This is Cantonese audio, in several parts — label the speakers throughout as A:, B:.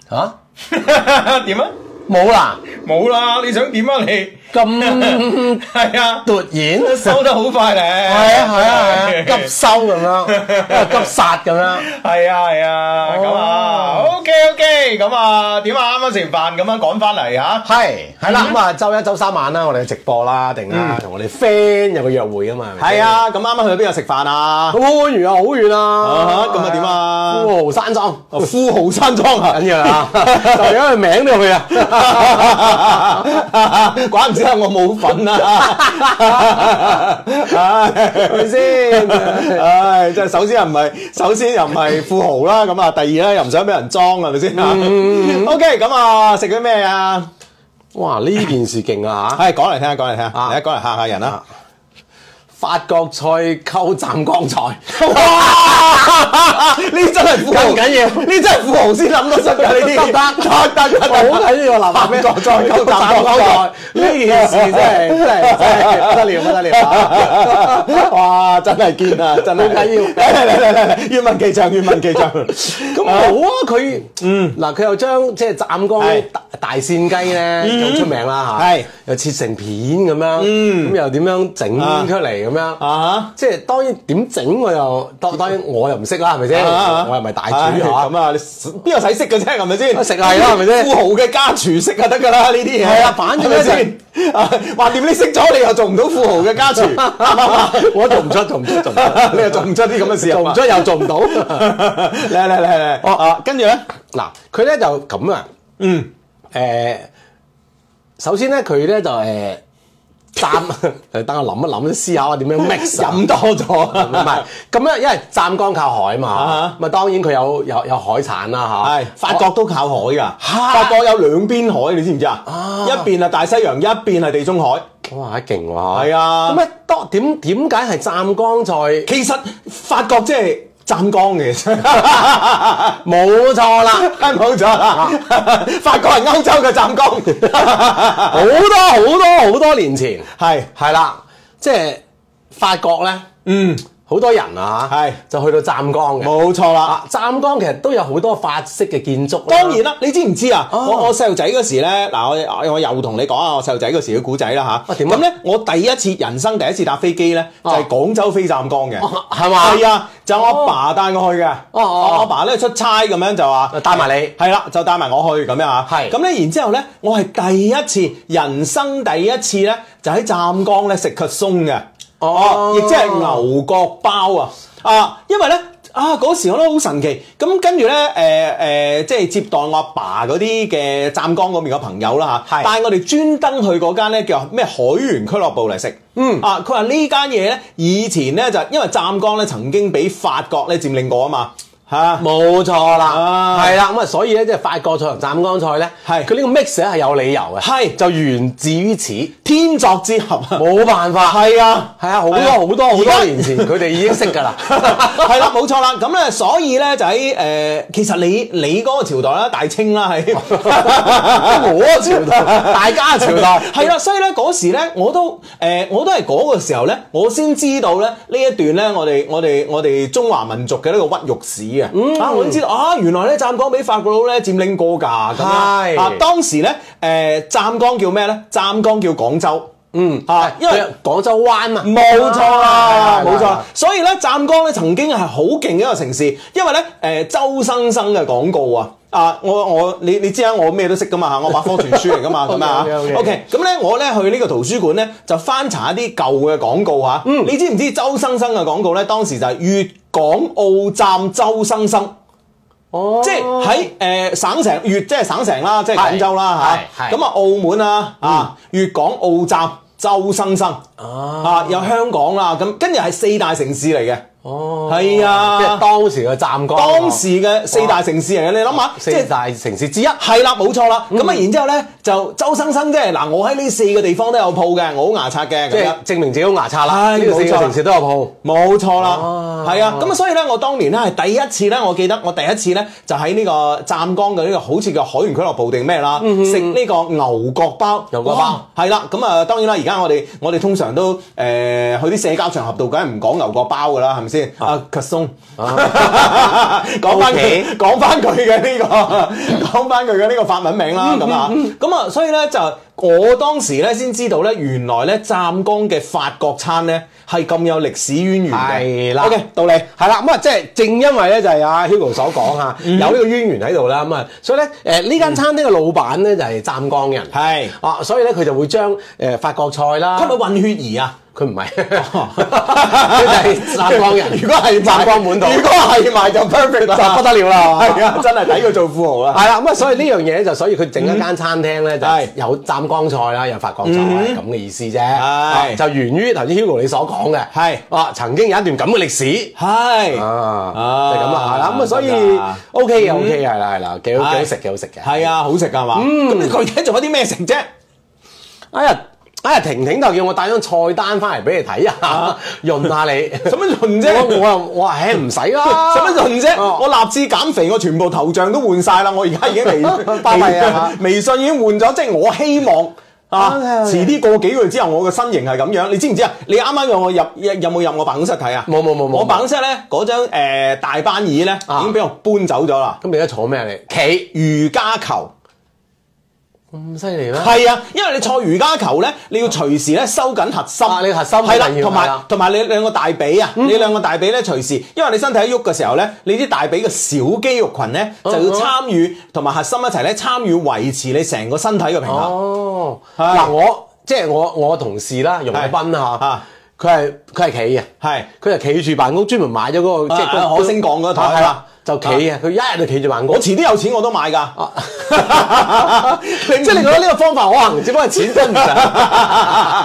A: 吓
B: 點啊？
A: 啊冇啦，
B: 冇啦，你想點啊你？
A: 咁
B: 係啊，
A: 突然。
B: 收得好快咧。
A: 係啊係啊係 啊，急收咁樣，因為急殺咁樣，
B: 係啊係啊，咁啊
A: 哦
B: ，OK OK，咁啊，點啊？啱啱食完飯咁樣趕翻嚟嚇，嗯
A: 係啊係啦，咁啊周一周三晚啦，我哋直播啦，定啦，同我哋 friend 有個約會啊嘛，係咪先
C: 係，啊，咁啱啱去咗邊度食飯啊？
A: 咁好遠啊，好遠啊
C: 啊，咁啊點啊
A: 富豪山莊，
C: 哦富豪山莊啊，
A: 緊要啦，就因為名都去啊，
C: 怪唔之得我冇份啦，係
A: 係咪先？
C: 唉，即係首先又唔係，首先又唔係富豪啦，咁啊，第二咧又唔想俾人裝，係咪先啊？OK，咁啊，食咗咩啊？
A: 哇！呢件事勁啊嚇，
C: 係講嚟聽下，講嚟聽下，
A: 啊
C: 嚟講嚟嚇下人啦。
A: 法國菜溝湛江菜，
C: 哇！呢真係富豪，
A: 咁緊要
C: 呢真係富豪先諗得出㗎呢啲，
A: 得得
C: 得得
A: 好緊要啊！
C: 法
A: 嗱，咩
C: 國菜溝湛江菜
A: 呢件事真係真係真係不得了不得了！
C: 哇！真係堅啊，真係
A: 好緊要
C: 嚟嚟嚟嚟嚟，越問其長，越問 其長。咁
A: 咁冇啊！佢嗯嗱，佢又將即係湛江
C: 係
A: 大大扇雞咧，就好出名啦嚇，
C: 係
A: 又切成片咁樣，咁又點樣整出嚟咁樣
C: 啊
A: 即係當然點整我又當當然我又唔識啦，係咪先？
C: 哈
A: 哎我又唔係大廚嚇。
C: 啊咁啊，你邊有使識嘅啫，係咪先？
A: 食係啦係咪先
C: 富豪嘅家廚識就得㗎啦，呢啲嘢
A: 係啊反正
C: 係咪先？啊話掂你識咗，你又做唔到富豪嘅 家廚，
A: 我做唔出，做唔出，做唔出，
C: 你又做唔出啲咁嘅事，
A: 做唔出又做唔到。
C: 嚟嚟嚟嚟，
A: 哦
C: 啊，跟住咧，
A: 嗱，佢咧就咁啊，
C: 嗯，
A: 誒，首先咧佢咧就誒湛，誒等我諗一諗，思考下點樣 mix 啊
C: 飲多咗，
A: 唔 係咁咧，因為湛江靠海嘛
C: 啊，
A: 咁啊當然佢有有有海產啦嚇，
C: 係法國都靠海㗎，
A: 哦嚇
C: 法國有兩邊海，你知唔知啊？
A: 啊
C: 一邊係大西洋，一邊係地中海。
A: 哇勁喎，
C: 係啊
A: 咁咧當點點解係湛江菜？
C: 其實法國即係湛江嘅，
A: 冇錯啦，
C: 冇錯啦。 法國係歐洲嘅湛江，
A: 好多好多好多年前
C: 係
A: 係啦，即係法國咧。
C: 嗯，
A: 好多人啊，
C: 係
A: 就去到湛江嘅。
C: 冇錯啦。
A: 啊，湛江其實都有好多法式嘅建築。
C: 當然，啦，你知唔知啊？
A: 哦
C: 我我細路仔嗰時咧，嗱我我又同你講啊，我細路仔嗰時嘅古仔啦
A: 啊
C: 吓，
A: 點啊
C: 咁咧，我第一次人生第一次搭飛機咧，就
A: 啊
C: 係廣州飛湛江嘅，
A: 哦係嘛
C: 係啊，就我阿爸帶我去嘅。
A: 哦哦
C: 我阿爸咧出差咁樣就話
A: 帶埋你
C: 係啦，就帶埋我去咁樣啊。
A: 係
C: 咁咧，然之後咧，我係第一次人生第一次咧，就喺湛江咧食 c 松嘅。
A: 哦
C: 亦即係牛角包啊！啊，因為咧。啊！嗰時我都好神奇，咁跟住咧，誒、呃、誒、即係接待我阿爸嗰啲嘅湛江嗰邊嘅朋友啦嚇
A: 係，
C: 但係我哋專登去嗰間咧叫咩海員俱樂部嚟食。嗯，啊，佢話呢間嘢咧，以前咧就因為湛江咧曾經俾法國咧佔領過啊嘛，嚇、
A: 冇錯啦，
C: 啊
A: 係啦，咁啊，所以咧，即係法國菜同湛江菜咧，
C: 係
A: 佢呢個 mix 咧係有理由嘅，
C: 係
A: 就源自於此，
C: 天作之合啊！
A: 冇辦法，
C: 係啊，
A: 係啊，好多
C: 係啊
A: 好多好
C: 而家
A: 多年前佢哋已經識㗎啦，
C: 係啦，冇錯啦。咁咧，所以咧就喺誒、呃其實你你嗰個朝代啦，大清啦，係
A: 我朝代，大家朝代，
C: 係啦，所以咧嗰時咧，我都誒、呃我都係嗰個時候咧，我先知道咧呢一段咧，我哋我哋我哋中華民族嘅呢個屈辱史嘅、
A: 嗯
C: 啊，我都知道啊，原來咧湛江俾法國佬咧佔領過㗎，咁樣
A: 係
C: 啊，當時咧誒、呃、湛江叫咩咧？湛江叫廣州，
A: 嗯
C: 啊，因為
A: 佢廣州啊灣嘛，
C: 冇錯啦，
A: 係係係
C: 冇
A: 係
C: 錯
A: 係
C: 啦。所以咧，湛江咧曾經係好勁嘅一個城市，因為咧，誒、周生生嘅廣告啊。啊！我我你你知啊，我咩都識噶嘛嚇， 我百科全書嚟噶 嘛咁啊
A: OK，OK，OK
C: OK，咁咧我咧去呢個圖書館咧就翻查一啲舊嘅廣告嚇。
A: 嗯
C: 你知唔知周生生嘅廣告咧？當時就係粵港澳站周生生。嗯
A: 哦，
C: 即係喺誒省城粵，即係省城啦，即係廣州啦
A: 係
C: 嚇。
A: 係嗯
C: 咁啊，澳門啊，啊，粵港澳站周生生啊，有香港啦，咁跟住係四大城市嚟嘅。
A: 哦，
C: 係啊
A: 即係當時嘅湛江，啊
C: 當時嘅四大城市嚟嘅，你諗下，即
A: 四
C: 係。
A: 大嗯城市之一。
C: 係啦，冇錯啦。咁啊，然之後咧就周生生即係嗱，我喺呢四個地方都有鋪嘅，我好牙刷嘅。
A: 即
C: 咁樣
A: 係證明自己好牙刷啦。
C: 唉
A: 呢個四
C: 冇
A: 個
C: 錯
A: 城市都有鋪。
C: 冇錯啦
A: 哦，
C: 係啊，咁啊，所以咧，我當年咧係第一次咧，我記得我第一次咧就喺呢個湛江嘅呢個好似叫海員俱樂部定咩啦，食呢個牛角包，
A: 嗯牛角包
C: 哇係啦，呃咁啊當然啦，而家我哋我哋通常都誒去啲社交場合度，梗係唔講牛角包㗎啦，係咪先？啊 c a s o n
A: 啊
C: 講翻佢
A: OK
C: 講翻佢嘅呢個 講翻佢嘅呢個法文名
A: 嗯
C: 啦，咁啊，咁啊，所以咧就我當時咧先知道咧，原來咧湛江嘅法國餐咧係咁有歷史淵源嘅。
A: 係啦
C: OK，到你。
A: 係啦，咁啊，即係正因為咧就係阿 Hugo 所講嚇，有呢個淵源喺度啦，咁啊，所以咧誒呢間餐廳嘅老闆咧就係湛江人，
C: 係
A: 啊，所以咧佢就會將誒法國菜啦，
C: 佢係咪混血兒 啊？
A: 佢 唔係，佢就係湛江人。
C: 如果係賣
A: 湛江本土
C: 如果係賣就 perfect 啦，
A: 就不得了啦係嘛
C: 係啊，真係睇佢做富豪啦。
A: 係啦，咁啊，所以呢樣嘢咧就所以佢整一間餐廳咧就
C: 係
A: 有湛江菜啦，有法國菜咁嘅意思啫，啊就源於頭先 Hugo 你所講嘅，
C: 係
A: 啊曾經有一段咁嘅歷史。
C: 係
A: 啊，
C: 啊
A: 就係咁啊，係啦，咁啊，所以
C: 得㗎
A: OK 嘅，OK 嘅，係啦，係啦，幾好，幾好食，
C: 係
A: 幾好食嘅。
C: 係啊，好食㗎嘛。
A: 嗯
C: 咁你具體做咗啲咩食啫？
A: 哎呀，哎呀，婷婷就叫我帶張菜單翻嚟俾你睇下，潤下 你。
C: 使乜論
A: 啊我
C: 啫？
A: 我又我話，唉，唔 使啦，
C: 使乜論啫？
A: 哦
C: 我立志減肥，我全部頭像都換晒啦，我而家 已經微
A: 巴閉啊
C: 微微信已經換咗，即係我希望。啊！
A: OK，OK
C: 遲啲過幾個月之後，我嘅身形係咁樣，你知唔知啊？你啱啱有我入有冇入我辦公室睇啊？
A: 冇冇冇冇啊
C: 我辦公室咧嗰張誒大班椅咧已經俾我搬走咗啦。
A: 咁你而家坐咩啊你？企
C: 瑜伽球。
A: 咁犀利咩？
C: 係啊，因為你坐瑜伽球咧，你要隨時咧收緊核心，
A: 啊你核心
C: 係啦
A: 好緊，要
C: 同
A: 係啊嗯
C: 埋
A: 啦
C: 同埋你兩個大髀啊，你兩個大髀咧隨時，因為你身體一喐嘅時候咧，你啲大髀嘅小肌肉群咧
A: 嗯
C: 就要參與同埋核心一齊咧參與維持你成個身體嘅平衡。
A: 哦，
C: 係
A: 嗱，我即係我我同事啦，容
C: 係
A: 斌嚇
C: 啊，
A: 佢係佢係企嘅，
C: 係
A: 佢就企住辦公，專門買咗嗰個
C: 啊
A: 即係嗰
C: 啊
A: 個
C: 可升降嗰個台
A: 啊係
C: 啊
A: 啦，就企嘅，佢一日就企住辦公
C: 我。遲啲有錢我都買㗎。
A: 啊 即係你覺得呢個方法可行，只不過係錢真唔 上。我
C: 哦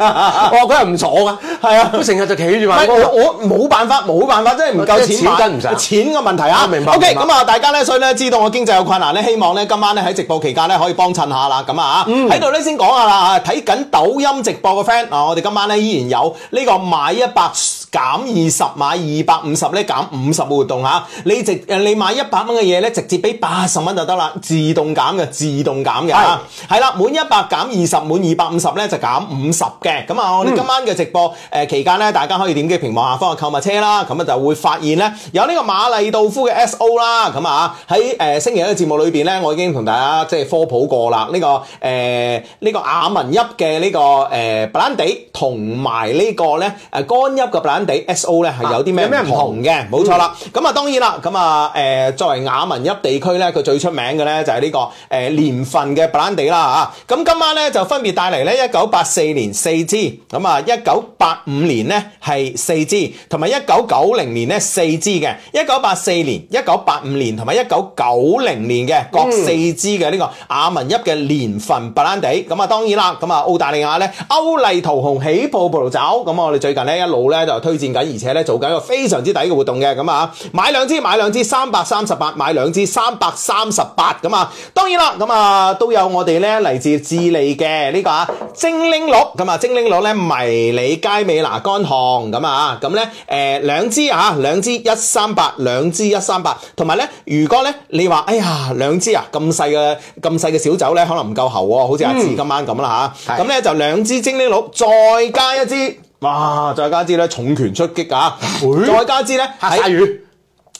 A: 話佢係唔坐㗎，
C: 係啊
A: 佢成日就企住
C: 唔係
A: 辦公。
C: 我我冇辦法，冇辦法，真係唔夠
A: 即係
C: 錢買
A: 錢跟唔上
C: 錢嘅問題啊！
A: 啊明白
C: O K，
A: 明白
C: 咁啊，大家咧，所以咧，知道我經濟有困難咧，希望咧今晚咧喺直播期間咧可以幫襯下啦。咁啊，
A: 嗯
C: 喺度咧先講下啦啊！睇緊抖音直播嘅 friend 啊，我哋今晚咧依然有呢個買一百減二十，買二百五十咧減五十活動嚇。你直誒你買一百蚊嘅嘢咧，直接俾八十蚊就得啦，自動減嘅，自動減嘅啊嚇。係啦，滿一百減二十，滿二百五十咧就減五十嘅。咁啊，我哋今晚嘅直播誒期間咧，大家可以點擊屏幕下方嘅購物車啦，咁啊就會發現咧有呢個馬麗道夫嘅 S.O. 啦，咁啊喺誒星期一嘅節目裏邊咧，我已經同大家即係科普過啦，呢、個呃誒呢、個雅文邑嘅呢個誒白蘭地同埋呢個咧誒干邑嘅白蘭地 S.O. 咧係有啲咩
A: 有咩
C: 唔
A: 唔
C: 同
A: 同
C: 嘅，冇錯啦。咁啊、當然啦，咁啊誒作為雅文邑地區咧，佢最出名嘅咧就係呢、個誒、呃年份嘅白蘭地啦嚇。咁、今晚咧就分別帶嚟咧一九八四年四支，咁啊一九八五年咧係四支，同埋一九九零年咧四支嘅，一九八四年、一九八五年同埋一九九零年嘅各四支嘅呢個雅文邑嘅年份白蘭地。咁啊當然啦，咁啊澳大利亞咧歐麗桃紅起泡葡萄酒，咁我哋最近咧一路咧就推薦緊，而且咧做緊一個非常之抵嘅活動嘅，咁啊買兩支買兩支三百三十八，買兩支三百三十八咁啊。當然啦，咁啊都有我哋咧嚟自智利嘅呢個啊精靈鹿，咁啊精靈鹿咧迷你佳美拿乾項咁啊，咁咧誒兩支啊兩支一三八，兩支一三八，同埋咧如果咧你話哎呀兩支啊咁細嘅咁細嘅小酒咧可能唔夠喉喎，好似阿志今晚咁啦嚇，
A: 係
C: 咁咧就兩支精靈鹿再加一支。哇！再加一支咧重拳出擊啊！再加一支咧
A: 黑鯊魚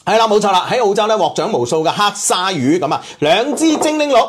C: 係啦，冇錯啦，喺澳洲咧獲獎無數嘅黑鯊魚咁啊，兩支精靈鹿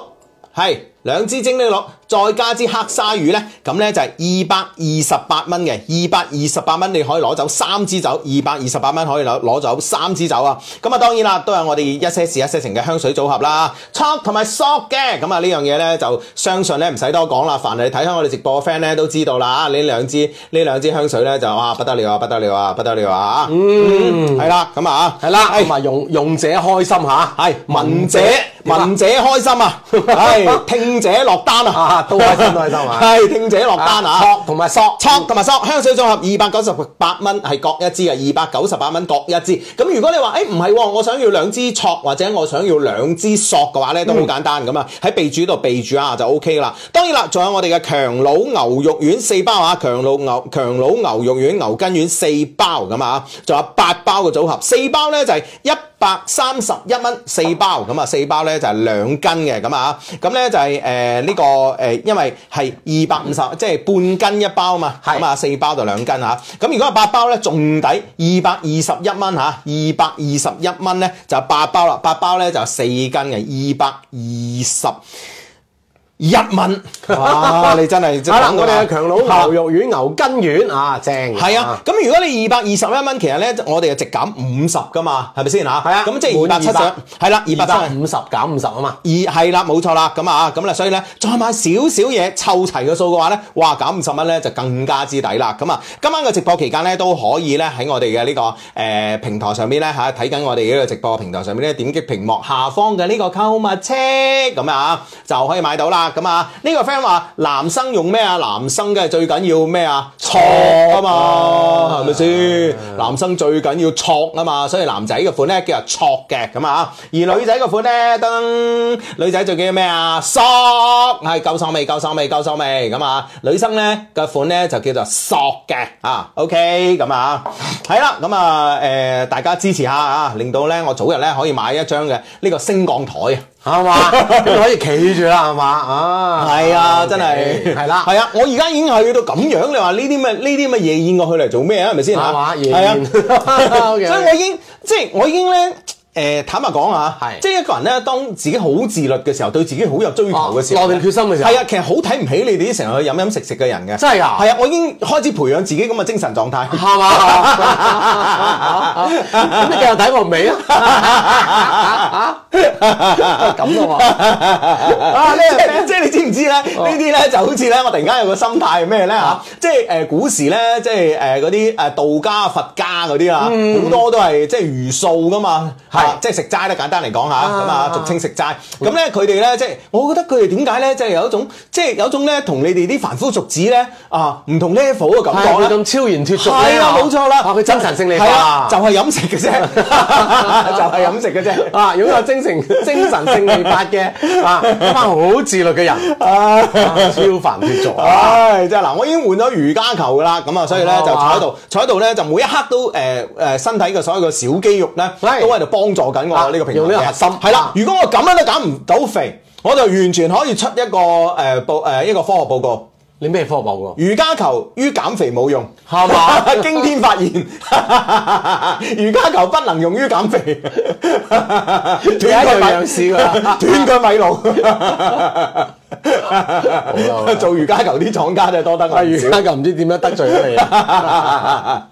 C: 係兩支精靈鹿，再加支黑鯊魚咧，咁咧就係二百二十八蚊嘅，二百二十八蚊你可以攞走三支酒，二百二十八蚊可以攞攞走三支酒啊！咁啊當然啦，都有我哋一些事一些情嘅香水組合啦，Chalk 同埋 Sock 嘅，咁啊呢樣嘢咧就相信咧唔使多講啦，凡係睇開我哋直播嘅 friend 咧都知道啦啊！呢兩支呢兩支香水咧就哇不得了啊，不得了啊，不得了啊！嗯，係啦，咁啊。
A: 係啦，同埋用用者開心嚇，
C: 係聞者
A: 點啊
C: 聞者開心 啊，係聽者落單啊
A: 啊，都開心都開心 啊
C: 係聽者落單啊，
A: 索同埋索。
C: 錯同埋索香水組合二百九十八蚊係各一支啊，二百九十八蚊各一支。咁如果你話誒唔係喎，我想要兩支錯或者我想要兩支索嘅話咧，
A: 嗯
C: 都好簡單咁啊，喺備註度備註啊就 O K 啦。當然啦，仲有我哋嘅強佬牛肉丸四包啊，強佬牛強佬牛肉丸牛筋丸四包咁啊，仲有八包嘅組合，四包咧就係一。百三十一蚊四包，咁啊四包咧就係兩斤嘅咁啊，咁咧就係誒呢個誒、呃因為係二百五十，即係半斤一包嘛，
A: 係
C: 咁啊四包就兩斤嚇，咁如果係八包咧仲抵二百二十一蚊嚇，二百二十一蚊咧就八包啦，八包咧就四斤嘅二百二十。一蚊， 哇！你真係真
A: 係
C: 係
A: 啦，
C: 講到
A: 我
C: 啊
A: 哋嘅強佬
C: 嚇
A: 牛肉丸、牛筋丸啊，正。
C: 係啊，咁如果你二百二十一蚊，其實咧我哋係直減五十噶嘛，係咪先嚇？
A: 係啊
C: 咁即係二百
A: 滿
C: 七十，
A: 200
C: 係啦，二
A: 二
C: 百
A: 百
C: 七。
A: 五十減五十啊嘛。
C: 二係啦，冇錯啦，咁啊，咁啦，所以咧，再買少少嘢湊齊個數嘅話咧，哇，啊減五十蚊咧就更加之抵啦。咁啊，今晚嘅直播期間咧都可以咧喺我哋嘅呢個誒、呃平台上面咧嚇睇緊我哋呢個直播嘅平台上面咧點擊屏幕下方嘅呢個購物車咁啊就可以買到啦。咁啊，呢、個 friend 話男生用咩啊？男生嘅最緊要咩啊？挫啊嘛，係咪先？男生最緊要挫啊嘛，所以男仔嘅款咧叫做挫嘅咁啊，而女仔嘅款咧，噔，女仔最緊要咩啊？索係夠手未？夠手未？夠手未？咁啊，女生咧嘅款咧就叫做索嘅啊，OK 咁啊，係啦，咁啊誒、大家支持下啊，令到咧我早日咧可以買一張嘅呢個升降台啊！
A: 係 嘛？你可以企住啦，係嘛？啊，
C: 係啊，
A: OK，
C: 真係
A: 係啦。
C: 係啊，我而家已經去到咁樣，你話呢啲咩呢啲咩夜宴我去嚟做咩啊？係咪先
A: 係嘛
C: 嚇？
A: 夜
C: 係 啊
A: 宴
C: 所
A: OK
C: 以我已經即係我已經咧。誒坦白講啊，
A: 係
C: 即係一個人咧，當自己好自律嘅時候，對自己好有追求嘅時候
A: 哦
C: 呢，
A: 內定決心嘅時候
C: 係啊，其實好睇唔起你哋啲成日去飲飲食食嘅人嘅，
A: 真係㗎
C: 係啊，我已經開始培養自己咁嘅精神狀態，
A: 係嘛？咁你繼續睇我尾啊？咁咯喎。
C: 啊！呢哦個即係你知唔知咧？呢啲咧就好似咧，我突然間有個心態係咩咧嚇？即係誒古時咧，即係誒嗰啲誒道家、佛家嗰啲啊，好多都係即係茹素噶嘛，
A: 係
C: 啊即係食齋咧。簡單嚟講嚇，咁啊
A: 啊
C: 俗稱食齋。咁咧佢哋咧即係，我覺得佢哋點解咧，即係有一種即係有一種咧同你哋啲凡夫俗子咧啊唔同 level 嘅感
A: 係
C: 覺
A: 佢
C: 咧。
A: 咁超然脱俗呢
C: 係啊，冇錯啦，
A: 啊佢精神勝利
C: 係啊
A: 法，
C: 就係飲食嘅啫， 就係飲食嘅 啫。
A: 啊，擁有精神精神勝利法嘅啊，一班好自律嘅人，啊超凡脱俗啊！
C: 唉，真係嗱，我已經換咗瑜伽球噶啦，咁啊，所以咧
A: 哦
C: 就坐喺度，坐喺度咧就每一刻都誒誒、呃身體嘅所有嘅小肌肉咧，都
A: 係
C: 喺度幫助緊
A: 啊
C: 我呢個平衡嘅
A: 用呢個核心
C: 係啦
A: 啊，
C: 如果我咁樣都減唔到肥，我就完全可以出一個誒報誒一個科學報告，
A: 你咩科學報告？
C: 瑜伽球於減肥冇用。
A: 係嘛？
C: 驚天發現，瑜伽球不能用於減 肥，斷
A: 有一樣 試過啦
C: 斷佢米
A: 好啦
C: 路。 做瑜伽球啲廠家真係多得我
A: 啊，
C: 唔
A: 瑜
C: 少
A: 伽就唔知點樣得罪咗 你啊！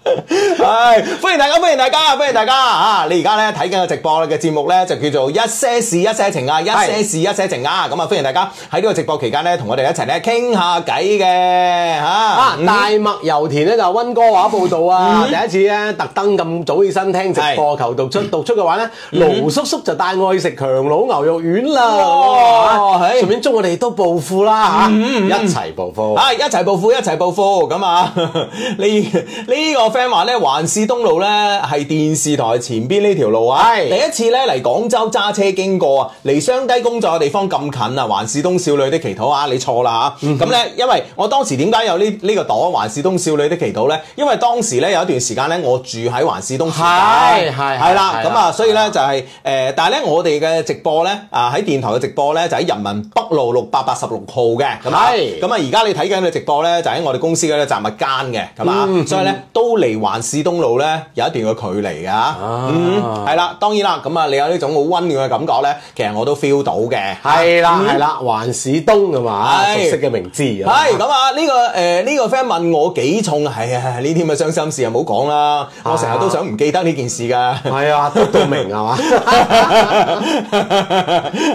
C: 唉，歡迎大家，歡迎大家，歡迎大家啊！你而家咧睇緊嘅直播嘅節目咧，就叫做一些事一些情啊，一些事一些情啊！咁啊，歡迎大家喺呢個直播期間咧，同我哋一齊咧傾下偈嘅嚇。
A: 啊，
C: 嗯
A: 大麥油田咧就係温哥華報道啊！第一次咧特登咁早起身聽直播，求讀出讀出嘅話咧，
C: 嗯
A: 盧叔叔就帶我去食強佬牛肉丸
C: 哇
A: 啦，
C: 哦係
A: 順便祝我哋都暴富啦
C: 嗯
A: 嚇，一齊暴富。
C: 啊！一齊暴富，一齊暴富咁啊！ 呢呢個 friend 話咧，環市東路咧係電視台前邊呢條路啊！
A: 係
C: 第一次咧嚟廣州揸車經過啊，離雙低工作嘅地方咁近啊！環市東少女的祈禱啊，你錯啦嚇！
A: 嗯
C: 咁咧、因為我當時點解有呢呢個檔環市東少女的祈禱咧？因為當時咧有一段時間咧，我住喺環市東時代
A: 係係
C: 係啦，
A: 係
C: 咁啊，
A: 啦
C: 所以咧就係誒，但係咧我哋嘅直播咧啊喺電台嘅直播咧就喺人民北路六百八十六號嘅咁啊
A: 係
C: 咁咁啊，而家你睇緊嘅直播咧，就喺我哋公司嘅雜物間嘅，咁啊，
A: 嗯
C: 所以咧都離環市東路咧有一段嘅距離㗎。
A: 啊
C: 嗯，係啦，當然啦，咁啊，你有呢種好温暖嘅感覺咧，其實我都 feel 到嘅。
A: 係啦係啦，環市東係嘛，熟
C: 嗯係
A: 悉嘅名字啊
C: 係咁啊！呢個誒呢個 friend 問我幾重，係啊，呢啲咁嘅傷心事啊，唔好講啦。我成日都想唔記得呢件事㗎。
A: 係啊，讀到明係 嘛？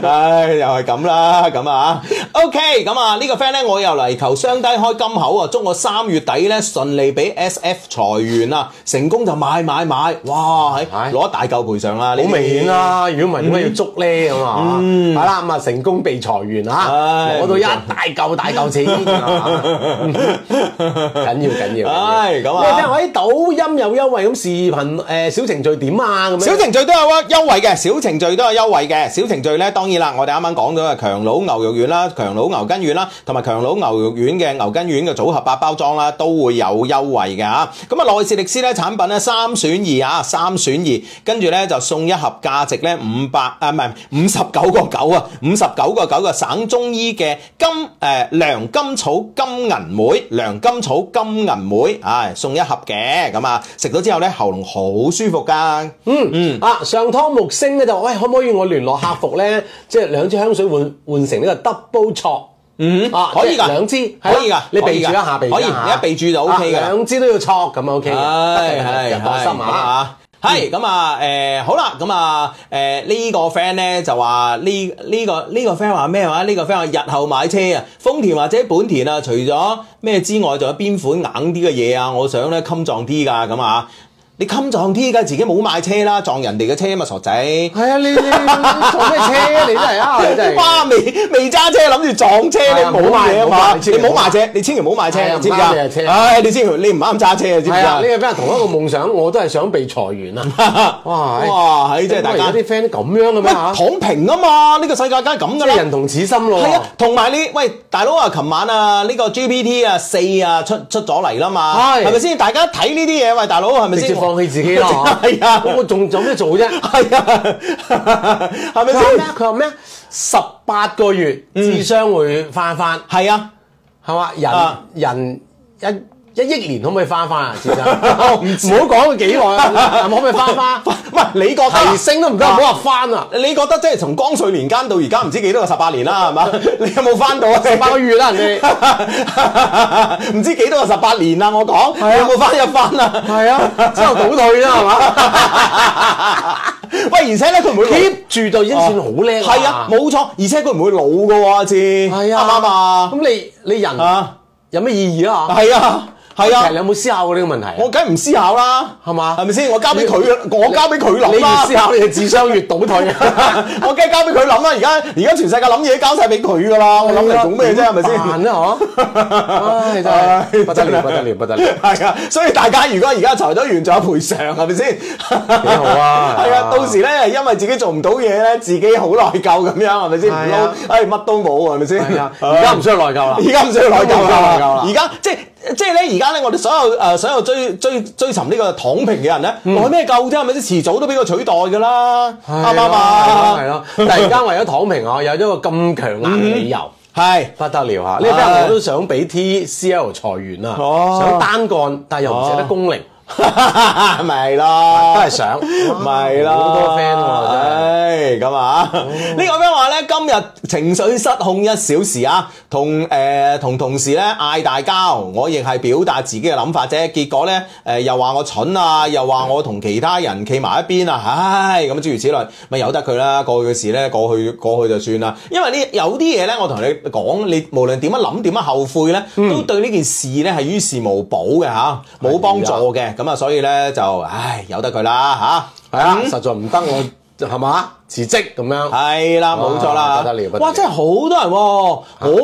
C: 唉，又係咁啦，咁啊，OK，咁啊呢個 friend 咧，我又嚟求雙低開金口啊，祝我三月底咧順利俾 SF 裁員啊，成功就買買買，哇，係
A: 係
C: 攞一大嚿賠償啦，呢啲
A: 好明顯。啦，如果唔係點解要捉咧咁啊？係啦，咁啊成功被裁員啊，
C: 嗯唉
A: 攞到一大嚿大嚿 錢，啊嗯緊要緊要。
C: 唉咁啊
A: 你聽我啲哎抖音有優惠咁視頻誒小程序點啊咁樣。
C: 小程序都有優惠嘅，小程序都有優惠嘅。小程序咧，當然啦，我哋啱啱講咗嘅強佬牛肉丸啦，強強佬牛筋丸啦，同埋強佬牛肉丸嘅牛筋丸嘅組合八包裝啦，都會有優惠嘅嚇。咁啊，內士力斯咧產品咧三選二啊，三選二，跟住咧就送一盒價值咧五百啊，唔係五十九個九啊，五十九個九嘅省中醫嘅金誒、呃、涼甘草金銀梅，涼甘草金銀梅，唉、送一盒嘅咁啊，食咗之後咧喉嚨好舒服㗎。
A: 嗯，啊上湯木星咧就喂，可唔可以我聯絡客服咧，即係兩支香水換換成呢個 double 錯？嗯，啊
C: 可以
A: 即
C: 㗎
A: 係兩支係啦
C: 可以㗎
A: 你
C: 可以
A: 備注
C: 㗎
A: 一下，備注
C: 可以
A: 一下
C: 而家備注就 OK 㗎
A: 啊兩支都要錯咁啊 OK 嘅，
C: 係
A: 得嘅
C: 係
A: 得嘅放心
C: 係咁
A: 啊。
C: 啊。係咁啊，誒、好啦，咁啊，誒、呢、個 friend 咧就話呢呢個呢、個 friend 話咩話？呢、個 friend 話日後買車啊，豐田或者本田啊，除咗咩之外，仲有邊款硬啲嘅嘢啊？我想咧襟撞啲㗎咁啊，你襟撞啲㗎，自己冇買車啦，撞人哋嘅車嘛，傻仔。
A: 係啊，你你你坐咩車啊？你真係 啊，你真係。
C: 哇！未未揸車，諗住撞車，
A: 係
C: 你
A: 啊
C: 冇嘢啊
A: 唔好
C: 嘛！
A: 買
C: 你唔好買車，你千祈唔好買車
A: 係啊，
C: 知唔知
A: 唔啱你嘅車
C: 啊？唉，你千祈你唔啱揸車啊，知唔知
A: 係啊，
C: 啊
A: 呢？個 friend 同一個夢想，我都係想被裁員啊！哇， 哎
C: 哇！哎係真係大
A: 喂
C: 家
A: 而家啲 friend 咁樣嘅
C: 喂
A: 咩 嚇？
C: 躺平啊嘛，呢個世界梗係咁噶
A: 即係
C: 啦
A: 人。哦同此心咯喎。
C: 係啊，同埋你喂大佬啊，琴晚啊呢個 GPT 啊四啊出出咗嚟啦嘛，
A: 係
C: 係咪先？大家睇呢啲嘢，喂大佬係咪
A: 直接
C: 先？
A: 放棄自己咯，
C: 係 啊
A: 咁我仲有咩 做啫？
C: 係啊， 係
A: 佢話
C: 咪嗯
A: 咩
C: 先？？
A: 佢話咩？十八個月智商會翻翻，
C: 係啊，
A: 係嘛？
C: 啊
A: 人人一一億年可唔可以翻翻啊？智商
C: 我唔知
A: 唔好講佢幾耐 啊，可唔可以翻翻？
C: 喂，你覺得啊
A: 提升都唔得，唔好話翻 啊！
C: 你覺得即係從光緒年間到而家唔知幾多個十八年啦，係嘛？ 你有冇翻到啊？
A: 十八個月啦，人哋
C: 唔知幾多個十八年啦，我講，
A: 係啊
C: 你有冇翻一翻啊？
A: 係啊，之後倒退啦，係嘛
C: 喂，而且咧佢唔會老
A: ？keep 住就已經算好叻啦。
C: 係啊，冇錯，而且佢唔會老噶喎，阿志，
A: 係
C: 啱唔
A: 啊，
C: 啱啊？
A: 咁你你人
C: 啊，
A: 有咩意義啊？
C: 係啊，係
A: 其實你
C: 啊，
A: 有冇思考過呢個問題啊？
C: 我梗係唔思考啦，
A: 係嘛
C: 係咪先？我交俾佢，
A: 你
C: 我交俾佢諗
A: 你越
C: 啦
A: 思。考，你嘅智商越倒退啊！
C: 我梗係交俾佢諗啦，而家而家全世界諗嘢都交晒俾佢噶啦，我諗
A: 啊
C: 嚟做咩啫？係咪
A: 點辦
C: 先？
A: 啊？嗬！唉，真係不得了，不得了，不得了！
C: 哎係啊，所以大家如果而家裁咗完仲有賠償，啊係咪先？幾好
A: 啊
C: 係啊，到時咧因為自己做唔到嘢咧，自己好內疚咁樣，係咪先？唔
A: 係啊
C: 撈，唉乜都冇，係咪先
A: 係 啊，？而家唔需要內疚啦。
C: 而家唔需要內疚啊
A: 內疚啊啦
C: 啦，而家即係。即係咧，而家咧，我哋所有誒、呃所有追追追尋呢個躺平嘅人咧，
A: 嗯
C: 內咩救啫？係咪先？遲早都俾佢取代㗎啦，啱唔啱啊？
A: 係咯，突然間為咗躺平啊，有咗個咁強硬嘅理由，
C: 係
A: 不得了啊嚇！呢
C: 唉
A: 啲我都想俾 TCL 裁員啊，
C: 哦
A: 想單幹，但係又唔捨得工齡，
C: 咪咯，
A: 都哦係嗯想，
C: 咪啦，
A: 好多 friend 喎真係。
C: 唉，咁啊，呢個 friend 話咧，今日情緒失控一小時啊，同誒同同事咧嗌大交，我亦係表達自己嘅諗法啫，結果咧誒又話我蠢啊，又話我同其他人企埋一邊啊，唉，咁諸如此類，咪由得佢啦，過去嘅事咧，過去過去就算啦，因為呢有啲嘢咧，我同你講，你無論點樣諗，點樣後悔咧，都對呢件事咧係於事無補嘅嚇，冇幫助嘅，咁啊，所以咧就唉由得佢啦嚇。
A: 係啊，實在唔得我係嘛辭職咁樣。
C: 係啦，冇錯啦，
A: 哇不得了不得啊了
C: 哇，真係好多人喎、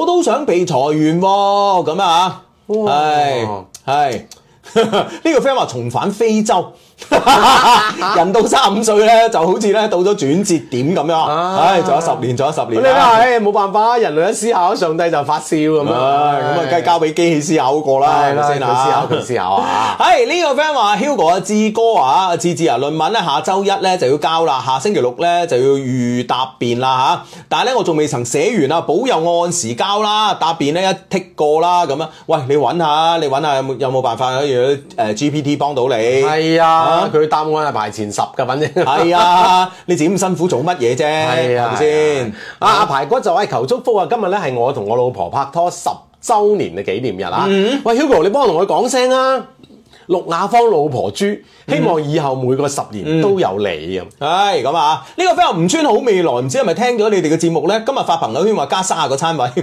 C: 我都想被裁員喎，咁啊，
A: 哇
C: 係係。 呢個 friend 話重返非洲， 人到三五歲咧，就好似咧到咗轉折點咁樣，
A: 啊
C: 唉，仲有十年，仲有十
A: 你
C: 年
A: 話
C: 啊，
A: 唉冇辦法，人類一啊思考，上帝就發笑咁樣。
C: 唉，咁啊，梗係交俾機器思考過啦，
A: 係
C: 係咪
A: 啦，佢
C: 先啊
A: 思考佢思考啊。
C: 係呢、個 friend 話 Hugo 啊，志哥啊，志志啊，論文咧下周一咧就要交啦，下星期六咧就要預答辯啦吓。但係咧我仲未曾寫完啊，保佑我按時交啦，答辯咧一剔過啦咁啊。喂，你揾下，你揾下有冇有冇辦法可以呃誒 GPT 幫到你？
A: 係啊
C: 啊，
A: 佢答案係排前十㗎，反正。
C: 係啊，你自己咁辛苦做乜嘢啫？
A: 係
C: 係
A: 啊，
C: 咪先？
A: 啊，阿排骨就係求祝福啊！今日咧係我同我老婆拍拖十週年嘅紀念日啊！喂，Hugo，你幫我同佢講聲啊！陸雅芳老婆豬，希望以後每個十年都有你咁。
C: 唉，咁啊，呢、個 friend 話吳川好未來，唔知係咪聽咗你哋嘅節目咧？今日發朋友圈話加卅個餐位，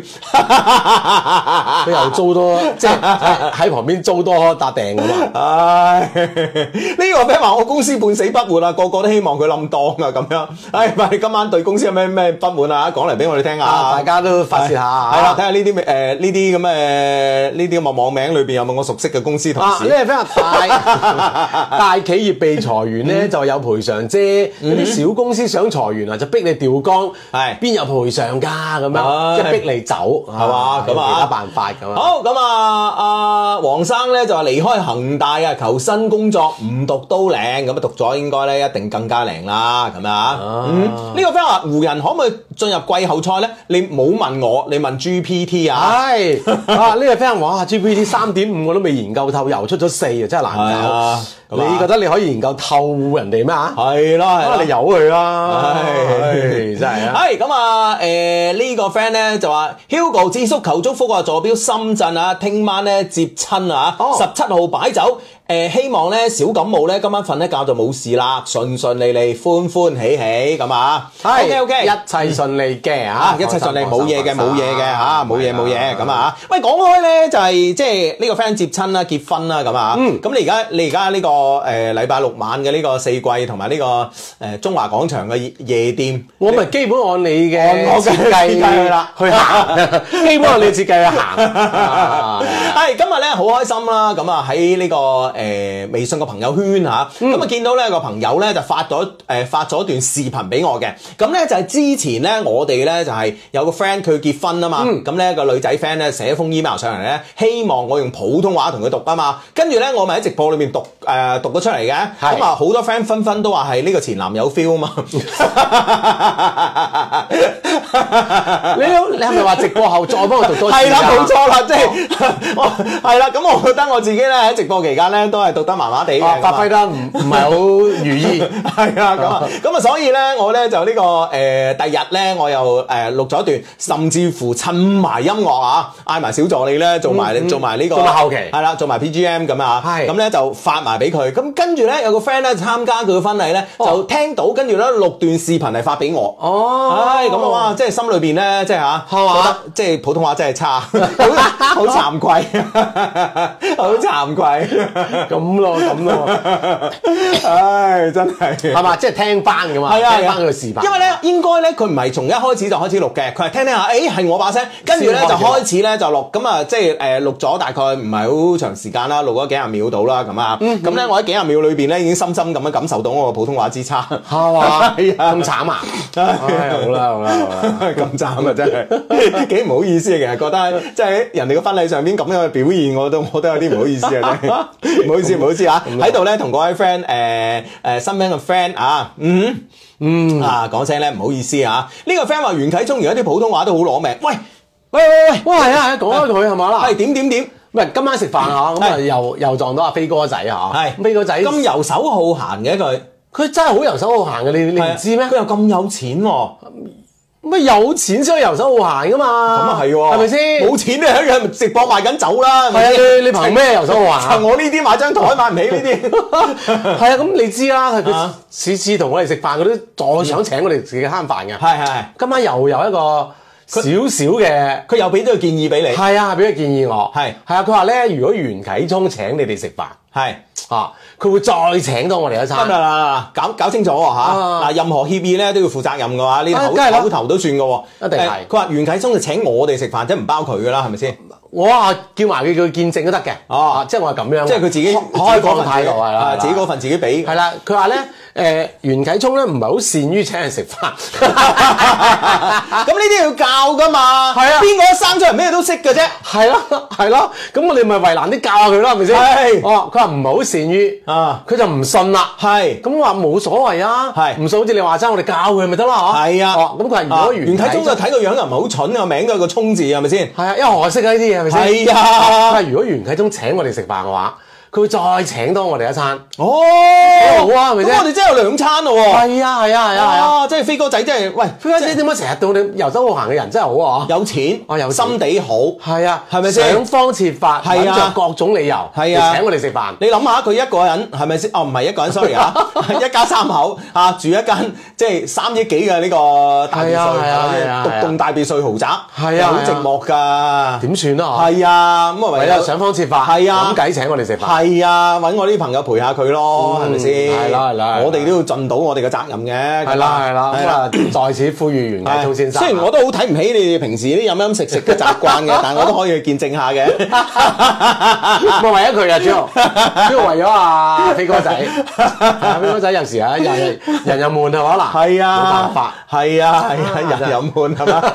A: 佢又租多，即係喺喺旁邊租多笪訂㗎嘛。
C: 唉，呢個 friend 話我公司半死不活啊，個個都希望佢冧檔啊咁樣。唉，喂，你今晚對公司有咩咩不滿啊？講嚟俾我哋聽
A: 啊，大
C: 下。
A: 家都發泄下啊
C: 係啦，睇下呢啲咩誒呢啲咁嘅呢啲咁嘅網名裏邊有冇我熟悉嘅公司同
A: 啊！呢
C: 事。
A: 個 friend 話 大大企業被裁員
C: 嗯
A: 咧就有賠償啫，有啲小公司想裁員啊就逼你調崗，
C: 係
A: 邊有賠償㗎咁
C: 唉
A: 樣，即係逼你走係
C: 嘛咁啊
A: 其他辦法咁啊。
C: 好咁啊，阿黃生咧就話離開恒大啊，求新工作，唔讀都靚，咁啊讀咗應該咧一定更加靚啦，咁啊，嗯，呢個 friend 話湖人可唔可以進入季後賽咧？你冇問我，你問 GPT 啊，
A: 係啊！呢個 friend 話哇，GPT 三點五我都未研究透，又出咗四啊，真係難
C: 係啊
A: 搞。
C: 咁啊
A: 你覺得你可以研究透人哋咩啊？
C: 係啦係
A: 啊，
C: 啦
A: 你由佢啦，
C: 唉
A: 唉真係啊！
C: 係咁啊！誒呢個 friend 咧就話 Hugo 智叔求祝福啊，坐標深圳啊，聽晚咧接親啊
A: 哦，
C: 十七號擺酒。誒希望咧小感冒咧，今晚瞓一覺就冇事啦，順順利利，歡歡喜喜咁啊。OK OK，
A: 一切順利嘅
C: 啊
A: 啊，
C: 一切順利，冇
A: 放心
C: 嘢嘅，冇嘢嘅嚇，
A: 放
C: 冇
A: 心
C: 嘢冇嘢
A: 係
C: 咁啊喂，講開咧就係即係呢個 friend 接親啦、結婚啦咁啊，
A: 嗯
C: 咁你而家你而家呢個誒禮拜六晚嘅呢個四季同埋呢個誒中華廣場嘅夜夜店。
A: 我咪基本按你嘅
C: 按我嘅
A: 設計
C: 設計去啦
A: 去行， 基本按你設計去行。啊
C: 係今日咧好開心啦，咁啊喺呢個誒、呃微信個朋友圈嚇，咁啊、見到咧個朋友咧就發咗誒、呃、發咗段視頻俾我嘅，咁咧就係、之前咧我哋咧就係、有個 friend 佢結婚啊嘛，咁咧、個女仔 friend 咧寫封 email 上嚟咧，希望我用普通話同佢讀啊嘛，跟住咧我咪喺直播裏面讀誒、呃、讀咗出嚟嘅，
A: 係
C: 咁啊好多 friend 紛紛都話係呢個前男友 feel 啊嘛。
A: 你你係咪話直播後再幫我讀多次啊？哦
C: 係啦，冇錯啦，即係 我係啦。咁我覺得我自己咧喺直播期間咧都係讀得麻麻地嘅，
A: 啊，
C: 咁啊
A: 發揮得唔唔係好如意。
C: 係啊，咁啊，咁啊，所以咧，我咧就呢、個誒、呃第日咧，我又誒、呃、錄咗一段，甚至乎襯埋音樂啊，嗌埋小助理咧，做埋、做埋呢、個
A: 嗯做埋後期
C: 係啦，做埋 PGM 咁啊，
A: 係
C: 咁咧就發埋俾佢。咁跟住咧有個 friend 咧參加佢嘅婚禮咧，就聽到，跟住咧錄段視頻嚟發俾我。
A: 哦
C: 唉，咁啊，哇！即係心裏邊咧，即係嚇，
A: 係嘛
C: 覺得即係普通話真係差， 好好慚愧， 好慚愧，
A: 咁咯，咁咯，
C: 唉，真係。
A: 係嘛？即係聽翻噶嘛，
C: 係啊，
A: 聽翻佢視頻。
C: 因為咧，應該咧，佢唔係從一開始就開始錄嘅，佢係聽聽下，誒係我把聲，跟住咧
A: 先
C: 就
A: 開始錄
C: 開始咧就錄，咁啊即係誒錄咗大概唔係好長時間啦，錄咗幾廿秒到啦咁啊，
A: 嗯
C: 咁咧我喺幾廿秒裏邊咧已經深深咁樣感受到我嘅普通話之差，
A: 係嘛？
C: 係啊
A: 咁慘啊！唉，好
C: 咁
A: 啦，好啦，好 啦。
C: 慘啊真係， 幾唔好意思啊，其實覺得即係喺人哋嘅婚禮上邊咁樣嘅表現，我都我都有啲唔好意思啊，真 係唔好意思唔好意思啊，喺度咧同各位 friend 誒誒身邊嘅 friend 啊，嗯哼。嗯啊，講聲咧唔好意思啊，呢、個 friend 話袁啟聰而家啲普通話都好攞命，喂喂喂喂，
A: 喂，係啊，係啊講開佢係咪啦？
C: 係點點點，
A: 唔係今晚食飯啊，咁啊
C: 係
A: 又又撞到阿飛哥仔啊，咁飛哥仔
C: 咁游手好閒嘅佢，
A: 佢真係好游手好閒嘅，你你
C: 係啊
A: 唔知咩
C: 佢？又咁有錢喎、
A: 乜啊有錢先可以游手好閒噶嘛？
C: 咁啊係喎，
A: 係咪先？
C: 冇錢啊，佢咪直播賣緊酒啦，
A: 係啊，
C: 係咪先
A: 你你憑咩游手好啊
C: 就
A: 閒？
C: 我呢啲買張台買唔起呢 啲。
A: 係啊，咁你知啦，佢佢
C: 啊
A: 次次同我哋食飯，佢都再想請我哋自己慳飯嘅。
C: 係係係，
A: 今晚又有一個少少嘅。
C: 佢又俾咗個建議俾你，
A: 係啊，俾佢建議我。
C: 係
A: 係啊，佢話咧，如果袁啟聰請你哋食飯
C: 係啊
A: 啊，佢會再請多我哋一
C: 得
A: 餐。
C: 啦啦，搞搞清楚喎嚇。
A: 啊
C: 嗱，任何協議咧都要負責任嘅話，呢
A: 啊梗係
C: 啲
A: 啦
C: 口口頭都算嘅喎。
A: 一定係
C: 誒佢話袁啟聰就請我哋食飯，即係唔包佢嘅啦，係咪先？
A: 我啊叫埋佢佢見證都得嘅。
C: 哦
A: 啊，即係我係咁樣嘅。
C: 即係佢自己
A: 開放
C: 自己嗰份
A: 態度
C: 自己
A: 係啦
C: 啊，，自己嗰份自己 俾。
A: 係啦。佢話咧，誒袁啟聰咧唔係好善於請人食飯。
C: 咁呢啲要教噶嘛？
A: 係啊
C: 邊個生出嚟咩都識嘅啫？
A: 係咯，係咯，咁我哋咪為難啲教下佢啦，係咪先？
C: 係
A: 哦，佢話唔係好善於，
C: 啊
A: 佢就唔信啦。
C: 係
A: 咁我話冇所謂啊，
C: 係
A: 唔信好似你話齋，我哋教佢咪得啦，嗬。
C: 係啊。
A: 哦，咁佢話如
C: 啊
A: 果
C: 袁
A: 袁
C: 啟
A: 啟
C: 聰
A: 聰
C: 就睇個樣又
A: 啊
C: 唔係好蠢，個名都有個聰字，係咪先？
A: 係啊，因為我識啊呢啲嘢係咪先？哦
C: 係啊
A: 佢話如果袁啟聰請我哋食飯嘅話，佢會再請多我哋一餐。
C: 哦，
A: 好啊係咪先
C: 咁我哋真係有兩餐咯喎。
A: 係啊，係啊，係啊，係啊。
C: 啊，即係飛哥仔真係喂，
A: 佢家姐點解成日到你遊手好閒嘅人真係好啊？
C: 有錢，
A: 啊有錢
C: 心地好。
A: 係啊，
C: 哦係咪先
A: 想方設法
C: 係
A: 揾
C: 啊
A: 着各種理由
C: 係啊
A: 嚟請我哋食飯。
C: 你諗下佢一個人係咪先？哦，唔係一個人，sorry 啊，一家三口啊，住一間即係三億幾嘅呢個大別
A: 係啊係啊
C: 墅
A: 係啊，係
C: 獨
A: 啊
C: 棟大別墅豪宅，
A: 係啊
C: 好寂寞㗎。
A: 點算啊？
C: 係啊，咁啊唯
A: 係啊，
C: 有
A: 想方設法，
C: 係啊
A: 諗計請我哋食飯。
C: 係啊，揾我啲朋友陪下佢咯，係咪先？
A: 嗯係啦係啦係啦
C: 我哋都要盡到我哋嘅責任嘅。
A: 係啦係啦，
C: 係
A: 咁啊，在此呼籲袁
C: 係
A: 繼聰先生。啊
C: 雖然我都好睇唔起你哋平時啲飲飲食食嘅習慣嘅，但我都可以去見證下嘅。
A: 咪為咗佢啊，朱 豪，朱豪為咗阿飛哥仔，啊飛哥仔有時 啊，人人又悶係嘛嗱，
C: 係啊，
A: 冇辦法，
C: 係 啊，係啊，人飲悶係嘛？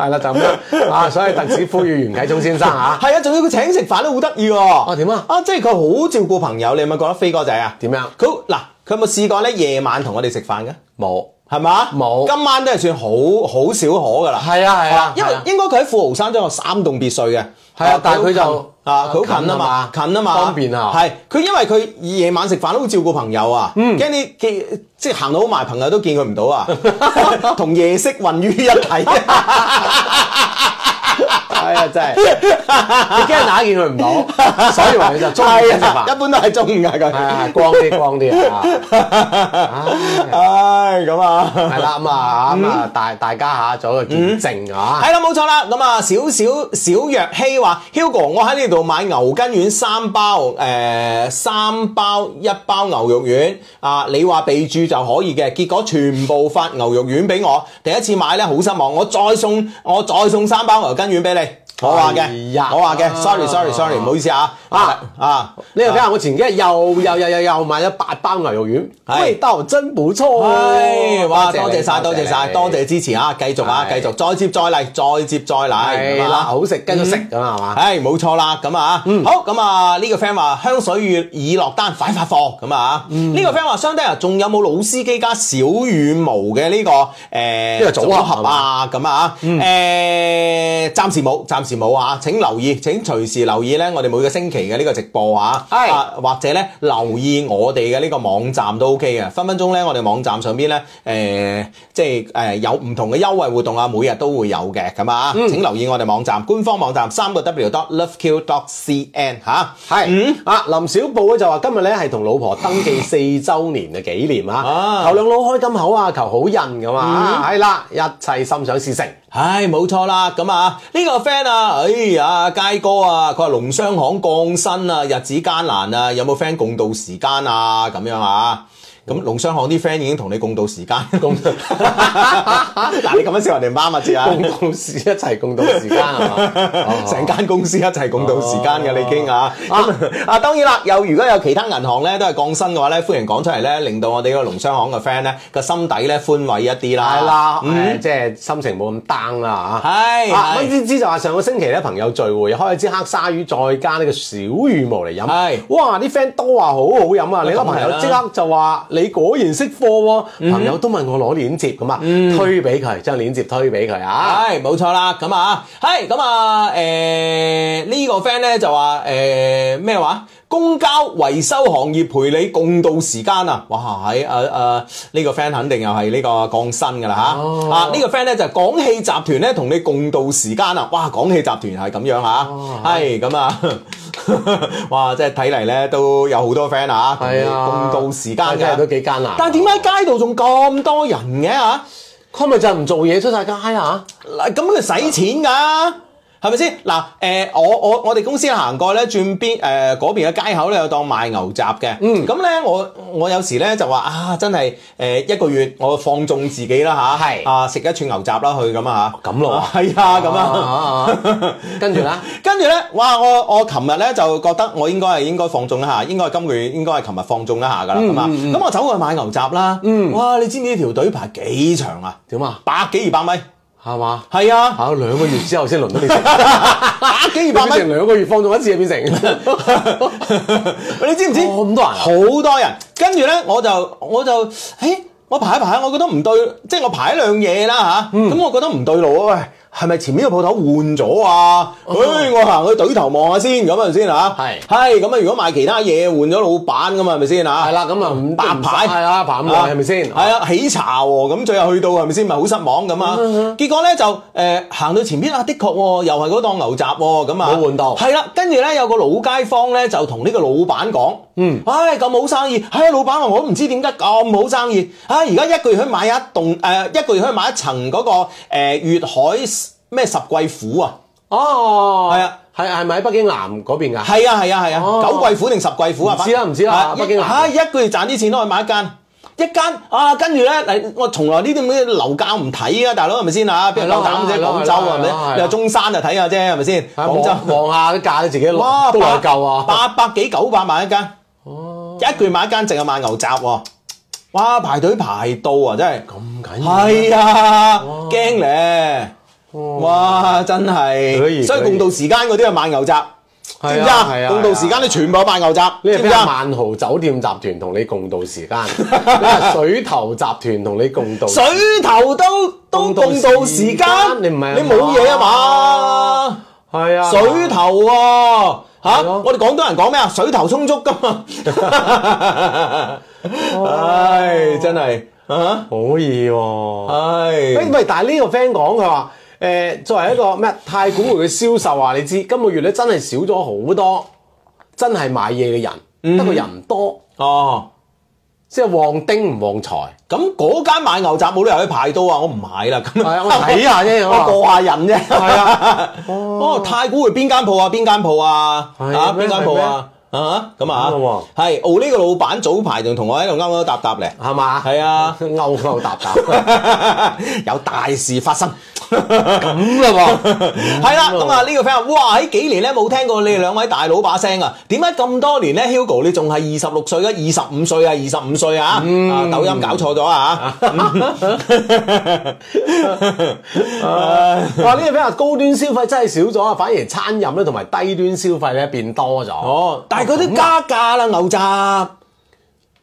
A: 係啦就咁樣啊，所以特此呼籲袁啟忠先生啊，
C: 係啊，仲要佢請食飯都好得意喎。
A: 啊點啊？
C: 啊，即係佢好照顧朋友，你有冇覺得飛哥仔啊？
A: 點樣
C: 佢嗱，佢有冇試過咧夜晚同我哋食飯嘅？
A: 冇，
C: 係嘛？
A: 冇
C: 今晚都係算好好少可噶啦。
A: 係啊係啊，
C: 因為應該佢喺富豪山莊有三棟別墅嘅，
A: 係啊但係佢就
C: 啊佢好近啊嘛，
A: 近啊嘛
C: 近啊嘛，
A: 方便啊
C: 係佢因為佢夜晚食飯都好照顧朋友啊，
A: 嗯
C: 驚你記即係行到好埋，朋友都見佢唔到 啊，同夜色混於一體。啊
A: 係啊真係，你驚打見佢唔到， 所以話你就中意食
C: 係啊一
A: 飯，
C: 般都係中午㗎
A: 係啊
C: 佢。
A: 光啲光啲啊。
C: 唉，咁啊。
A: 係啦，咁啊，咁啊，大大家下做一個見證啊！
C: 係啦，冇錯啦。咁啊，少少小若曦話，Hugo，我喺呢度買牛筋丸三包，誒、三包一包牛肉丸。啊，你話備註就可以嘅，結果全部發牛肉丸俾我。第一次買呢，好失望，我再送我再送三包牛筋丸俾你。我話
A: 哎
C: 嘅，
A: 呀
C: 我話嘅，sorry sorry sorry，唔好意思啊。
A: 啊
C: 啊，
A: 呢個睇下我前幾日又又又又又買咗八包牛肉丸，
C: 係
A: 味道真不錯。
C: 唉，哇！
A: 你
C: 多謝晒，多謝晒，
A: 你
C: 多謝支持啊！繼續啊，繼
A: 係
C: 續，再接再厲，再接再厲，
A: 係
C: 咁
A: 啦，
C: 啊
A: 好食跟住食咁啊係嘛。嗯
C: 係冇錯啦，咁啊，好咁啊，呢個 friend 話香水與已落單，快發貨咁啊，
A: 嗯
C: 呢個 friend 話相低啊，仲有冇老司機加小羽毛嘅呢個誒
A: 呢個組合
C: 啊？咁啊，
A: 嗯
C: 誒暫時冇，暫時冇啊！請留意，請隨時留意咧，我哋每個星期嘅呢個直播啊，
A: 係
C: 啊或者咧留意我哋嘅呢個網站都 OK 嘅，分分鐘咧我哋網站上邊咧誒即係誒有唔同嘅優惠活動啊，每日都會有嘅咁啊，
A: 嗯
C: 請留意我哋網站官方網站三個 W dot loveq dot cn 嚇，
A: 係
C: 嗯
A: 啊，林小寶咧就話今日咧係同老婆登記四週年嘅紀念啊，
C: 啊嗯
A: 頭兩老開金口啊，求好印咁啊，係啦，一切心想事成。
C: 唉，冇錯啦，咁啊，呢、個 friend 啊，哎呀，佳哥啊，佢話農商行降薪啊，日子艱難啊，有冇 friend 共度時間啊？咁樣啊？咁農商行啲 friend 已經同你共度時間，共啊嗱你咁樣笑人哋唔啱啊，知 啊，，
A: 共度時一齊共度時間係嘛
C: 成間公司一齊共度時間嘅，
A: 哦
C: 你已經啊，咁啊當然啦，有如果有其他銀行咧都係降薪嘅話咧，歡迎講出嚟咧，令到我哋個農商行嘅 friend 咧個心底咧寬慰一啲啦，
A: 係啦，誒
C: 嗯，
A: 即係心情冇咁 down 啦嚇。
C: 係
A: 啊，
C: 係
A: 温芝芝就話上個星期咧朋友聚會，開咗支黑鯊魚，再加呢個小羽毛嚟飲。
C: 係
A: 哇！啲 friend 都話好好飲啊！你個
C: 咁
A: 朋友
C: 係啦
A: 即刻就話你果然識貨喎，朋友都問我攞鏈接咁啊，推俾佢，將鏈接推俾佢啊！
C: 係冇錯啦，咁啊，係咁啊，誒、呢、個 friend 咧就話誒咩話？公交維修行業陪你共度時間啊！哇，喺誒誒呢個 friend 肯定又係呢個降薪噶啦嚇，
A: 哦
C: 啊呢、個 friend 咧就係港汽集團咧同你共度時間啊！哇，港汽集團係咁樣嚇，
A: 哦
C: 係咁啊， 哇，即係睇嚟咧都有好多 friend 啊，同你
A: 係啊，
C: 共度時間
A: 真係都
C: 嘅。
A: 幾艱難。啊
C: 但係點解街度仲咁多人嘅嚇、
A: 佢咪就係唔做嘢出晒街啊？
C: 嗱，咁佢使錢㗎。係咪先？嗱，誒、我我我哋公司行過咧，轉邊誒嗰、邊嘅街口咧有檔賣牛雜嘅。嗯，咁咧我我有時咧就話啊，真係誒、一個月我放縱自己啦吓，
A: 係哦
C: 啊食一串牛雜啦去咁啊嚇。
A: 咁咯
C: 啊係啊咁啊。
A: 啊啊啊跟住咧，
C: 跟住咧，哇！我我琴日咧就覺得我應該係應該放縱一下，應該係今個月應該係琴日放縱一下㗎啦，
A: 嗯
C: 咁啊、咁我走過去買牛雜啦。嗯，哇！你知唔知條隊排幾長啊？
A: 點啊？
C: 百幾二百米。
A: 係嘛？
C: 係啊。
A: 考兩個月之後先輪到 你食，
C: 百幾二
A: 變
C: 百
A: 成
C: 米，
A: 兩個月放縱一次啊，變 成。
C: 你知唔知？
A: 咁多人啊
C: 好多人。跟住咧，我就我就，誒，我排一排，啊我覺得唔對，即係我排一兩嘢啦吓，
A: 嗯
C: 咁、我覺得唔對路啊，喂，係咪前面個鋪頭換咗啊？誒、我行去隊頭望下先，咁係咪先嚇？
A: 哦係
C: 係咁啊！如果買其他嘢換咗老闆咁啊，係咪先嚇？
A: 係啦，咁啊五
C: 白牌啊
A: 係啦，白咁耐係咪先？
C: 係啊，起茶喎，咁最後去到係咪先？咪好失望咁啊！結果咧就誒行到前邊啊，的確喎，又係嗰檔牛雜喎，咁啊
A: 冇換到
C: 係啦，跟住咧有個老街坊咧就同呢個老闆講，嗯，唉咁好生意，唉老闆啊，我都唔知點解咁好生意，唉而家一個月可以買一棟誒一個月可以買一層嗰個誒粵海咩十桂府啊！
A: 哦，
C: 係啊，
A: 係係咪喺北京南嗰邊㗎？
C: 係啊係啊係啊，
A: 哦
C: 九貴府定十貴府啊？
A: 唔知啦唔知啦
C: 啊
A: 北京南
C: 啊一個月賺啲錢都可以買一間。一間啊，跟住咧，嗱我從來呢啲咁嘅樓價唔睇啊，大佬係咪先啊？邊有夠膽啫？
A: 係咯
C: 廣
A: 係咯
C: 州啊
A: 係
C: 係
A: 咯係
C: 咪？
A: 咯
C: 你話中山就睇下啫，係咪先？
A: 啊
C: 廣州
A: 望望下啲價，自己
C: 哇，
A: 都內
C: 八
A: 疚啊！哦
C: 八百幾九百萬一間，一個月買一間，淨係賣牛雜喎。哇！排隊排到啊，真係
A: 咁緊要
C: 係啊，驚咧！哇，真
A: 可以
C: 係，所以
A: 可以
C: 共度時間嗰啲係賣牛雜，知唔知
A: 係啊係
C: 啊？
A: 啊
C: 共度時間你全部係賣牛雜，
A: 呢
C: 知
A: 係
C: 唔
A: 咩
C: 知
A: 啊？
C: 啊？
A: 萬豪酒店集團同你共度 時間，呢係水頭集團同你共度。
C: 水頭都都
A: 共度
C: 共度時
A: 時
C: 間，
A: 間你唔係
C: 你冇嘢啊嘛？
A: 係啊，
C: 水頭喎、吓、
A: 係咯
C: 我哋廣東人講咩啊？水頭充足噶 嘛，唉，真係啊，
A: 可以喎。誒
C: 唉，
A: 喂，但係呢個 friend 講佢話誒，作為一個咩太古匯嘅銷售啊，你知今個月咧真係少咗好多，真係買嘢嘅
C: 嗯
A: 人，得個人唔多，
C: 哦，
A: 即係旺丁唔旺財。
C: 咁嗰間賣牛雜冇理由去排到啊，我唔買啦，咁
A: 係啊我睇下啫
C: 我過下人啫，
A: 係啊，
C: 哦，太古匯邊間鋪啊？邊間鋪啊？
A: 係
C: 啊，
A: 咩
C: 邊間鋪啊？啊，咁啊
A: 咁咯，
C: 係澳呢個老闆早排仲同我喺度勾勾搭搭咧。
A: 係嘛？
C: 係 啊
A: 勾勾搭搭。咁啦
C: 有大事發生，
A: 喎，
C: 係啦，咁啊呢個 friend 話哇喺幾年咧冇聽過你哋兩位大佬把聲啊，點解咁多年咧 Hugo 你仲係二十六歲嘅，二十五歲啊，二十五歲啊，啊抖音搞錯咗啊，唉
A: 啊哇！呢個 friend 話高端消費真係少咗啊，反而餐飲咧同埋低端消費咧變多咗。
C: 哦，但係嗰啲加價啦牛雜，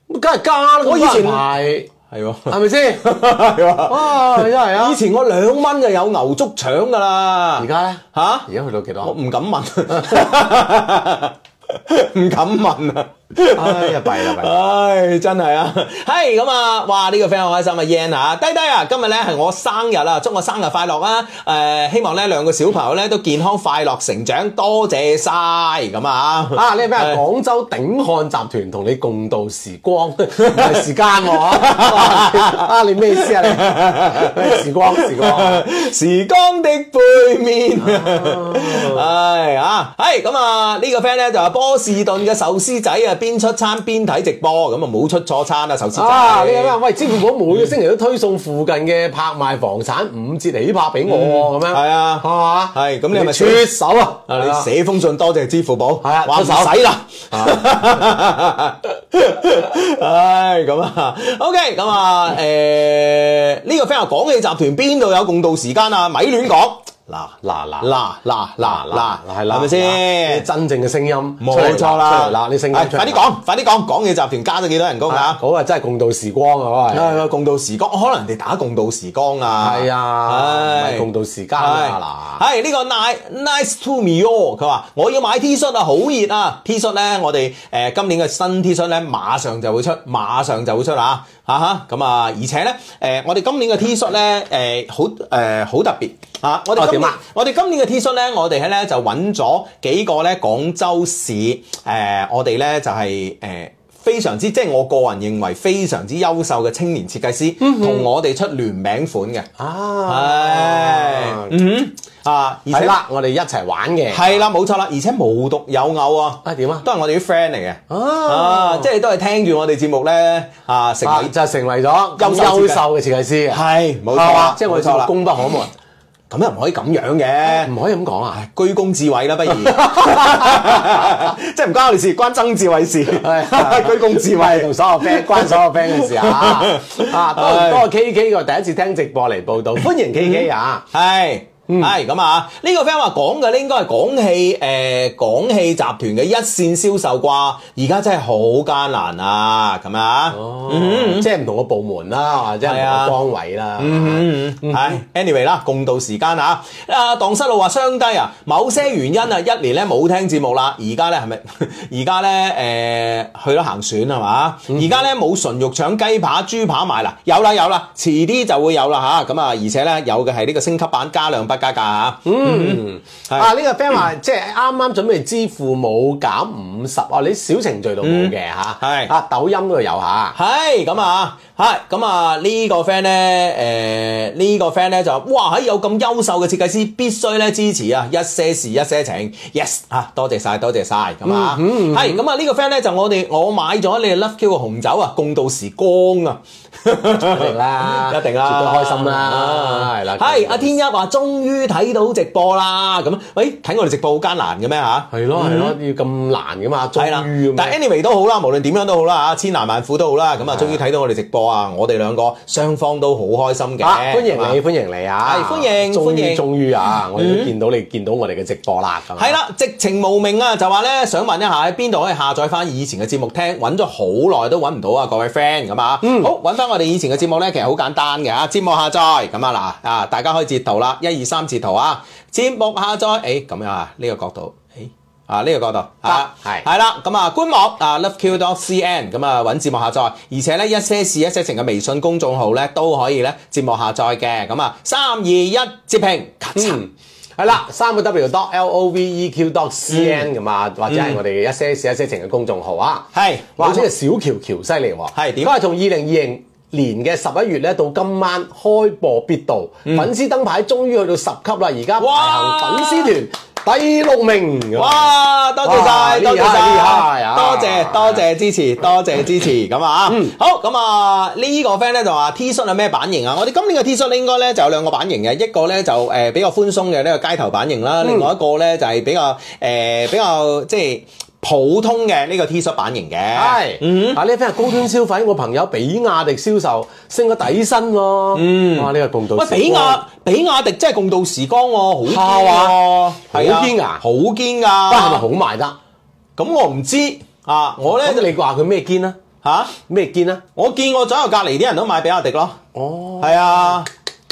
A: 咁梗係加啦，
C: 我以前
A: 係
C: 係喎，
A: 係咪先？啊，真係啊！
C: 以前我兩蚊就有牛粥腸噶啦，
A: 而家咧，
C: 嚇
A: 而家去到幾多？
C: 我唔敢問， 唔敢問啊！
A: 哎呀，弊啦弊啦！
C: 唉，真係啊，係咁啊，哇！呢、個 friend 好開心啊，Yan 啊，低低啊，今日咧係我生日啊，祝我生日快樂啊！誒、希望咧兩個小朋友咧都健康快樂成長，多謝晒咁啊！
A: 啊！呢個咩啊？
C: 係
A: 廣州鼎漢集團同你共度時光，唔係時間 喎！啊！你咩意思啊？你時光時 光，
C: 時光的背面，
A: 哦
C: 唉啊，係咁啊！呢、個 friend 咧就話波士頓嘅壽司仔啊，邊出餐邊睇直播，咁啊冇出錯餐啊，壽司仔
A: 啊！你咩啊？喂，支付寶每個星期都推送附近嘅拍賣房產五折起拍俾我喎咁樣。
C: 係啊
A: 係嘛？
C: 係咁你係咪
A: 嗯出手啊？
C: 啊！你寫封信多謝支付寶，
A: 係啊
C: 話唔
A: 出手
C: 使啦。唉，咁啊，OK，咁啊，誒、呢、個 friend 話講起集團邊度有共度時間啊？咪亂講，嗱
A: 嗱嗱
C: 嗱嗱嗱
A: 係
C: 嗱，
A: 啦，
C: 係咪
A: 嗱
C: 先？
A: 真正嘅聲音出嚟
C: 冇錯啦，
A: 出嚟啦，你聲音
C: 係
A: 出嚟
C: 快啲講，快啲講，講起集團加咗幾多人工
A: 啊
C: 啊！？
A: 嗰個真係共度時光啊！嗰個係
C: 啊，共度時光，可能人哋打共度時光啊，
A: 係啊
C: 唉
A: 唔係共度時間啊嗱
C: 係係呢個 nice nice to me all，佢話我要買 T 恤啊，好熱啊！T 恤咧，我哋誒、呃今年嘅新 T 恤咧，馬上就會出，馬上就會出啊！啊哈，咁啊，而且咧誒、呃我哋今年嘅 T 恤咧誒好誒好特別啊！我
A: 哦
C: 哋今
A: 點
C: 年
A: 啊
C: 我哋今年嘅 T 恤咧，我哋咧就揾咗幾個咧廣州市誒、呃我哋咧就係、呃非常之即係我個人認為非常之優秀嘅青年設計師，
A: 嗯
C: 同、我哋出聯名款嘅，
A: 啊
C: 係，嗯啊，而
A: 係
C: 且
A: 啦，我哋一齊玩嘅。
C: 係啦，冇錯啦，而且無獨有偶啊，
A: 啊點啊
C: 都係我哋啲 friend 嚟嘅，
A: 啊
C: 即係都係聽住我哋節目咧啊，成
A: 啊
C: 為
A: 就成為咗咁優秀嘅設計師嘅，啊
C: 係冇錯
A: 係嘛
C: 啦，
A: 即係
C: 冇
A: 我
C: 錯
A: 哋
C: 啦，
A: 功不可沒，
C: 咁又唔可以咁樣嘅。
A: 唔可以咁講 啊！
C: 居功至偉 啦，不如 即係唔關我哋事，關曾志偉事。 居功至
A: 同
C: 偉，
A: 所有 friend 關所有 friend 嘅 事啊！啊，多
C: 係
A: 多 K K 我第一次聽直播嚟報道，歡迎 K K 啊！
C: 係係咁啊！呢個 friend 話講嘅咧，應該係廣汽誒廣呃汽集團嘅一線銷售啩，而家真係好艱難啊！咁啊，
A: 嗯，即係唔同嘅部門啦，或者唔同
C: 係啊
A: 嘅崗位啦。
C: 嗯，係 anyway 啦，共度時間啊！啊，蕩失路話相低啊，某些原因啊，一年咧冇聽節目啦，而家咧係咪？而 家咧誒去咗行船係嘛？而家咧冇純肉腸、雞扒、豬扒賣啦，有啦有啦，遲啲就會有啦吓，咁啊，而且咧有嘅係呢個升級版加量不加價嚇。
A: 嗯，啊呢個 friend 話即係啱啱準備支付冇減五十啊，你小程序度冇嘅吓，
C: 係
A: 啊抖音嗰度有吓，
C: 係咁啊，係咁啊，呢個 friend 咧，誒呢個 friend 咧就哇喺有咁優秀嘅設計師，必須咧支持啊，一些事一些情，yes 啊，多謝晒，多謝晒，咁啊，係咁啊，呢個 friend 咧就我哋我買咗你哋 Love Q 嘅紅酒啊，共度時光啊，
A: 一定啦，
C: 一定啦，
A: 絕對開心啦
C: 啊，
A: 係啦，
C: 係阿天一話終於睇到直播啦，咁喂睇我哋直播好艱難嘅咩嚇？
A: 係咯係咯，要咁難噶嘛，
C: 係啦
A: 終於，咁
C: 啊但
A: 樣。
C: anyway 都好啦，無論點樣都好啦，啊千難萬苦都好啦，咁啊，終於睇到我哋直播啊，我哋兩個雙方都好開心嘅，
A: 啊！歡迎
C: 係嘛
A: 你，歡迎你啊！
C: 係歡迎
A: 終
C: 歡
A: 於
C: 迎
A: 終於啊！我哋都見到你見到我哋嘅直播啦，咁啊
C: 係啦，直情無名啊，就話咧想問一下喺邊度可以下載翻以前嘅節目聽，揾咗好耐都揾唔到啊，各位 friend 咁啊，
A: 嗯
C: 好揾翻我哋以前嘅節目咧，其實好簡單嘅啊，節目下載咁啊嗱啊，大家可以截圖啦，一二三截圖啊，節目下載，誒咁樣啊，呢個角度，誒啊呢個角度啊
A: 得係
C: 係啦，咁啊官網啊 loveq.cn 咁啊揾節目下載，而且咧一些事一些情嘅微信公眾號咧都可以咧節目下載嘅，咁啊三二一截屏，咔嚓
A: 嗯，係啦，三個 W dot L O V E Q dot C N 咁啊，或者係我哋一些事一些情嘅公眾號啊。
C: 係
A: 哇！
C: 嗯冇
A: 呢
C: 錯
A: 個小喬喬犀利喎，
C: 係點
A: 佢話從二零二零年嘅十一月咧到今晚開播必到，粉絲燈牌終於去到十級啦，而家排行
C: 嗯哇
A: 粉絲團第六名咁啊。
C: 哇！多謝
A: 哇
C: 晒，多謝
A: 厲害厲害
C: 晒，
A: 啊嗯
C: 多謝多謝支持，多謝支持咁啊！好咁啊，呢個 friend 咧就話 T 恤係咩版型啊？我哋今年嘅 T 恤咧應該咧就有兩個版型嘅，一個咧就誒比較寬鬆嘅呢個街頭版型
A: 嗯
C: 啦，另外一個咧就係比較誒比較即係普通嘅呢個 T 恤版型嘅。嗯
A: 係，啊呢一 part 係高端消費，我朋友比亞迪銷售升咗底薪喎，嗯，哇呢個共度
C: 喂，
A: 時
C: 比亞啊
A: 光
C: 比亞迪真係共度時光喎，好堅
A: 嚇
C: 喎，係啊
A: 好堅㗎
C: 好堅㗎。
A: 啊係咪好賣得？
C: 咁我唔知啊，我咧
A: 咁你話佢咩堅啊？
C: 嚇。
A: 咩堅啊？
C: 我見我左右隔離啲人都買比亞迪咯，
A: 哦，
C: 係啊，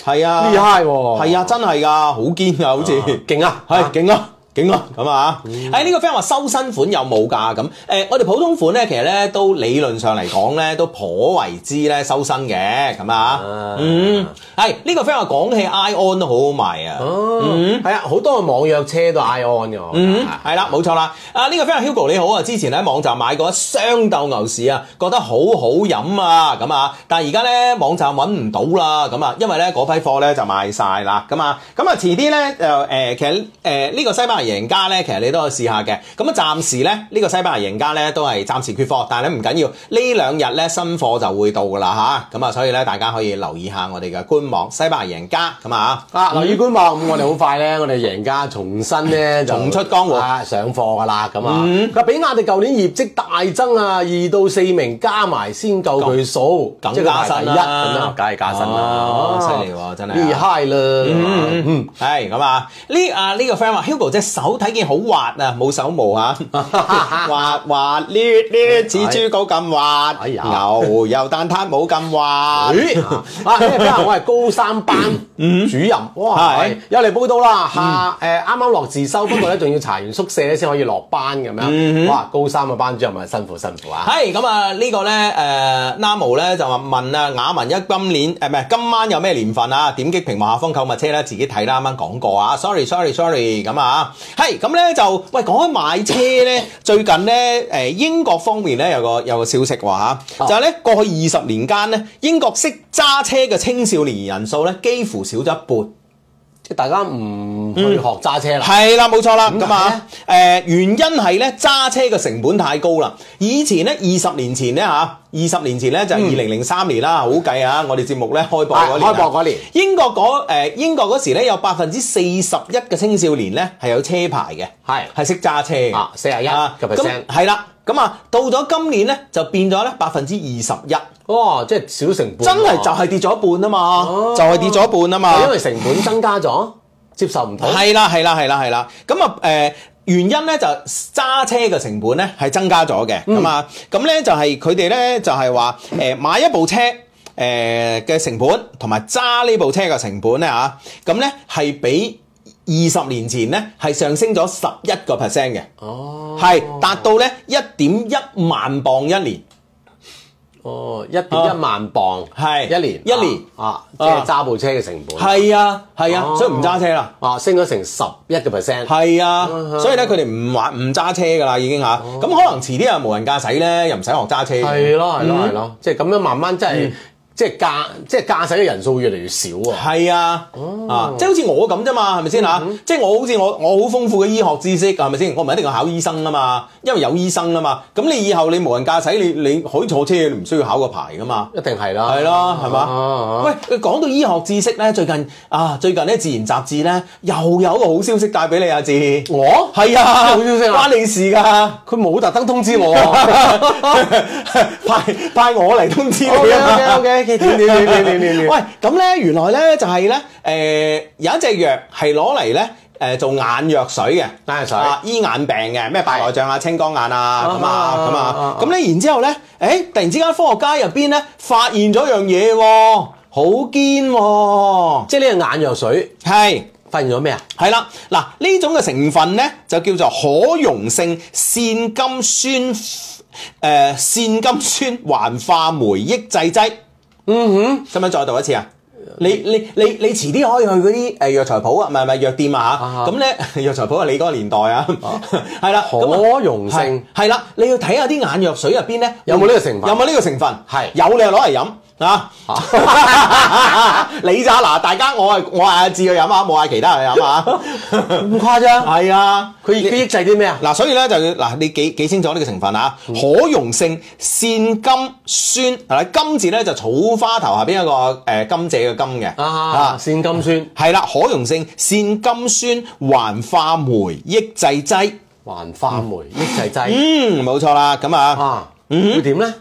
C: 係啊，
A: 厲害喎，
C: 係啊，真係㗎，好堅啊，好似
A: 勁啊，
C: 係勁啊！勁啊，咁啊，
A: 嗯
C: 喺呢個 friend 話修身款有冇㗎？咁誒、我哋普通款咧，其實咧都理論上嚟講咧，都頗為之咧修身嘅，咁啊
A: 啊，
C: 嗯，係呢、個 friend 話講起 ion 都好好賣啊，
A: 哦，係啊，好多嘅網約車都 i on 嘅，
C: 嗯，係啦，冇錯啦。啊，呢、個 friend Hugo 你好啊，之前喺網站買過一箱鬥牛士啊，覺得好好飲啊，咁啊，但係而家咧網站揾唔到啦，咁啊，因為咧嗰批貨咧就賣晒啦，咁啊，咁啊，遲啲咧就誒，其實誒呢、個西班牙贏家咧，其實你都可以試下嘅。咁啊，暫時咧呢、呢個西班牙贏家咧都係暫時缺貨，但係咧唔緊要，呢兩日咧新貨就會到噶啦吓，咁啊，所以咧大家可以留意下我哋嘅官網西班牙贏家咁啊。
A: 啊！留意官網，咁我哋好快 咧，我哋贏家重新咧就
C: 重出江湖嗯
A: 啊，上課噶啦咁啊！佢比亞迪舊年業績大增啊，二到四名加埋先夠佢數，
C: 梗
A: 即係佢排
C: 加薪啦
A: 第一咁啊，梗係加薪啦
C: 哦，犀利喎真係啊
A: 厲害啦！嗯嗯，
C: 係咁啊！呢啊呢個 friend 話 Hugo 隻手睇見好滑啊，冇手毛啊， 滑滑溜溜似豬狗咁滑，
A: 哎呀
C: 牛油蛋撻冇咁滑。
A: 咦啊！呢個 friend 話我係高三班
C: 嗯
A: 主任，哇哎
C: 係！
A: 有嚟報到
C: 嗯
A: 啦，下誒啱啱落自修，不過咧仲要查完宿舍咧先可以落班咁
C: 嗯
A: 樣。哇！高三嘅班主任咪辛苦辛苦啊！
C: 係咁啊！呢個咧誒 Namo 咧就話問啊雅文一今年呃誒唔係今晚有咩年份啊？點擊屏幕下方購物車咧，自己睇啦，啱啱講過啊！Sorry sorry sorry 咁啊！係咁咧就喂講開買車咧，最近咧誒英國方面咧有個有個消息話嚇，就係咧過去二十年間咧，英國識揸車嘅青少年人數咧幾乎少咗一半。
A: 即係大家唔去
C: 嗯
A: 學揸車啦。
C: 係啦，冇錯啦，
A: 點解
C: 咁啊，誒、原因係咧揸車嘅成本太高啦。以前咧，二十年前咧嚇，二十年前咧就係二零零三年啦，好計啊！我哋節目咧開播嗰年啊，
A: 嗯係開播嗰年
C: 英國嗰、誒英國嗰時咧有百分之四十一嘅青少年咧係有車牌嘅，
A: 係
C: 係識揸車嘅
A: 啊41%
C: 啊咁係啦，咁啊到咗今年咧就變咗咧百分之二十一，
A: 哦，即係小成本喎，
C: 真係就係跌咗一半啊嘛，就係跌咗一半啊嘛，
A: 哦係因為成本增加咗，接受唔到。
C: 係啦，係啦，係啦，係啦。咁啊，誒、原因咧就揸車嘅成本咧係增加咗嘅，
A: 嗯
C: 咁啊、咁咧就係佢哋咧就係話誒買一部車。誒嘅、成本同埋揸呢部車嘅成本咧嚇，咁咧係比二十年前咧係上升咗十一個 percent 嘅，
A: 哦，
C: 係達到咧一點一萬磅一年。
A: 哦，一點一萬磅，
C: 係
A: 一年，
C: 一年
A: 啊，啊即係
C: 啊
A: 揸部車嘅成本，
C: 係啊，係啊
A: 哦，
C: 所以唔揸車啦。
A: 啊，升咗成十一個 percent，
C: 係啊
A: 嗯哼，哦
C: 所以咧佢哋唔玩唔揸車噶啦，已經吓。咁可能遲啲啊無人駕駛咧，又唔使學揸車。嗯
A: 係咯，係咯，係咯，即係咁樣慢慢，即係即係駕即係駕駛嘅人數越嚟越少啊！
C: 係啊，啊，即係好似我咁啫嘛，係咪先嚇？
A: 嗯
C: 即係我好似我我好豐富嘅醫學知識，啊係咪先？我唔係一定要考醫生啊嘛，因為有醫生啊嘛。咁你以後你無人駕駛，你你可以坐車，你唔需要考個牌噶嘛。
A: 一定係啦，
C: 係啦，係
A: 啊
C: 嘛？
A: 嘛？
C: 喂，講到醫學知識咧，最近啊，最近咧《自然》雜誌咧又有一個好消息帶俾你啊，志。
A: 我
C: 係啊，
A: 好消息啊
C: 關你事㗎。
A: 佢冇特登通知我啊
C: 派派我嚟通知你啊嘛
A: OK，OK，OK，點點點點點點點
C: 喂，咁咧原來咧就係咧，誒、有一隻藥係攞嚟咧。誒做眼藥水嘅，
A: 眼藥水
C: 啊醫眼病嘅，咩白內障啊、青光眼啊咁啊
A: 啊啊
C: 咁
A: 啊
C: 啊，咁咧然之後咧，誒突然之間科學家入邊咧發現咗樣嘢喎，好堅喎，
A: 即係呢個眼藥水
C: 係。
A: 發現咗咩啊？
C: 係啦，嗱呢種嘅成分咧就叫做可溶性腺苷酸誒、呃、腺苷酸環化酶抑制劑。嗯哼，使唔使再讀一次啊？你你你你遲啲可以去嗰啲誒藥材鋪啊，唔係唔係藥店啊
A: 哈
C: 嚇，咁咧藥材鋪係你嗰個年代啊， 係啦，咁啊
A: 可溶性
C: 係係啦，你要睇下啲眼藥水入邊咧
A: 有冇呢個成分
C: 有啊冇呢個成分？
A: 係
C: 有你就攞嚟飲 啊！你咋嗱？大家我係我係阿志去飲啊，冇嗌其他人去飲啊！
A: 咁誇張？
C: 係啊，
A: 佢佢抑制啲咩啊？
C: 嗱，所以咧就要嗱，你記記清楚呢個成分啊，
A: 嗯
C: 可溶性腺苷酸嗱，苷字咧就草花頭下邊一個誒甘蔗嘅甘嘅
A: 啊，腺苷酸
C: 係啦，可溶性腺苷酸環化酶抑制劑，
A: 環化酶抑制劑
C: 嗯，冇錯啦，咁啊。
A: 啊，會點咧？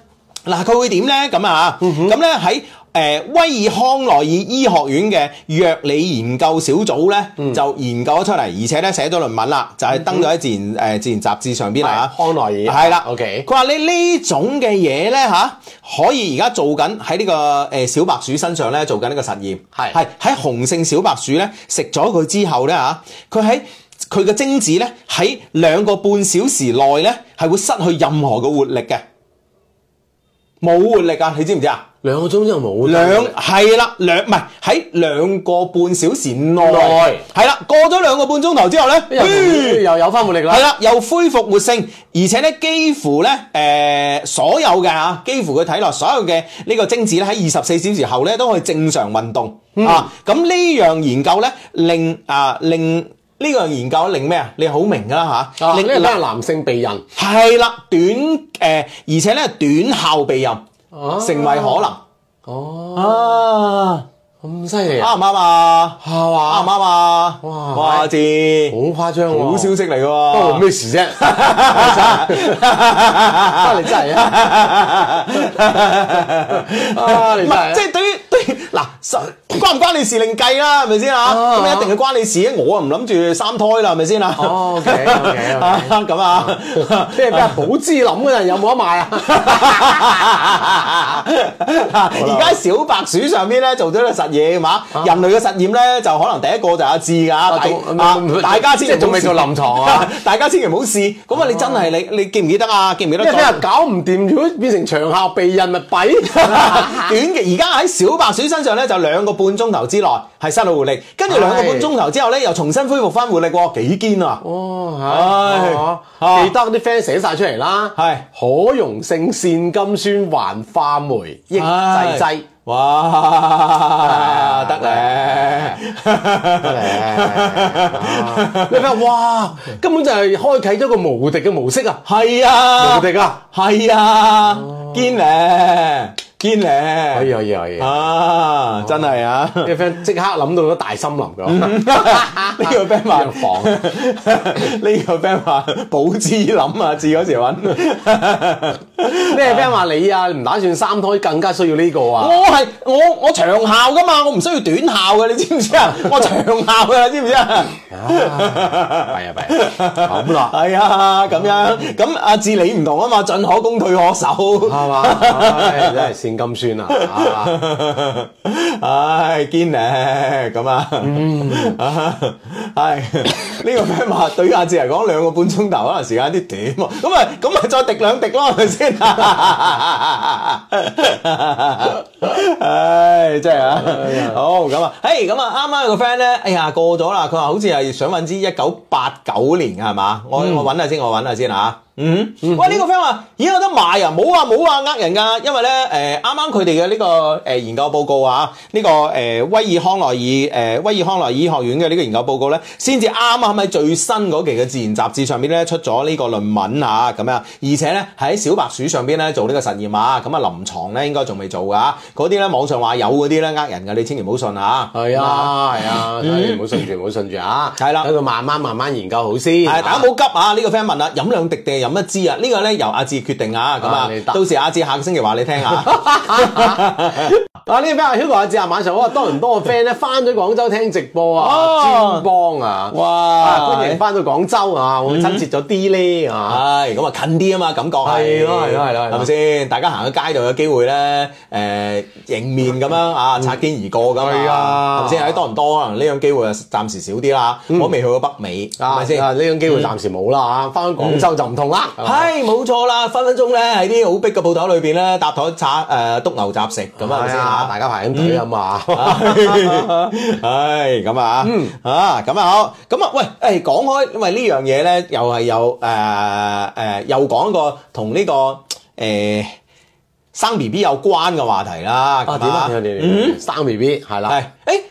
C: 嗱，佢會點呢？咁啊，
A: 嗯
C: 咁咧喺誒威爾康奈爾醫學院嘅藥理研究小組呢，
A: 嗯
C: 就研究咗出嚟，而且咧寫咗論文啦，就係登咗喺自然誒、自然雜誌上邊啦
A: 嗯係康奈爾
C: 係啦
A: ，OK
C: 佢話你呢種嘅嘢呢，嚇，可以而家做緊喺呢個誒小白鼠身上呢，做緊呢個實驗，
A: 係
C: 係喺雄性小白鼠呢，食咗佢之後呢，嚇，佢喺佢嘅精子呢，喺兩個半小時內呢，係會失去任何嘅活力嘅。冇活力啊！你知唔知啊？
A: 兩個鐘之後冇
C: 兩係啦，兩唔係喺兩個半小時內，
A: 內
C: 係啦，過咗兩個半鐘頭之後咧，
A: 又
C: 嘘
A: 又有翻活力嗯啦
C: 係。啦，又恢復活性，而且咧幾乎咧誒、呃所有嘅啊，幾乎佢體內所有嘅呢個精子咧喺二十四小時後咧都可以正常運動、啊！咁呢樣研究咧令啊令呢樣研究令咩啊？你好明㗎啦嚇，
A: 啊，呢
C: 令
A: 個都係男性避孕，
C: 係啦短誒、呃而且咧短效避孕、
A: 啊
C: 成為可能。
A: 哦，
C: 啊，
A: 咁犀利啊！
C: 啱唔啱啊？
A: 係
C: 啱
A: 嘛
C: 唔？啱啊？
A: 哇
C: 哇字，
A: 好誇張喎！
C: 好消息嚟
A: 不過
C: 喎。
A: 咩事啫？ 啊你真係 啊你真係啊
C: 唔係，即係對於對於嗱，實關唔關你事另計啦，係咪先啊？
A: 啊
C: 咁一定係關你事嘅，我啊唔諗住三胎啦，係咪先啊？
A: 哦，OK，OK，OK
C: 啊咁 啊，
A: 即係俾阿寶芝林嗰陣有冇得賣啊？
C: 而家小白鼠上邊咧做咗個實驗嘛，人類嘅實驗咧就可能第一個就阿志㗎，
A: 仲
C: 大啊大家
A: 即係
C: 先
A: 仲未做臨床啊！
C: 大家千祈唔好試，咁啊你真係你你記唔記得啊？記唔記得
A: 因
C: 再？
A: 為聽日搞唔掂，如果變成長效避孕咪 弊。
C: 短嘅而家喺小白鼠身上咧，就兩個半鐘頭之內係失去活力，跟住兩個半鐘頭之後咧，又重新恢復翻活力喎，幾堅啊！
A: 哦，
C: 唉啊
A: 係，記得啲 friend 寫晒出嚟啦。
C: 係
A: 可溶性腺苷酸環化酶抑制劑
C: 唉。哇，得咧，
A: 得 咧，你睇下，哇，根本就係開啟咗個無敵嘅模式啊！
C: 係啊
A: 無，敵啊！
C: 係啊，堅咧，堅咧，
A: 哦可以哦可以可以，
C: 啊，真係啊！
A: 哎啲 friend 即刻諗到咗大森林
C: 嗯
A: 㗎，
C: 呢個 friend 話
A: 藥房
C: 呢個 friend 話保芝林啊，字嗰時揾。
A: 咩 friend 話你啊，唔打算三胎更加需要呢個啊？
C: 我係我我長效噶嘛，我唔需要短效嘅，你知唔 知啊？我長效噶，知唔知啊？
A: 係啊係啊，咁啦，
C: 係啊，咁樣咁阿志你唔同啊嘛，進可攻退可守，
A: 係嘛？唉真係腺正金酸啊！啊
C: 唉，堅咧咁啊，係呢個 friend 話對於阿志嚟講兩個半鐘頭可能時間有啲短喎，咁啊咁咪再滴兩滴咯，係咪先？唉，真係啊，好咁啊，嘿咁啊，啱啱有個 friend 咧，哎呀過咗啦，佢話好似係想揾支一九八九年嘅係嘛？我我揾下先，我揾下先啊。嗯，喂，呢、個 friend 話，咦，有得賣啊？冇啊，冇啊，呃人噶，因為咧，誒、啱啱佢哋嘅呢個誒、研究報告啊，呢、個誒、威爾康奈爾誒、威爾康奈爾醫學院嘅呢個研究報告咧，先至啱啱喺最新嗰期嘅自然雜誌上邊咧出咗呢個論文啊，咁樣，而且咧喺小白鼠上邊咧做呢個實驗啊，咁啊臨床咧應該仲未做噶，嗰啲咧網上話有嗰啲咧呃人噶，你千祈唔好信啊。
A: 係啊，係啊，所以唔好信住，唔好信住啊！
C: 嗯係啦
A: 等佢慢慢慢慢研究好先。
C: 係，大家唔好急啊！呢、個 friend 問啦，飲兩滴定係飲一支啊？呢、個咧由阿志決定啊，咁啊
A: 啊你，答
C: 到時阿志下個星期話你聽啊。
A: 啊！呢位 friend Hugo 阿志啊，晚上好啊，多倫多個 friend 咧翻咗廣州聽直播啊，
C: 哦
A: 專幫啊，
C: 哇
A: 啊歡迎翻到廣州啊，會唔會親切咗啲咧啊！
C: 係咁啊，近啲啊嘛，感覺係
A: 係咯係咯係咯係咯
C: 係咪先？大家行喺街度有機會咧，誒迎面咁樣啊，擦肩而過咁
A: 係啊
C: 係咪先？喺多倫多可能呢樣機會啊，暫時少啲啦。我未去過北美，嗯係
A: 啊，
C: 咪
A: 先
C: 先？嗯
A: 啊，呢種機會暫時冇啦嚇，翻廣州就唔同啦。係咪
C: 係冇錯啦，分分鐘咧喺啲好逼嘅鋪頭裏邊咧，搭台炒誒篤牛雜食咁啊，係咪嗯先
A: 係啊
C: 啊？
A: 大家排緊隊啊嘛。
C: 唉，咁啊，啊，咁啊好，咁啊，喂，誒，講開，因為呢樣嘢咧，又係有誒誒，又講個同呢個誒生 B B 有關嘅話題啦，咁
A: 啊點啊？你你你生 B B 係啦
C: 嗯係，，誒。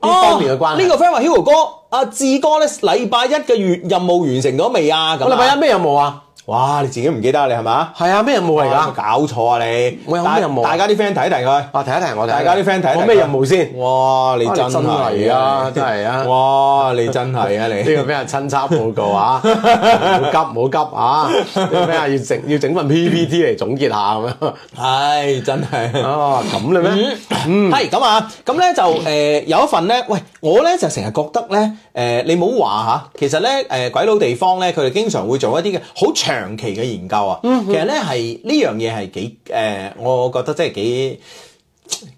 A: 呢方面嘅關係
C: 哦呢個 friend 話 Hugo 哥，阿志哥咧禮拜一嘅月任務完成咗未啊？咁
A: 我
C: 啊
A: 禮拜一，咩任務啊？
C: 哇！你自己唔記得啊你係咪啊？
A: 係啊，咩任務嚟
C: 有冇
A: 㗎？
C: 搞錯啊你！
A: 我有
C: 大
A: 咩任務啊
C: 大家啲 friend 睇一睇佢。
A: 啊，提一提我哋，
C: 大家啲 friend 睇一睇
A: 我咩任務先？
C: 哇！你
A: 啊
C: 真
A: 你真
C: 係
A: 係啊真係啊
C: 哇！你真係啊 你。
A: 呢個俾人親測報告 啊！唔好急，唔好急啊！呢個咩啊？要整要整份 PPT 嚟總結下咁樣。
C: 唉，真係。
A: 啊，咁嘅咩？
C: 嗯係咁啊，咁咧就誒、呃有一份咧，喂，我咧就成日覺得咧，誒、你唔好話嚇，其實咧誒、呃鬼佬地方咧，佢哋經常會做一啲嘅好長期嘅研究啊。其實咧係呢樣嘢係幾誒、呃我覺得真係幾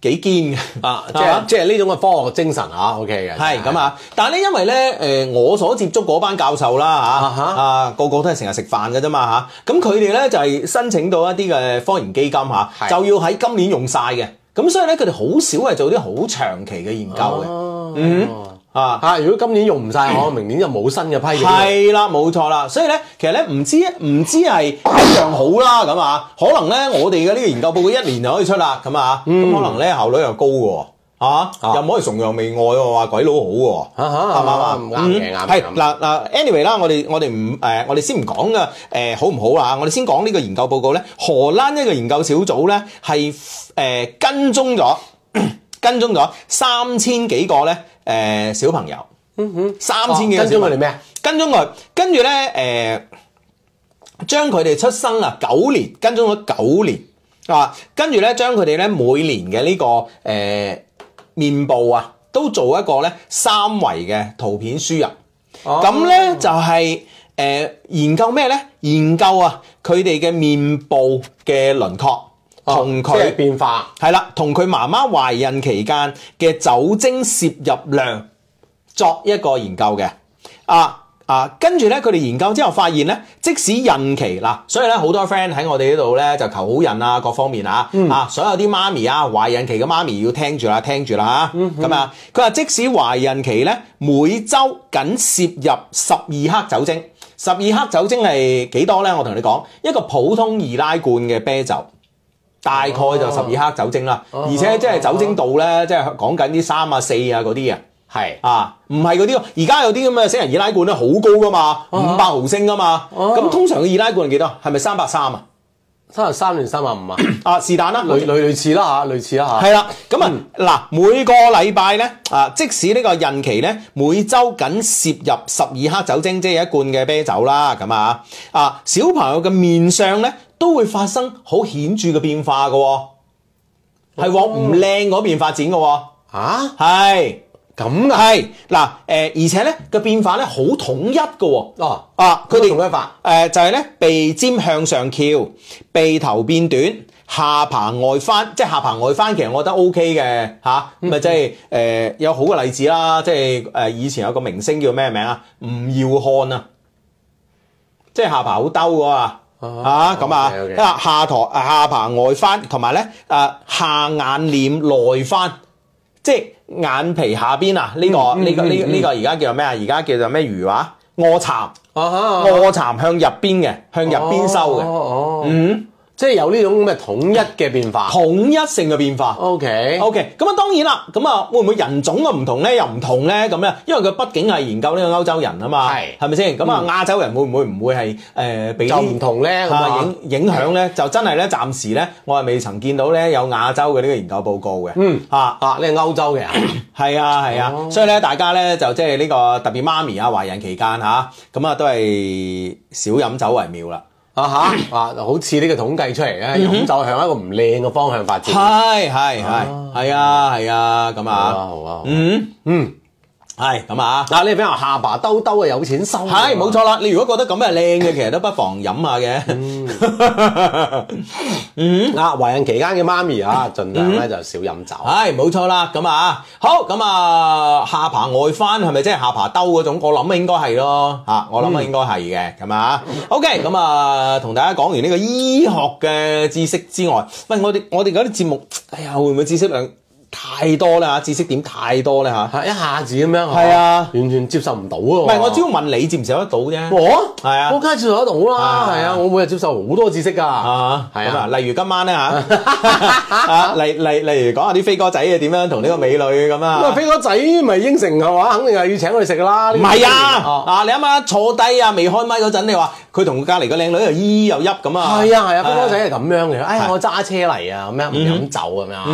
C: 幾堅嘅
A: 啊，即係即係呢種嘅科學精神啊，OK 嘅。
C: 係咁！啊！但係咧，因為咧，誒、我所接觸嗰班教授啦
A: 啊
C: 嚇，
A: 哈
C: 啊個個都係成日食飯嘅啫嘛嚇，咁佢哋咧就係、申請到一啲嘅科研基金嚇，
A: 係
C: 就要喺今年用晒嘅，咁所以咧佢哋好少係做啲好長期嘅研究嘅，
A: 嗯，
C: 啊
A: 啊，如果今年用唔晒， 我明年就冇新嘅批嘅。
C: 係啦，冇錯啦，所以咧，其實咧唔知唔知係一樣好啦，咁啊，可能咧我哋嘅呢個研究報告一年就可以出啦，咁啊，咁、
A: 嗯
C: 可能咧效率又高嘅喎。啊，又唔可以崇洋媚外喎，話鬼佬好喎，
A: 啊哈
C: 係咪啊
A: 啱
C: 嗯
A: 嘅啱嘅
C: 係
A: 啱嘅
C: 嗱嗱，anyway 啦，我哋我哋唔誒，我哋先唔講嘅誒好唔好啦，啊我哋先講呢個研究報告咧，荷蘭一個研究小組咧係誒跟蹤咗 跟蹤咗三千幾個咧誒、小朋友，三千幾
A: 嗯
C: 個
A: 哦跟
C: 小
A: 蹤
C: 朋
A: 佢
C: 友
A: 哋。咩？
C: 跟蹤佢，跟住咧誒，將佢哋出生啊九年，跟蹤咗九年啊，跟住咧將佢哋咧每年嘅呢、個誒、呃面部啊，都做一個咧三維嘅圖片輸入。
A: 哦
C: 咁咧、就係、呃研究咩咧？研究啊佢哋嘅面部嘅輪廓同
A: 哦即係
C: 哦佢
A: 變化。
C: 係啦，同佢媽媽懷孕期間嘅酒精攝入量作一個研究嘅。啊啊，跟住咧，佢哋研究之後發現咧，即使孕期嗱，所以咧好多 friend 喺我哋呢度咧就求好人啊，各方面啊，啊，所有啲媽咪啊，懷孕期嘅媽咪要聽住啦，聽住啦嚇，咁啊，佢話即使懷孕期咧，每週僅攝入十二克酒精，十二克酒精係幾多咧？我同你講，一個普通易拉罐嘅啤酒。大概就十二克酒精啦，而且即係酒精度咧，即係講緊啲三啊四啊嗰啲啊。
A: 係
C: 啊，唔係嗰啲，而家有啲咁嘅死人易拉罐咧，好高噶嘛，五百毫升噶嘛。咁、通常嘅易拉罐係幾多？係咪三百三啊？
A: 三十三定三十 五啊？
C: 啊，是但啦，
A: 類類類似啦啊嚇，類似啦嚇。
C: 係啦。咁啊，嗱、每個禮拜咧，啊，即使呢個孕期咧，每週僅攝入十二克酒精，即係一罐嘅啤酒啦，咁啊，啊，小朋友嘅面相咧都會發生好顯著嘅變化嘅喎、係往唔靚嗰邊發展嘅喎、
A: 啊，
C: 係。
A: 咁啊？
C: 係嗱，誒、而且咧個變化咧好統一嘅喎、
A: 哦，
C: 啊，佢
A: 佢
C: 哋
A: 哋同一法。
C: 誒、就係咧鼻尖向上翹，鼻頭變短，下棚外翻，即係下棚外翻，其實我覺得 O K 嘅嚇，咁啊即係誒有好嘅例子啦，即係誒、呃以前有個明星叫咩名啊？吳耀漢啊，即係下棚好兜嗰個啊。啊咁啊，
A: OK，OK
C: 啊下台啊下棚外翻，同埋咧誒下眼瞼內翻，即係眼皮下邊啊！呢、個呢、個呢、呢個而家叫做咩啊？而家叫做咩魚話？卧蠶。
A: 啊哈
C: 卧蠶向入邊嘅，向入邊收嘅，
A: 哦，嗯，即係有呢種咁嘅統一嘅變化。
C: 統一性嘅變化。
A: O K，
C: O K，咁啊當然啦，咁啊會唔會人種嘅唔同咧，又唔同咧咁咧？因為佢畢竟係研究呢個歐洲人啊嘛，
A: 係
C: 係咪先？咁啊亞洲人會唔會唔會係誒俾
A: 就
C: 啲
A: 唔同咧，咁
C: 啊
A: 啊
C: 影影響咧？就真係咧，暫時咧，我係未曾見到咧有亞洲嘅呢個研究報告嘅。
A: 嗯
C: 啊。
A: 啊，你係歐洲嘅啊，
C: 係啊係啊，所以咧大家咧就即係呢個特別媽咪啊，懷孕期間嚇，咁啊都係少飲酒為妙啦。
A: 啊嚇啊，好似呢個統計出嚟
C: 嗯
A: 咧，飲酒向一個唔靚嘅方向發展。
C: 係係係係啊係啊咁
A: 好啊
C: 啊，
A: 好啊，
C: 嗯
A: 嗯，
C: 係咁啊。
A: 嗱，你俾人下巴兜兜啊，有錢收啊。
C: 係冇錯啦，你如果覺得咁係靚嘅，其實都不妨飲下嘅。
A: 啊，懷孕期間嘅媽咪
C: 嗯
A: 啊，盡量咧就少飲酒。
C: 係冇錯啦，咁啊，好咁啊，下巴外翻係咪即係下巴兜嗰種？我諗應該係咯，嚇，我諗應該係嘅，咁啊，OK，咁啊，同大家講完呢個醫學嘅知識之外，喂，我哋我哋嗰啲節目，哎呀，會唔會知識量太多啦？知識點太多咧嚇？
A: 啊係一下子咁樣，
C: 係啊
A: 完全接受唔到啊！唔
C: 唔係，我只要問你接唔接得到啫。
A: 我
C: 係啊
A: 我梗係接受得到啦，
C: 係啊
A: 係啊，我每日接受好多知識㗎，
C: 啊，
A: 係
C: 咁
A: 啊，
C: 啊， 例如今晚咧嚇，啊，例例例如講下啲飛哥仔啊，點樣同呢個美女咁
A: 咁啊，
C: 啊？
A: 飛哥仔咪應承係嘛，肯定係要請我哋食㗎啦，
C: 唔
A: 呢個
C: 係
A: 哦
C: 啊，啊，你啱啱坐低啊，未開咪嗰陣，你話佢同隔離個靚女又依依又泣咁啊？
A: 係啊係啊，飛哥仔係咁樣嘅，哎呀，我揸車嚟啊，咁樣唔
C: 嗯
A: 飲酒咁樣啊，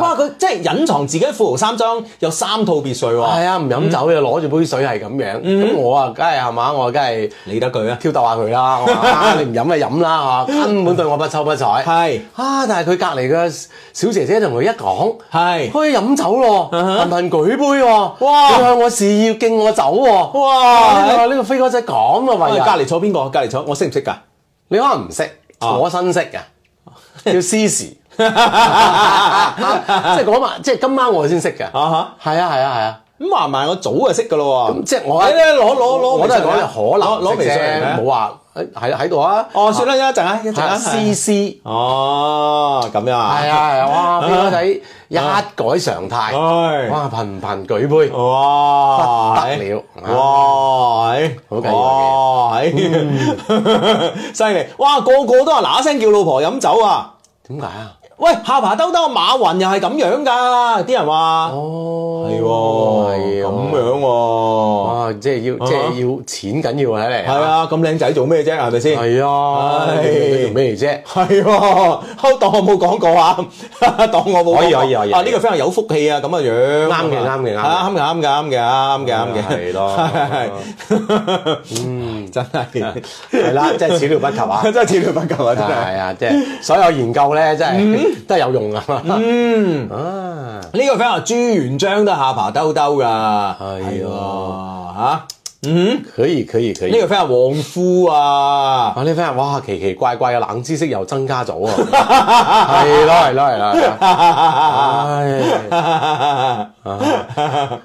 C: 哇！佢即係隱藏自己富豪三張，有三套別墅
A: 係
C: 喎，
A: 啊，唔飲酒嘅攞住杯水係咁樣，
C: 嗯
A: 咁我啊，梗係係嘛，我梗係
C: 理得佢啊！
A: 挑逗下佢啦，我 話啊你唔飲咪飲啦，嚇根本對我不瞅不睬。
C: 係
A: 啊！但係佢隔離嘅小姐姐同佢一講，
C: 係
A: 可以飲酒咯，
C: 嗯哼
A: 頻頻舉杯喎，
C: 哇
A: 佢向我示意敬我酒喎，
C: 哇
A: 呢個呢個飛哥仔啊咁嘅
C: 喂，
A: 為
C: 隔
A: 人，
C: 離坐邊個？隔離坐我識唔識㗎？
A: 你可能唔識，
C: 啊
A: 我新識 嘅，叫 C 時，即係嗰晚，即係今晚我先識嘅，係
C: 啊哈！
A: 啊係啊係啊，
C: 咁話埋我早就識㗎咯喎。哎
A: 即係我
C: 你咧攞攞攞，
A: 我都係講
C: 攞
A: 你可能
C: 攞微信嚟
A: 啫，
C: 嘅
A: 冇話誒喺喺度啊，
C: 哦，算啦，一陣啊，一陣
A: 係
C: 啊。
A: C C。
C: 哦，咁樣啊。
A: 係啊係啊，啊哇！飛哥仔一改常態，
C: 唉
A: 哇！頻頻舉杯，
C: 哎哇！
A: 不
C: 哎
A: 得了啊
C: 哇！係
A: 好緊要
C: 哇！
A: 嗯
C: 係 犀利！哇！個個都話嗱嗱聲叫老婆飲酒啊！
A: 點解啊？
C: 喂，下巴兜兜馬雲又係咁樣㗎，啲人話
A: 哦，
C: 係喎，
A: 係
C: 咁
A: 喎，
C: 樣喎，
A: 哇！即係要即係要錢緊要啊睇嚟，
C: 係，啊，咁靚仔做咩啫？係咪先？
A: 係啊，
C: 唉
A: 你做咩啫？
C: 係喎， 好當我冇講過啊， 當我冇講過。
A: 可以可以可以
C: 啊，呢個非常有福氣啊，咁嘅樣。
A: 啱嘅啱嘅啱嘅
C: 啊啱嘅，啱嘅，啱嘅，啱嘅，啱嘅。
A: 係咯
C: 係，嗯，真係
A: 係啦，即係始料不及 啊！
C: 真係始料不及啊，真係。
A: 係啊，即係所有研究咧，真係 都係有用啊！嗯 啊，
C: 呢個 friend 話朱元璋都下巴兜兜㗎，
A: 係喎
C: 嚇。嗯，
A: 可以可以可以
C: 呢。個 friend 話旺夫啊，
A: 啊！呢 friend 哇，奇奇怪怪嘅冷知識又增加 咗啊！係咯係咯係咯係咯，唉。啊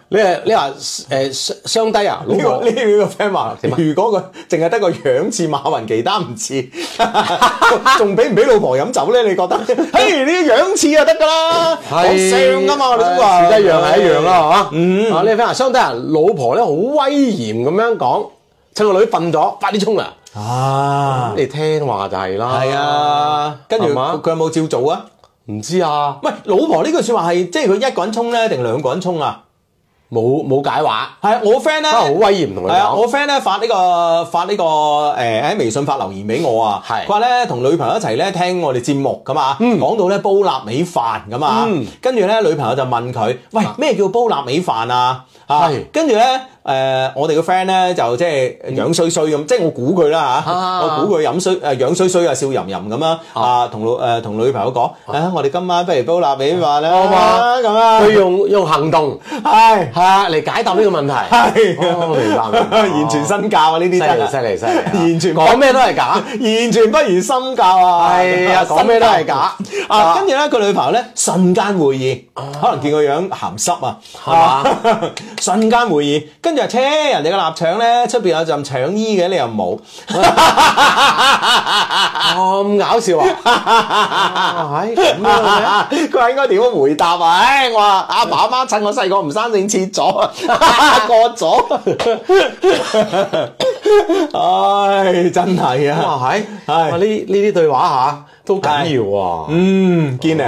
A: 你係你話誒雙雙低啊，老
C: 呢個
A: 婆
C: 呢個 friend 話，
A: 點啊
C: 如果佢淨係得個樣似馬雲，其他唔似， 仲俾唔俾老婆飲酒咧？你 覺得？嘿，呢啲樣似就得㗎啦，
A: 係
C: 講相㗎嘛，我哋都話
A: 係一樣係一樣啦，係嘛？嗯，啊呢個 friend 話雙低啊，老婆咧好威嚴咁樣講，趁個女瞓咗，快啲沖涼。
C: 啊，
A: 你聽話就係啦，
C: 係，啊，跟住
A: 係嘛
C: 佢佢有冇照做啊？
A: 唔知啊，
C: 喂，老婆呢句説話係即係佢一個人衝咧，定兩個人衝啊？
A: 冇冇解話，
C: 係我 friend 咧，
A: 不過好威嚴同佢
C: 啊係啊，
A: 講。
C: 我 friend 咧發呢、個發呢、個誒喺、微信發留言俾我啊，
A: 係嗯
C: 佢話咧同女朋友一齊咧聽我哋節目噶嘛，講到咧煲臘味飯咁啊，跟住咧女朋友就問佢：喂，咩叫煲臘味飯啊？啊
A: 係，嗯
C: 跟住咧誒我哋嘅 friend 咧就即係樣衰衰咁，即係我估佢啦嚇，
A: 啊
C: 我估佢飲衰誒樣衰衰啊，笑吟吟咁啦，啊同老誒同女朋友講，誒我哋今晚不如煲臘味飯啦，
A: 啊好嘛
C: 咁啊，
A: 佢用用行動
C: 係
A: 係啊嚟解答呢個問題。
C: 係
A: 哦明白明 白
C: 完全身教啊呢啲
A: 犀利
C: 真
A: 犀
C: 係，
A: 利犀利，
C: 完全
A: 講咩都係假。
C: 完全不如心教啊！
A: 係啊 講咩都係假啊
C: 啊！跟住咧，佢女朋友咧瞬間會意，可能見個樣鹹濕啊，
A: 係嘛
C: 啊？ 瞬間會意，跟住話：車人哋嘅臘腸咧，出邊有陣腸衣嘅，你又冇。
A: 咁搞笑 啊！係咁樣嘅咩
C: 佢話應該點樣回答啊？唉，我話阿爸阿媽趁我細個唔生性切咗， 割咗。 唉，真係
A: 咁
C: 啊！
A: 啊係，
C: 係
A: 哇呢呢啲對話嚇都緊要喎。
C: 嗯，堅咧，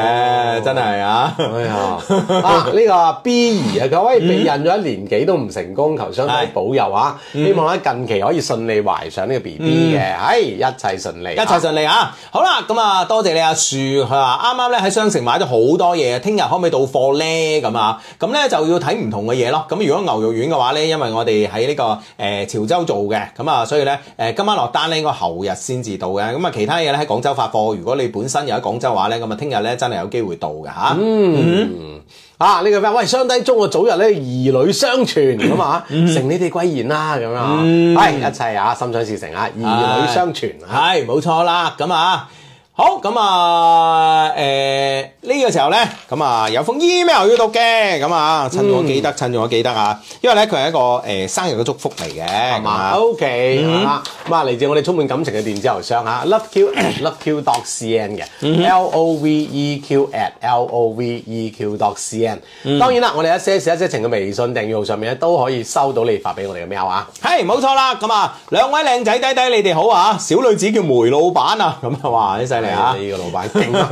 C: 真係啊！
A: 哎呀， 啊呢個 B 兒啊，各位避孕咗一年幾都唔成功，求相睇保佑啊！希望咧近期可以順利懷上呢個 B B 嘅，係嗯一切順利，
C: 一切順利啊！好啦，咁啊，多謝你阿樹，佢話啱啱咧喺商城買咗好多嘢，聽日可唔可以到貨咧？咁啊，咁咧就要睇唔同嘅嘢咯。咁如果牛肉丸嘅話咧，因為我哋喺呢個誒、呃潮州做嘅，咁啊，所以咧誒、呃今晚落單咧應該後日先至到嘅。咁啊，其他嘢咧喺廣州發貨，如果你本身又喺廣州話咧，咁啊，聽日咧真係有機會到嘅嚇。
A: 嗯啊！呢個咩？喂，相低中我早日咧兒女相傳咁啊，成你哋貴言啦咁樣啊，係一切啊，心想事成啊，兒女相傳啊，
C: 係冇錯啦，咁啊。好咁啊，誒、呢、個時候呢，咁啊有封 email 要讀嘅，咁啊趁我記得，趁我記得啊，因為呢，佢係一個誒、生日嘅祝福嚟嘅，
A: 係
C: 係嗯
A: 嘛？OK 啊，咁啊嚟自我哋充滿感情嘅電子郵箱啊，loveq loveq dot cn 嘅，l
C: 嗯
A: o v e q at l o v e q dot cn。當
C: 嗯
A: 然啦，我哋一些事一些情嘅微信訂閱號上面咧都可以收到你發俾我哋嘅 mail 啊。
C: 係冇錯啦，咁啊兩位靚仔弟弟，你哋好啊，小女子叫梅老闆啊，咁啊哇，你犀利啊！
A: 你個老闆 勁啊！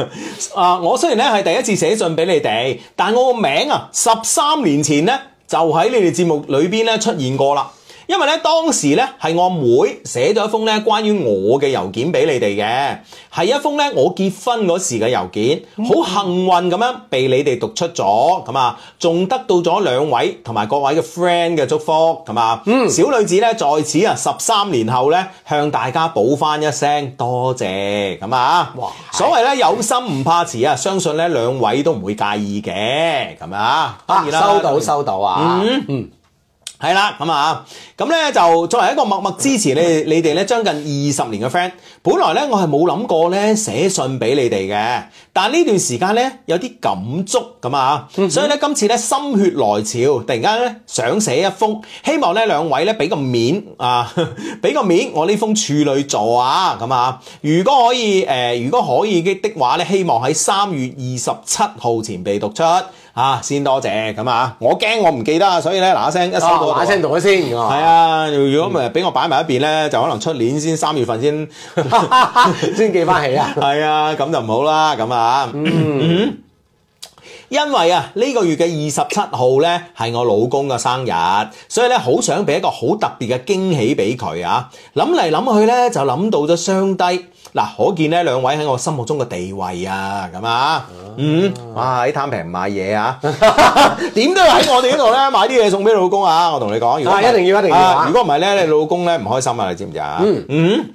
C: 啊，我雖然咧係第一次寫信俾你哋，但我個名啊，十三年前呢，就喺你哋節目裏邊咧出現過啦。因為咧當時咧係我妹寫咗一封咧關於我嘅郵件俾你哋嘅，係一封咧我結婚嗰時嘅郵件，好幸運咁樣被你哋讀出咗，咁啊，仲得到咗兩位同埋各位嘅 friend 嘅祝福，咁啊，小女子咧在此啊十三年後咧向大家補翻一聲多謝，咁啊，
A: 哇
C: 所謂咧有心唔怕遲啊，相信咧兩位都唔會介意嘅，咁啊，
A: 啊，
C: 當然啦
A: 收到收到啊！嗯，
C: 係啦，咁啊，咁咧就作為一個默默支持你哋你哋咧將近二十年嘅 friend，本來咧我係冇諗過咧寫信俾你哋嘅，但呢段時間咧有啲感觸咁啊，所以咧今次咧心血來潮，突然間咧想寫一封，希望咧兩位咧俾個面啊， 俾個面我呢封處女座啊，咁啊，如果可以誒、呃如果可以嘅的話咧，希望喺三月二十七號前被讀出。啊，先多謝咁啊！我驚我唔記得啊，所以咧嗱嗱聲一收
A: 啊
C: 到
A: 嗱聲同佢先，哦係
C: 係啊，如果唔係俾我擺埋一邊咧，就可能出年先三月份先，
A: 先記翻起啊！
C: 係啊，咁就唔好啦，咁啊。因為啊，呢、個月嘅二十七號呢係我老公嘅生日，所以呢，好想俾一個好特別嘅驚喜俾佢啊！諗嚟諗去呢，就諗到咗雙低，嗱，可見呢兩位喺我心目中嘅地位啊，咁啊，嗯，哇，喺貪平唔買嘢啊， 點都要喺我哋呢度呢買啲嘢送俾老公啊！我同你講，如果唔係
A: 啊一定要一定要啊
C: 啊如果唔係呢，你老公呢唔開心啊，你知唔知啊？嗯。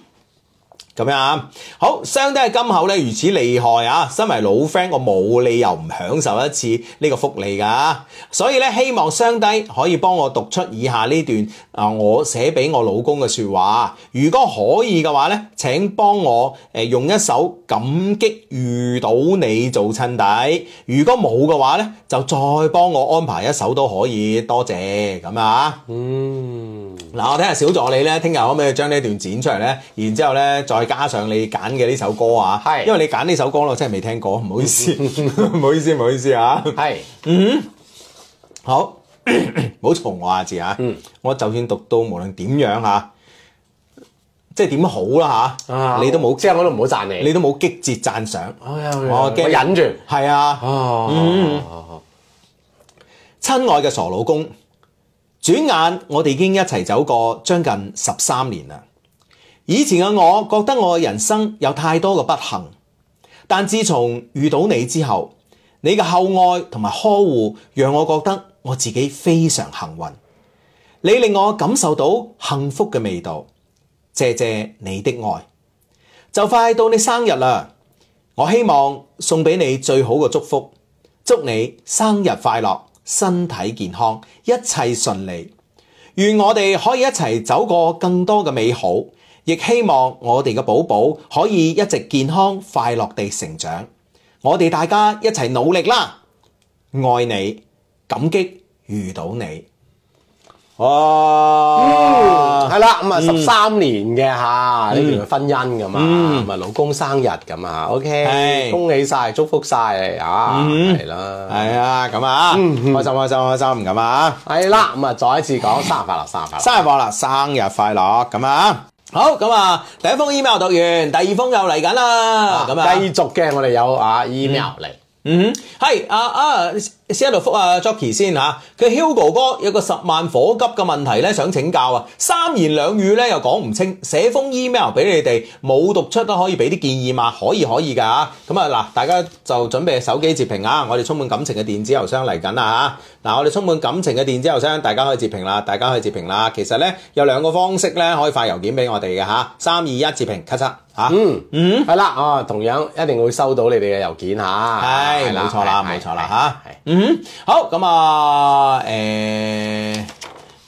C: 咁樣啊，好，相低嘅今後咧如此厲害啊！身為老 friend，我冇理由唔享受一次呢個福利㗎，所以咧希望相低可以幫我讀出以下呢段啊、我寫俾我老公嘅説話。如果可以嘅話咧，請幫我誒、呃用一首《感激遇到你》做襯底。如果冇嘅話咧，就再幫我安排一首都可以，多謝咁啊！
A: 嗯
C: 嗱，我睇下小助理咧，聽日可唔可以將呢段剪出嚟咧？然之後咧，再加上你揀嘅呢首歌啊，
A: 係
C: 因為你揀呢首歌我真係未聽過，唔好 意思，唔好意思，唔好意思啊。
A: 係
C: 好， 唔好嘈我啊字啊，
A: 嗯
C: 我就算讀到無論點樣嚇，即係點好啦嚇，
A: 啊，
C: 你都冇
A: 即係我都唔好讚你
C: 你。都冇激節讚賞，
A: 哎呀
C: 我
A: 我
C: 驚
A: 忍住。
C: 係啊。
A: 哦，
C: 親愛嘅傻老公，轉眼我哋已經一齊走過將近十三年啦。以前嘅我覺得我嘅人生有太多嘅不幸，但自從遇到你之後，你嘅厚愛同埋呵護，讓我覺得我自己非常幸運。你令我感受到幸福嘅味道，謝謝你的愛。就快到你生日啦，我希望送俾你最好嘅祝福，祝你生日快樂，身體健康，一切順利。願我哋可以一齊走過更多嘅美好，亦希望我哋嘅寶寶可以一直健康快樂地成長。我哋大家一齊努力啦！愛你，感激遇到你。哇！
A: 係啦，咁啊十三年嘅嚇呢段婚姻咁啊，咁啊老公生日咁啊，OK，
C: 係
A: 恭喜晒，祝福晒啊，係啦，
C: 係啊，咁啊，開心開心開心咁啊！
A: 係啦，咁啊再一次講生日快樂，生日快樂。
C: 生日快樂，生日快樂咁啊！好咁啊，第一封 email 讀完，第二封又嚟緊啦，咁啊，
A: 繼續嘅，我哋有啊 À, email 嚟，
C: 嗯哼，係啊啊，先喺度覆啊 Jocky 先嚇，佢 Hugo 哥有個十萬火急嘅問題咧，想請教啊，三言兩語咧又講唔清，寫封 email 俾你哋冇讀出都可以俾啲建議嘛，可以可以㗎嚇，咁啊嗱，大家就準備手機截屏啊，我哋充滿感情嘅電子郵箱嚟緊啦嚇，嗱我哋充滿感情嘅電子郵箱，大家可以截屏啦，大家可以截屏啦，其實咧有兩個方式咧可以發郵件俾我哋嘅嚇，三二一截屏，咔嚓嚇。
A: 嗯嗯，係啦，啊同樣一定會收到你哋嘅郵件嚇，
C: 係哎冇錯啦，
A: 係
C: 冇錯
A: 係
C: 啦
A: 係
C: 嚇。嗯，好咁啊，誒、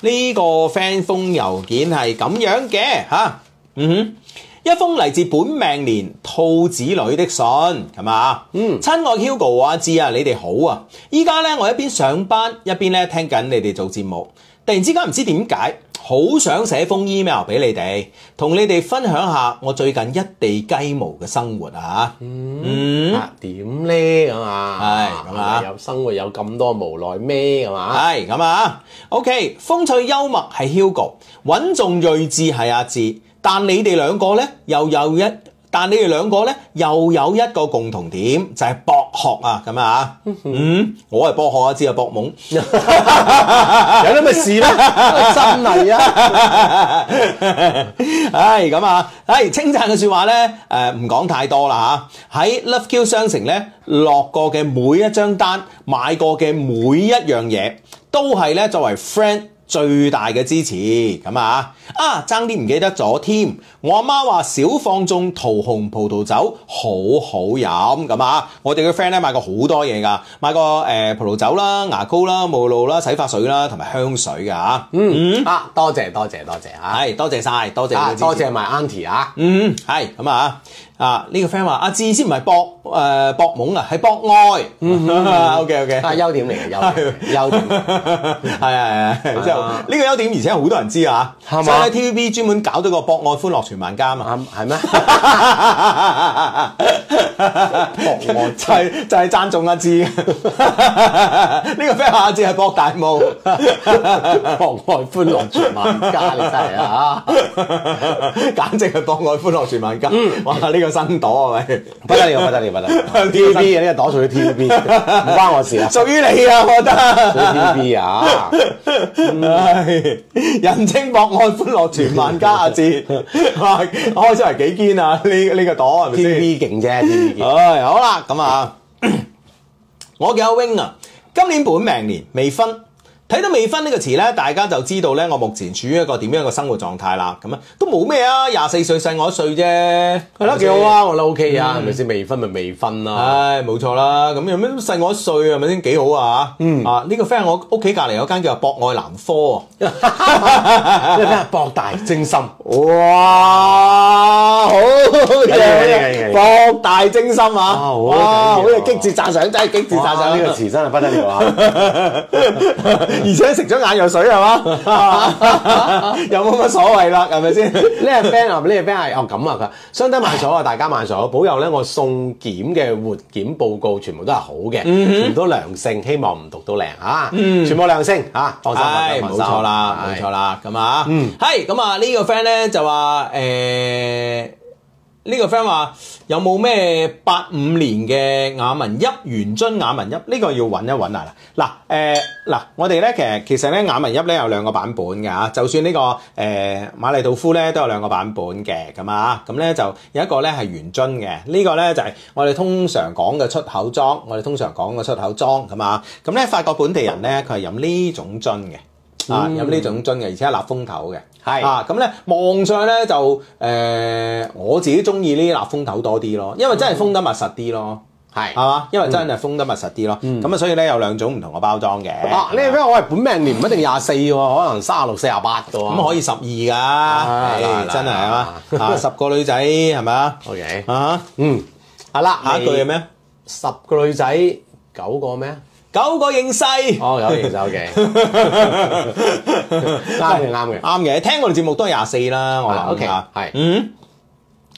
C: 呢、個 friend 封郵件係咁樣嘅嚇、嗯哼，一封嚟自本命年兔子女的信，係嘛？嗯，親愛 Hugo 啊，志啊，你哋好啊！依家呢，我一邊上班一邊咧聽緊你哋做節目，突然之間唔知點解，好想寫封 email 俾你哋，同你哋分享下我最近一地雞毛嘅生活啊！嗯
A: 啊點咧咁啊？
C: 係咁啊
A: 有生活有咁多無奈咩咁啊？
C: 係咁啊，OK，風趣幽默係 Hugo，穩重睿智係阿志，但你哋兩個呢，又有一，但你哋兩個呢，又有一個共同點，就係、博學啊，咁啊，嗯，我係博學，阿志係博懵。
A: 有啲咩事咧？真係啊！
C: 唉，咁啊，唉，稱讚嘅説話咧，誒唔講太多啦嚇。喺 Love Q 商城咧落過嘅每一張單，買過嘅每一樣嘢，都係咧作為 friend 最大嘅支持咁啊！啊，爭啲唔記得咗添。我阿媽話少放縱桃紅葡萄酒好好飲咁啊！我哋嘅 friend 咧買過好多嘢㗎，買過誒、呃葡萄酒啦、牙膏啦、沐浴露啦、洗髮水啦，同埋香水㗎嚇。
A: 嗯啊，多謝多謝多謝啊！
C: 係，多謝晒，多謝你嘅
A: 啊，
C: 支持
A: 多謝埋 Auntie 啊！
C: 嗯，係咁啊，啊呢、個 friend 話阿志先唔係博誒、呃博懵啊，係博愛。OK OK，
A: 啊，優點嚟嘅優點嚟嘅，優點嚟嘅。
C: 係係係，之後呢個優點，而且好多人知啊，
A: 係嘛
C: 所以咧 TVB 專門搞咗個博愛歡樂全萬家啊嘛。
A: 啊，係咩？
C: 愛就係就係贊助阿志，呢個 friend 話阿志係博大霧。
A: 博愛歡樂全萬家，你真係啊！
C: 簡直係博愛歡樂全萬家，哇！呢、個新朵係咪？
A: 不得了，不得 了，不得了！TVB 啊嘅呢個朵屬於 TVB，唔關我事 啊，
C: 屬於你啊，我覺得。
A: 屬於 TVB 啊！
C: 唉，人稱博愛歡樂全萬家啊阿 志，哇，開出嚟幾堅啊！呢呢個朵係咪先？
A: TVB 勁啫，TVB 勁。
C: 唉，好啦，咁啊， 我叫阿 wing 啊，今年本命年未婚。睇到未婚呢個詞呢，大家就知道呢，我目前處於一個點樣嘅生活狀態啦。咁啊，都冇咩啊，廿四歲細我一歲啫，
A: 係啦，幾好！啊！我覺得 OK 啊，係咪先？未婚咪未婚 啦。
C: 唉，冇錯啦，咁有咩都細我一歲係咪先幾好啊？嗯啊，呢、個 friend 我屋企隔離有間叫博愛南科啊。
A: 你咩啊？博大精深。
C: 哇，好
A: 嘢
C: 嘢！博大精深啊！
A: 好
C: 哇，好
A: 緊要啊
C: 嘢，激節讚賞真係激節讚賞
A: 哇！呢個
C: 呢
A: 詞真係不得了啊！
C: 個，而且食咗眼藥水係嘛，又冇乜所謂啦，係咪先？
A: 呢個 friend 啊，呢個 friend 係哦咁啊，佢相低萬所啊，大家萬所，保佑咧我送檢嘅活檢報告全部都係好嘅，
C: 嗯
A: 全部都良性，希望唔讀到零嚇，全部良性嚇，放心放
C: 唉，
A: 心放
C: 冇
A: 心，
C: 錯啦，冇錯
A: 啦，
C: 啦，咁啊，係咁啊，呢個 friend 咧就話誒。呢個 friend 話有冇咩八五年嘅雅文邑元津雅文邑？呢、個要揾一揾啊！嗱誒嗱，我哋咧其實其實咧雅文邑咧有兩個版本嘅嚇，就算呢、個誒、呃、馬利道夫咧都有兩個版本嘅咁啊，咁咧就有一個咧係元津嘅，呢、個咧就係、我哋通常講嘅出口裝，我哋通常講嘅出口裝咁啊，咁咧法國本地人咧佢係飲呢種樽嘅。啊有呢種樽嘅，而且係立風頭嘅。
A: 係
C: 啊，咁咧望上去咧就誒、呃我自己中意呢啲立風頭多啲咯，因為真係封得密實啲咯，係
A: 係
C: 嘛？因為真係封得密實啲咯，咁啊、所以咧有兩種唔同嘅包裝嘅。
A: 嗯啊，呢咩我係本命年唔一定廿四喎，可能三十六、四十八嘅喎。
C: 咁可以十二㗎，
A: 啊嗱
C: 唉真係係嘛
A: 嗱？
C: 啊，十個女仔係咪啊
A: OK
C: 啊，
A: 嗯，係啦，
C: 下一句係？咩？
A: 十個女仔，九個咩？
C: 九個應勢。
A: 哦，有嘅，有 嘅，啱嘅，啱嘅。
C: 啱嘅，聽我哋節目都係廿四啦，我
A: 啊
C: 諗
A: ，OK，
C: 嚇
A: 係
C: 嗯。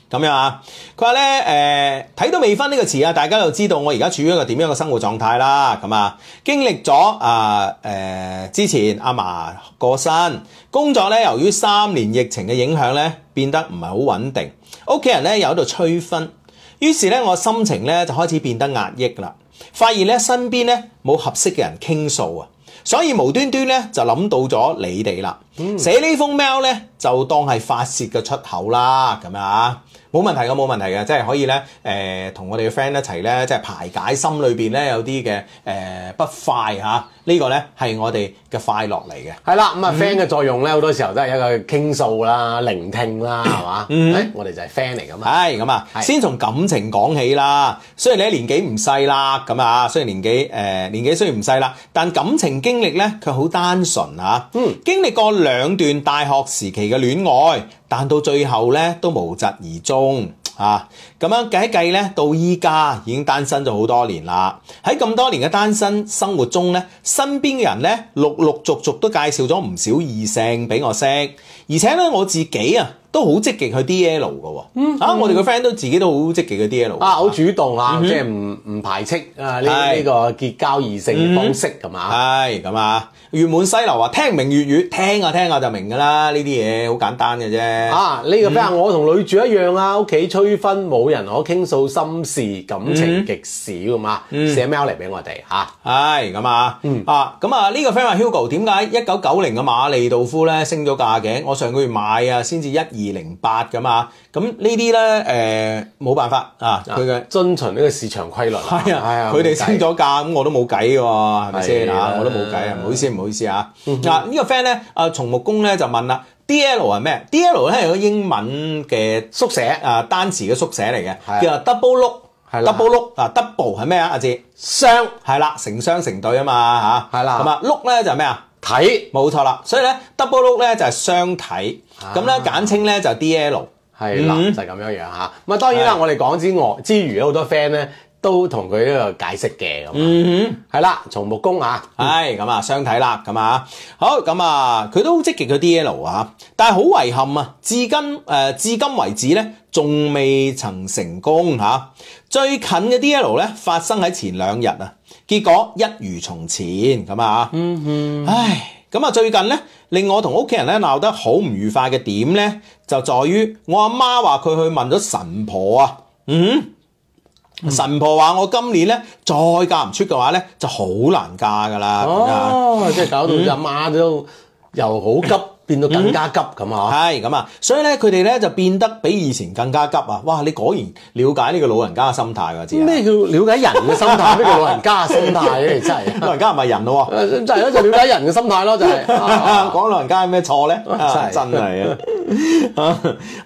C: 咁樣啊，佢話咧誒，睇、到未婚呢個詞啊，大家就知道我而家處於一個點樣嘅生活狀態啦。咁啊，經歷咗啊誒之前阿嫲過身，工作咧由於三年疫情嘅影響咧，變得唔係好穩定，屋企人咧又喺度催婚，於是咧我心情咧就開始變得壓抑啦，發現咧身邊咧冇合適嘅人傾訴啊。所以無端端咧就諗到咗你哋啦，寫呢封 mail 咧就當係發泄嘅出口啦，咁樣啊，冇問題嘅，冇問題嘅，即係可以咧誒同我哋嘅 friend 一齊咧，即係排解心裏邊咧有啲嘅誒不快嚇，呢個咧係我哋嘅快樂嚟嘅。
A: 係啦，咁啊 friend 嘅作用咧，好多時候都係一個傾訴 啦、聆聽啦，係嘛？
C: 嗯
A: 誒，我哋就係 friend 嚟噶嘛。
C: 係咁啊，
A: 係
C: 先從感情講起啦。雖然你年紀唔細啦，咁啊，雖然年紀誒、呃年紀雖然唔細啦，但感情經歷咧卻好單純啊。嗯，經歷過兩段大學時期嘅戀愛，但到最後咧都無疾而終。啊，咁樣計一計咧，到依家已經單身咗好多年啦。喺咁多年嘅單身生活中咧，身邊嘅人咧陸陸續續都介紹咗唔少異性俾我識，而且咧我自己啊都好積極去 D L 嘅喎。啊，我哋個 friend 都自己都好積極嘅 D L。
A: 嗯啊，好主動啊，即係唔唔排斥啊呢
C: 嗯係嗯
A: 呢個結交異性嘅方式係嘛？
C: 係咁啊！月滿西流啊，聽唔明粵語，聽下聽下就明㗎啦。呢啲嘢好簡單嘅啫。
A: 啊！呢個 friend 話我同女主一樣啊，屋企催婚冇人可傾訴心事，感情
C: 嗯
A: 極少咁啊，寫 mail 嚟俾我哋嚇。
C: 係咁啊，
A: 嗯
C: 啊咁啊呢個 friend 話 Hugo 點解一九九零嘅馬利道夫咧升咗價嘅？我上個月買啊，先至一二零八㗎嘛。咁呢啲咧誒冇辦法啊，佢嘅
A: 遵循呢個市場規律啦。哎
C: 係啊
A: 呀，
C: 佢哋
A: 冇計
C: 升咗價，咁我都冇計喎，係咪先
A: 係
C: 啊
A: 啦？
C: 我都冇計啊，唔好意思，唔好意思啊。嗱呢個 friend 咧，啊松木工咧就問啦，D L 係咩？D L 咧係個英文嘅
A: 縮寫
C: 啊單詞嘅縮寫嚟嘅，
A: 係
C: 叫做 double look。
A: 係啦
C: double look 啊，double 係咩啊？阿志？
A: 雙
C: 係啦，成雙成對啊嘛嚇，
A: 係啦
C: 咁啊碌咧就係咩啊？
A: 睇
C: 冇錯啦，所以咧 double 碌咧就係雙體，
A: 啊
C: 咁咧簡稱咧就 DL。
A: 係啦，
C: 嗯
A: 就係咁樣樣嚇。咁啊，當然啦，我哋講之外之餘咧，好多 friend 咧都同佢呢個解釋嘅咁。嗯係啦，從木工啊，
C: 唉，咁啊，相睇啦，咁啊，好，咁啊，佢都好積極嘅 D.L. 啊，但係好遺憾啊，至今誒、呃至今為止咧，仲未曾成功嚇、啊最近嘅 D.L. 咧，發生喺前兩日啊，結果一如從前咁啊，嗯哼，唉，咁啊，最近咧，令我同屋企人咧鬧得好唔愉快嘅點咧，就在於我阿媽話佢去問咗神婆啊，嗯。神婆話：我今年咧再嫁唔出嘅話咧，就好難嫁噶啦。咁啊樣
A: 哦，即係搞到阿媽都又好急，變到更加急咁啊。
C: 係咁啊，所以咧佢哋咧就變得比以前更加急啊！哇，你果然了解呢個老人家嘅心態喎，知啊？
A: 咩叫了解人嘅心態？咩叫老人家嘅心態咧？真
C: 老
A: 係。
C: 人家唔係人咯喎。
A: 誒就係咯，就了解人嘅心態咯，就 係、啊
C: 講老人家有咩 錯咧？啊 真
A: 真
C: 係啊！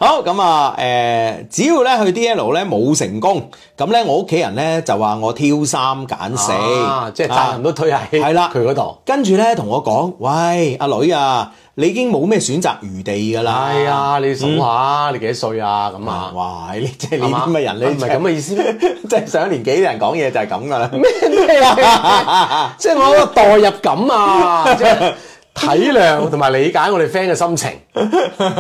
C: 好咁啊，誒，只要咧去 D L 咧冇成功，咁咧我屋企人咧就話我挑三揀四
A: 啊，即係責任都推喺
C: 係啦
A: 佢嗰度。
C: 跟住咧同我講，喂，阿女啊，你已經冇咩選擇餘地㗎啦。
A: 係啊，你數下你幾多歲啊？咁啊，
C: 嗯哇！你即係你
A: 係嘛啊
C: 啲咁嘅人，你
A: 唔係咁嘅意思咩？
C: 即係 上一年紀嘅人講嘢就係咁㗎 啦。
A: 咩啊？即係我有個代入感 啊，即係體諒同埋理解我哋 friend 嘅心情。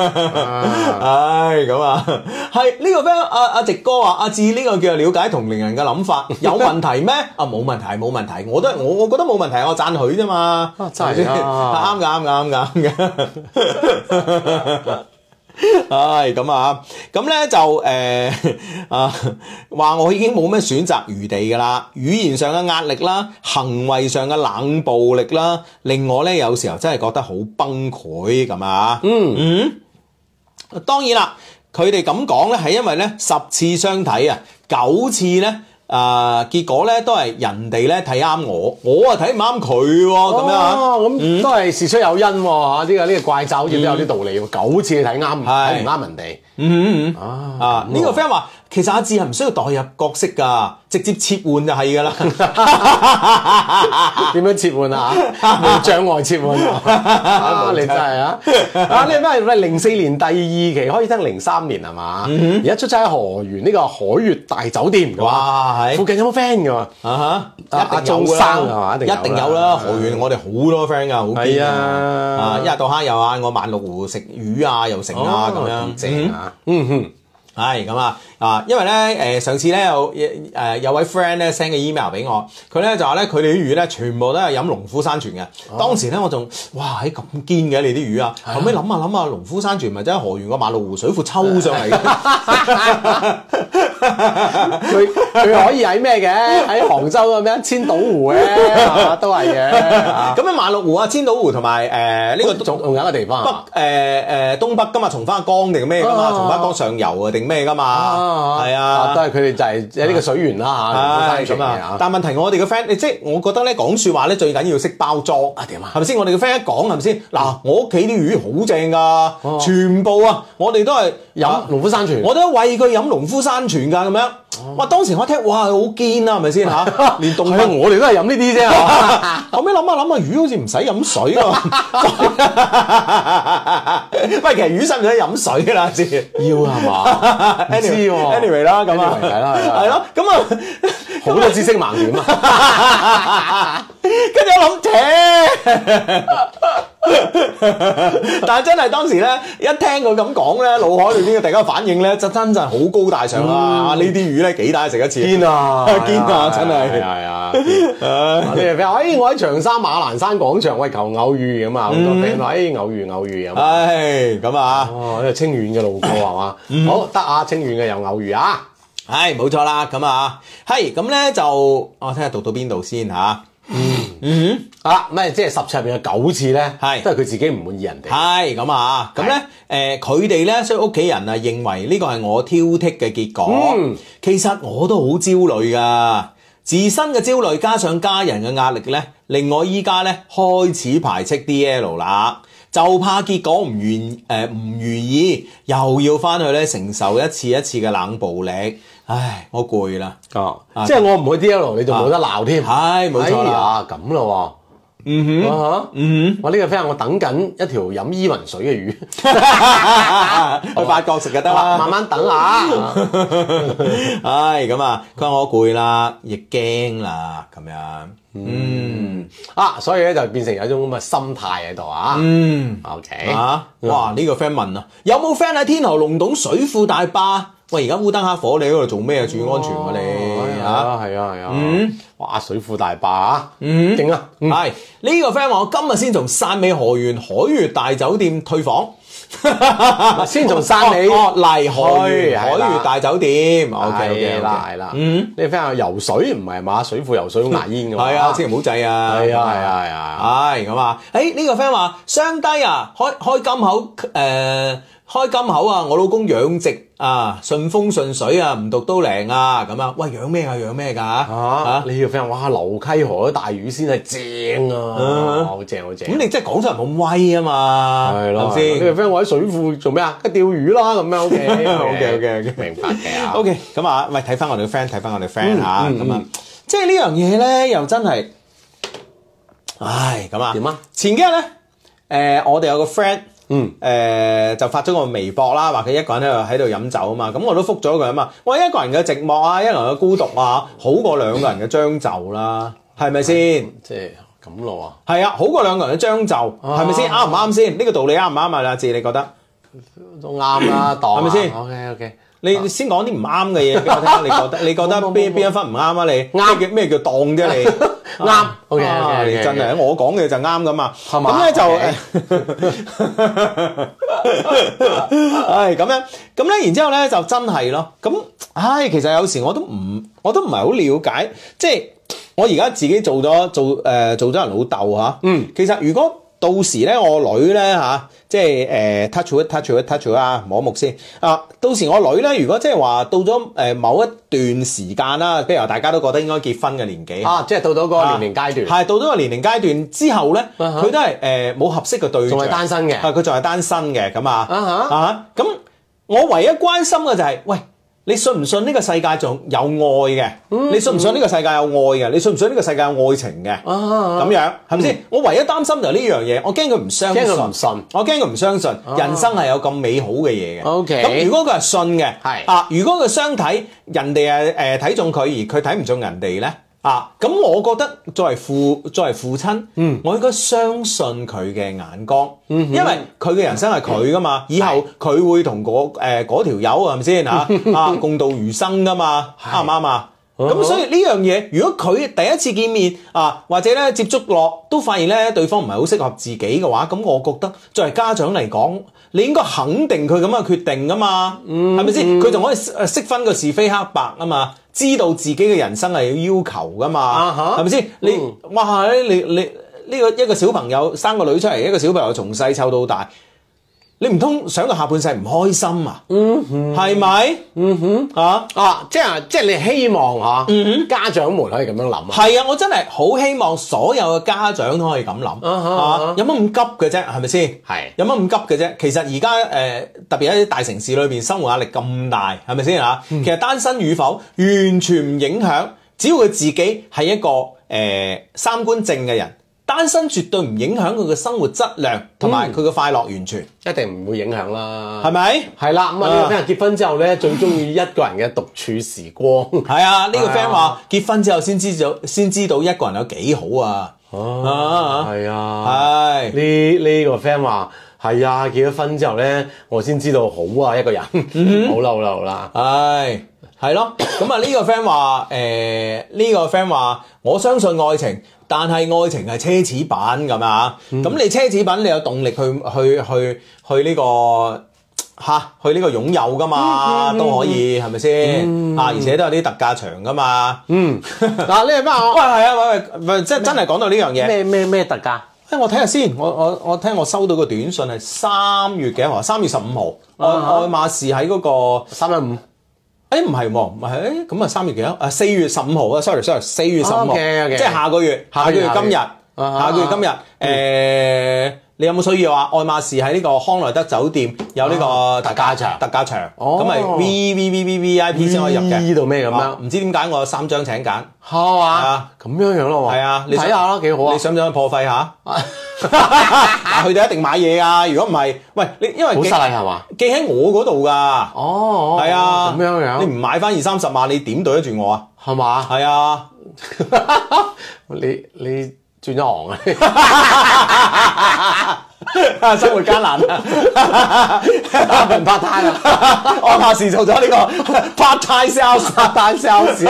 C: 唉，咁啊， 係呢、個 friend 阿阿直哥話阿志呢個叫了解同齡人嘅諗 法，有問題咩？啊，冇問題，冇問題，我都係我我覺得冇問題，我讚佢啫嘛。
A: 啊真係啊
C: 啱㗎，啱㗎， 啱㗎，啱㗎。 唉，咁啊，咁咧就誒、呃、啊，話我已經冇咩選擇餘地㗎啦，語言上嘅壓力啦，行為上嘅冷暴力啦，令我咧有時候真係覺得好崩潰咁啊。嗯嗯，當然啦，佢哋咁講咧係因為咧十次相睇啊，九次咧。誒、啊結果咧都係人哋咧睇啱我，我啊睇唔啱佢喎，咁樣啊。
A: 哦咁都係事出有因喎，啊呢個呢個怪獸好似都有啲道理喎，
C: 嗯
A: 九次你睇啱睇唔啱人哋，
C: 嗯嗯
A: 啊
C: 嗯啊！呢個 friend 話，其實阿志係唔需要代入角色㗎，直接切換就 係㗎啦。
A: 點樣切換啊？冇障礙切換 啊！你真係啊！啊，你咩？喂，零四年第二期開始聽，零三年係嘛？
C: 嗯
A: 而家出差喺河源呢個海悦大酒店嘅話，
C: 哇，係
A: 附近有冇 friend 㗎嘛？
C: 啊
A: 啊
C: 哈，一定
A: 阿
C: 有
A: 周
C: 㗎
A: 生
C: 啦
A: 係嘛一定有啦
C: 一定有啦。河源我哋好多 friend 㗎，好堅
A: 係
C: 㗎
A: 啊
C: 啊，一日到黑又嗌我萬綠湖食魚啊，又成啊咁樣，
A: 正啊！嗯哼，
C: 係咁啊啊！因為咧誒、呃上次咧有誒、呃有位 friend 咧 send 嘅 email 俾我，佢咧就話咧佢哋啲魚咧全部都係飲農夫山泉嘅。當時咧我仲哇喺咁堅嘅你啲魚哦啊！後尾諗下諗下，農夫山泉咪真係河源個馬路湖水庫抽上 嚟嘅。
A: 佢佢可以喺咩嘅？喺杭州嘅咩千島湖咧， 啊都係嘅。啊
C: 咁樣馬路湖啊、千島湖同埋誒呢個
A: 仲仲有一個地方
C: 北
A: 啊
C: 誒誒東北今日松花江定咩噶嘛？
A: 啊
C: 松花江上游啊定咩噶嘛？
A: 啊，
C: 係
A: 都
C: 啊。
A: 係佢哋就係喺呢個水源啦
C: 係
A: 嚇，
C: 咁啊！
A: 哎啊，
C: 但問題我哋嘅 friend，你即係我覺得咧講説話咧最緊要識包裝
A: 啊點啊嗯
C: 係咪先？我哋嘅 friend 一講係咪先？嗱，我屋企啲魚好正
A: 哦
C: 㗎，全部啊，我哋都係
A: 飲農夫山泉。
C: 我都喂佢飲農夫山泉㗎咁樣。哇！當時我一聽哇，好堅啊，係咪 先嚇？連動物
A: 哦係啊，我哋都係飲呢啲啫 啊。
C: 後尾諗下諗下，魚好似唔使飲水喎。 喂，其實魚使唔使飲水㗎啦？先。
A: 要係 嘛？唔知
C: anyway
A: 喎
C: anyway 啦，咁啊，
A: Anyway，係啦係啦
C: 係咯，咁啊，
A: 好多知識盲點 啊！
C: 跟住我諗，切，但係真係當時咧，一聽佢咁講咧，腦海裏邊嘅大家反應咧，就真係好高大上啦！啊呢啲魚咧幾大食一次，
A: 堅啊
C: 堅啊，真
A: 係
C: 係。
A: 係啊！ 你哋 friend 話哎我喺長沙馬蘭山廣場喂求偶遇咁啊，好多 friend 話哎偶遇偶遇咁啊。
C: 唉，咁啊。
A: 哦，呢個清遠嘅路過係嘛？好得啊，清遠嘅有偶遇啊！
C: 係冇錯啦，咁啊，係咁咧就我睇下讀到邊度先吓，
A: 啊，咩即係十次入邊有九次咧，
C: 係
A: 都係佢自己唔滿意人哋。
C: 係咁啊，咁咧誒佢哋咧，所以屋企人啊認為呢個係我挑剔嘅結果，
A: 嗯
C: 其實我都好焦慮噶，自身嘅焦慮加上家人嘅壓力咧，令我依家咧開始排斥 DL 啦。就怕結果唔願誒唔如意，又要翻去咧承受一次一次嘅冷暴力，唉，我攰啦。
A: 哦，即係我唔去 D L，你仲冇得鬧添。
C: 係冇錯啦
A: 哎呀咁咯喎。嗯哼，嗯哼，我呢個 friend 我等緊一條飲依雲水嘅魚。
C: 去八角食就得
A: 慢
C: 啦。
A: 慢等啊！
C: 唉，咁啊，佢話我攰啦，亦驚啦，咁樣。嗯
A: 啊，所以咧就變成有一種咁嘅心態喺度啊。
C: 嗯，
A: OK，
C: 啊，
A: 嗯
C: 哇！呢個 friend 問啊，有冇 friend 喺天河龍洞水庫大壩？喂，而家烏燈黑火，你喺度做咩啊？注意安全喎你
A: 係
C: 嚇。
A: 啊，係啊，係啊。哇，水庫大壩啊，勁啊！嗯
C: 係呢個 friend 話，我今日先從汕尾河源海悦大酒店退房。
A: 先從汕尾
C: 哦哦哦麗海
A: 去
C: 悦
A: 係
C: 海
A: 啦
C: 悦大酒店。O K O K
A: 係啦，係啦。嗯，你 friend 話游水唔係嘛？水庫游水好牙煙㗎嘛。
C: 係啊，千祈唔好制啊。
A: 係啊，係啊，係啊。
C: 唉，咁啊，誒呢、個 friend 話雙低啊，開開金口誒、呃、開金口啊，我老公養殖啊，順風順水啊，唔讀都靈啊，咁啊，喂養咩啊養咩㗎
A: 啊
C: 啊！
A: 你個 friend 哇，流溪河啲大魚先係正啊，好正好正
C: 咁。你即係講出嚟冇威啊嘛，
A: 係咯，係
C: 係咪
A: 咯啊
C: 先
A: 你個 friend 我喺水庫做咩啊？釣魚啦咁樣，OK
C: OK，OK，OK
A: 明白嘅啊。嗯
C: ？OK，咁啊，喂睇翻我哋嘅 friend，睇翻我哋 friend 嚇，咁啊，即係呢樣嘢咧，又真係，唉，咁啊
A: 點啊？
C: 前幾日咧，誒、我哋有個 friend。
A: 嗯，
C: 誒、就發咗個微博啦，話佢一個人喺度喺度飲酒啊嘛，咁我都覆咗佢啊嘛。我一個人嘅寂寞啊，一個人嘅孤獨啊，好過兩個人嘅將就啦，係咪先？
A: 即係咁咯喎。
C: 係啊，好過兩個人嘅將就，
A: 啊
C: 係咪先？啱唔啱先？呢、個道理啱唔啱啊？阿志，你覺得？
A: 都啱啦，當
C: 係咪先
A: ？OK OK，
C: 你你先講啲唔啱嘅嘢俾我聽，你覺得？你覺得
A: 啊冇冇
C: 邊
A: 冇
C: 邊一忽唔啱啊？你
A: 啱
C: 咩叫咩叫當啫？你
A: 啱，OK
C: 啊
A: OK，
C: 你真係我講嘅就啱噶嘛，
A: 係嘛
C: 咁咧就誒， 唉咁樣，咁咧然之後咧就真係咯，咁唉其實有時我都唔我都唔係好了解，即係我而家自己做咗做誒、做咗人老豆嚇，嗯，其實如果到時咧，我女咧嚇、即係誒、touch wood touch wood touch wood 啊，摸木先啊。到時我女咧，如果即係話到咗誒、某一段時間啦，譬如話大家都覺得應該結婚嘅年紀
A: 啊，即係到到嗰個年齡階段，
C: 係到咗個年齡階段之後咧，佢、
A: 啊哈
C: 都係誒冇合適嘅對象，
A: 仲係單身嘅
C: 係佢仲係單身嘅咁啊，
A: 啊哈
C: 啊咁我唯一關心嘅就係、喂。你信唔信呢個世界仲有愛嘅？你信唔信呢個世界有愛嘅？你信唔信呢個世界有愛情嘅？
A: 啊啊
C: 咁樣係咪先？我唯一擔心就係呢樣嘢，我驚佢唔相信，
A: 驚佢唔信
C: 我驚佢唔相信，人生係有咁美好嘅嘢嘅。
A: OK
C: 咁如果佢係信嘅，
A: 係
C: 啊，如果佢相睇人哋誒誒睇中佢，而佢睇唔中人哋咧，啊，咁我覺得作為父作為父親，嗯，我應該相信佢嘅眼光，嗯，因為佢嘅人生係佢噶嘛，以後佢會同嗰誒嗰條友係咪先 嚇啊共度餘生噶嘛，啱唔啱啊？咁所以呢樣嘢，如果佢第一次見面啊，或者咧接觸落都發現咧對方唔係好適合自己嘅話，咁我覺得作為家長嚟講，你應該肯定佢咁嘅決定噶嘛，係咪先？佢仲可以誒識分個是非黑白啊嘛，知道自己嘅人生係有要求噶
A: 啊
C: 嘛，
A: 哈
C: 係咪先？你哇，你你呢個一個小朋友生個女出嚟，一個小朋友從細湊到大。你唔通想佢下半世唔開心啊？嗯哼，係咪？嗯哼，啊，
A: 啊，即係即係你希望嚇，家長們可以咁樣諗啊。
C: 係啊，我真係好希望所有嘅家長都可以咁諗
A: 啊哈啊
C: 啊
A: 哈！
C: 有乜咁急嘅啫？係咪先？
A: 係
C: 有乜咁急嘅啫？其實而家誒特別喺啲大城市裏邊，生活壓力咁大，係咪先啊？
A: 嗯
C: 其實單身與否完全唔影響，只要佢自己係一個誒、呃三觀正嘅人，單身絕對唔影響佢嘅生活質量
A: 嗯
C: 同埋佢嘅快樂，完全
A: 一定唔會影響啦。
C: 係咪？
A: 係啦，咁啊呢個 friend 結婚之後咧，最中意一個人嘅獨處時光。
C: 係啊，呢、個
A: 係啊
C: friend 話結婚之後先知道先知道一個人有幾好啊！
A: 哦，係啊，
C: 係。
A: 呢呢個 friend 話係啊，結咗婚之後咧，我先知道好啊一個人。好啦好啦好啦，
C: 唉，係咯，咁啊呢個 friend 話，誒、呢、個 friend 話，我相信愛情，但係愛情係奢侈品咁啊，
A: 嗯
C: 咁、你奢侈品你有動力去去去去呢、個。吓，去呢個擁有噶
A: 嗯
C: 嘛，都可以係咪先？啊，而且都有啲特價場噶嘛。嗯，
A: 嗱呢個 friend 話
C: 喂，係啊，喂喂喂，即係真係講到呢樣嘢。
A: 咩咩咩特價？
C: 誒，我睇下先，我我我聽我收到個短信係三月幾號，三月十五號，愛
A: 啊
C: 愛馬仕喺嗰、個。
A: 三一五，
C: 誒唔係喎，唔係誒咁啊三月幾啊？啊四月十五號啊，sorry sorry，四月十五號，
A: OK，OK
C: 即係下個月，下個月
A: 下個
C: 今
A: 月
C: 日，
A: 啊
C: 下個月今日誒。你有冇需要啊？愛馬仕喺呢個康萊德酒店有呢個
A: 啊特價場
C: 特價場，
A: 哦
C: 咁咪 V V V V V I P 先可以入嘅。
A: V 到咩咁樣
C: 啊唔知點解我有三張請柬，
A: 嗯哦係嘛
C: 啊？
A: 咁樣樣咯喎。
C: 係啊，你
A: 睇
C: 想
A: 下啦，幾好啊
C: 你。想唔想破費下？ 嗱佢哋一定買嘢啊！如果唔係，喂你因為
A: 好實
C: 記
A: 例係 嘛？
C: 記喺我嗰度㗎，
A: 哦，
C: 係啊，
A: 咁樣樣
C: 你唔買翻二三十萬，你點對得住我啊？
A: 係嘛？
C: 係啊，
A: 你你轉咗行 啊？
C: 生活艱難 啊，
A: 份 part time 啊，
C: 我怕時做咗呢個 part time sales，part time sales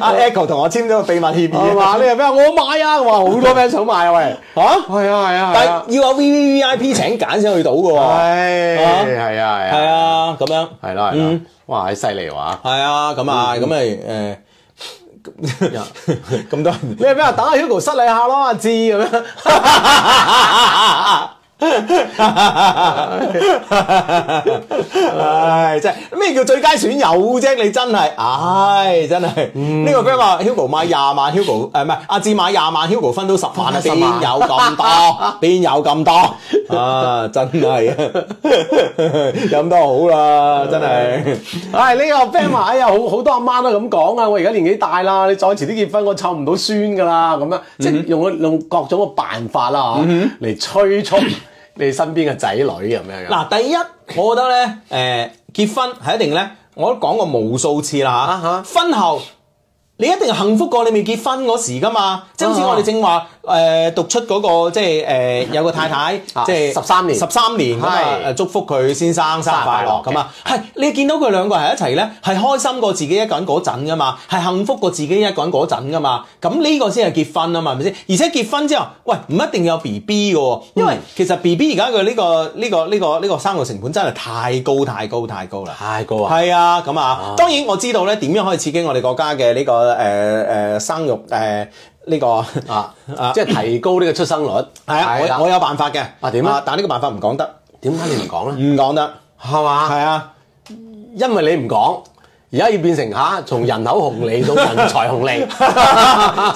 C: 阿 Echo 同我簽咗個秘密協
A: 係
C: 議
A: 嘛？你係咩啊？我買啊！我話好多 friend 想買啊，喂。
C: 嚇，
A: 係啊係啊
C: 但係要有 V V V I P 請柬先去到嘅喎，
A: 係係啊係
C: 係
A: 啊
C: 啊，咁
A: 係
C: 樣
A: 啦係啦，
C: 嗯
A: 哇！係犀利喎！
C: 係啊，咁啊，咁咪誒。咁咁多人
A: 你係咩啊？等阿 Hugo 失禮下咯，阿志咁樣。
C: 唉，真係咩叫最佳損友啫？你真係，唉，真係呢個 friend 話 Hugo 買廿萬，Hugo 誒唔係阿志買廿萬，Hugo 分到十萬啊，
A: 十
C: 邊
A: 萬
C: 有咁多？邊 有咁多啊？真係 有咁多好啦，真係
A: 唉，呢個 friend 話：哎呀，好好多阿媽都咁講啊！我而家年紀大啦，你再遲啲結婚，我湊唔到孫噶啦，
C: 嗯
A: 咁樣即係用用各種嘅辦法啦嚇，嚟催促你身邊嘅仔女咁樣樣。
C: 嗱。第一，我覺得咧誒、結婚係一定咧，我都講過無數次啦
A: 啊
C: 啊嚇，婚後。你一定幸福過你未結婚嗰時噶嘛，即係好似我哋正話誒讀出嗰個即係 誒有個太太
A: 啊
C: 即係
A: 13年
C: 十三年咁啊
A: 係
C: 誒祝福佢先生生日快樂咁啊，係你見到佢兩個係一齊咧，係開心過自己一個人嗰陣噶嘛，係幸福過自己一個人嗰陣噶嘛，咁呢個先係結婚啊嘛，係咪先？而且結婚之後，喂唔一定有 B B 嘅喎，
A: 嗯
C: 因為其實 B B 而家嘅呢個呢個呢個呢個生活成本真係太高太高太高啦。
A: 太高啊！
C: 係啊，咁啊，當然我知道咧點樣可以刺激我哋國家嘅呢、個誒誒、呃生育誒呢、個
A: 啊
C: 啊，
A: 即係提高呢個出生率。
C: 係啊，
A: 啦
C: 我我有辦法嘅
A: 啊點啊
C: 但係呢個辦法唔講得，
A: 點解你唔講咧？
C: 唔講得，
A: 係嘛？
C: 係啊，
A: 因為你唔講，而家要變成吓從人口紅利到人才 紅利，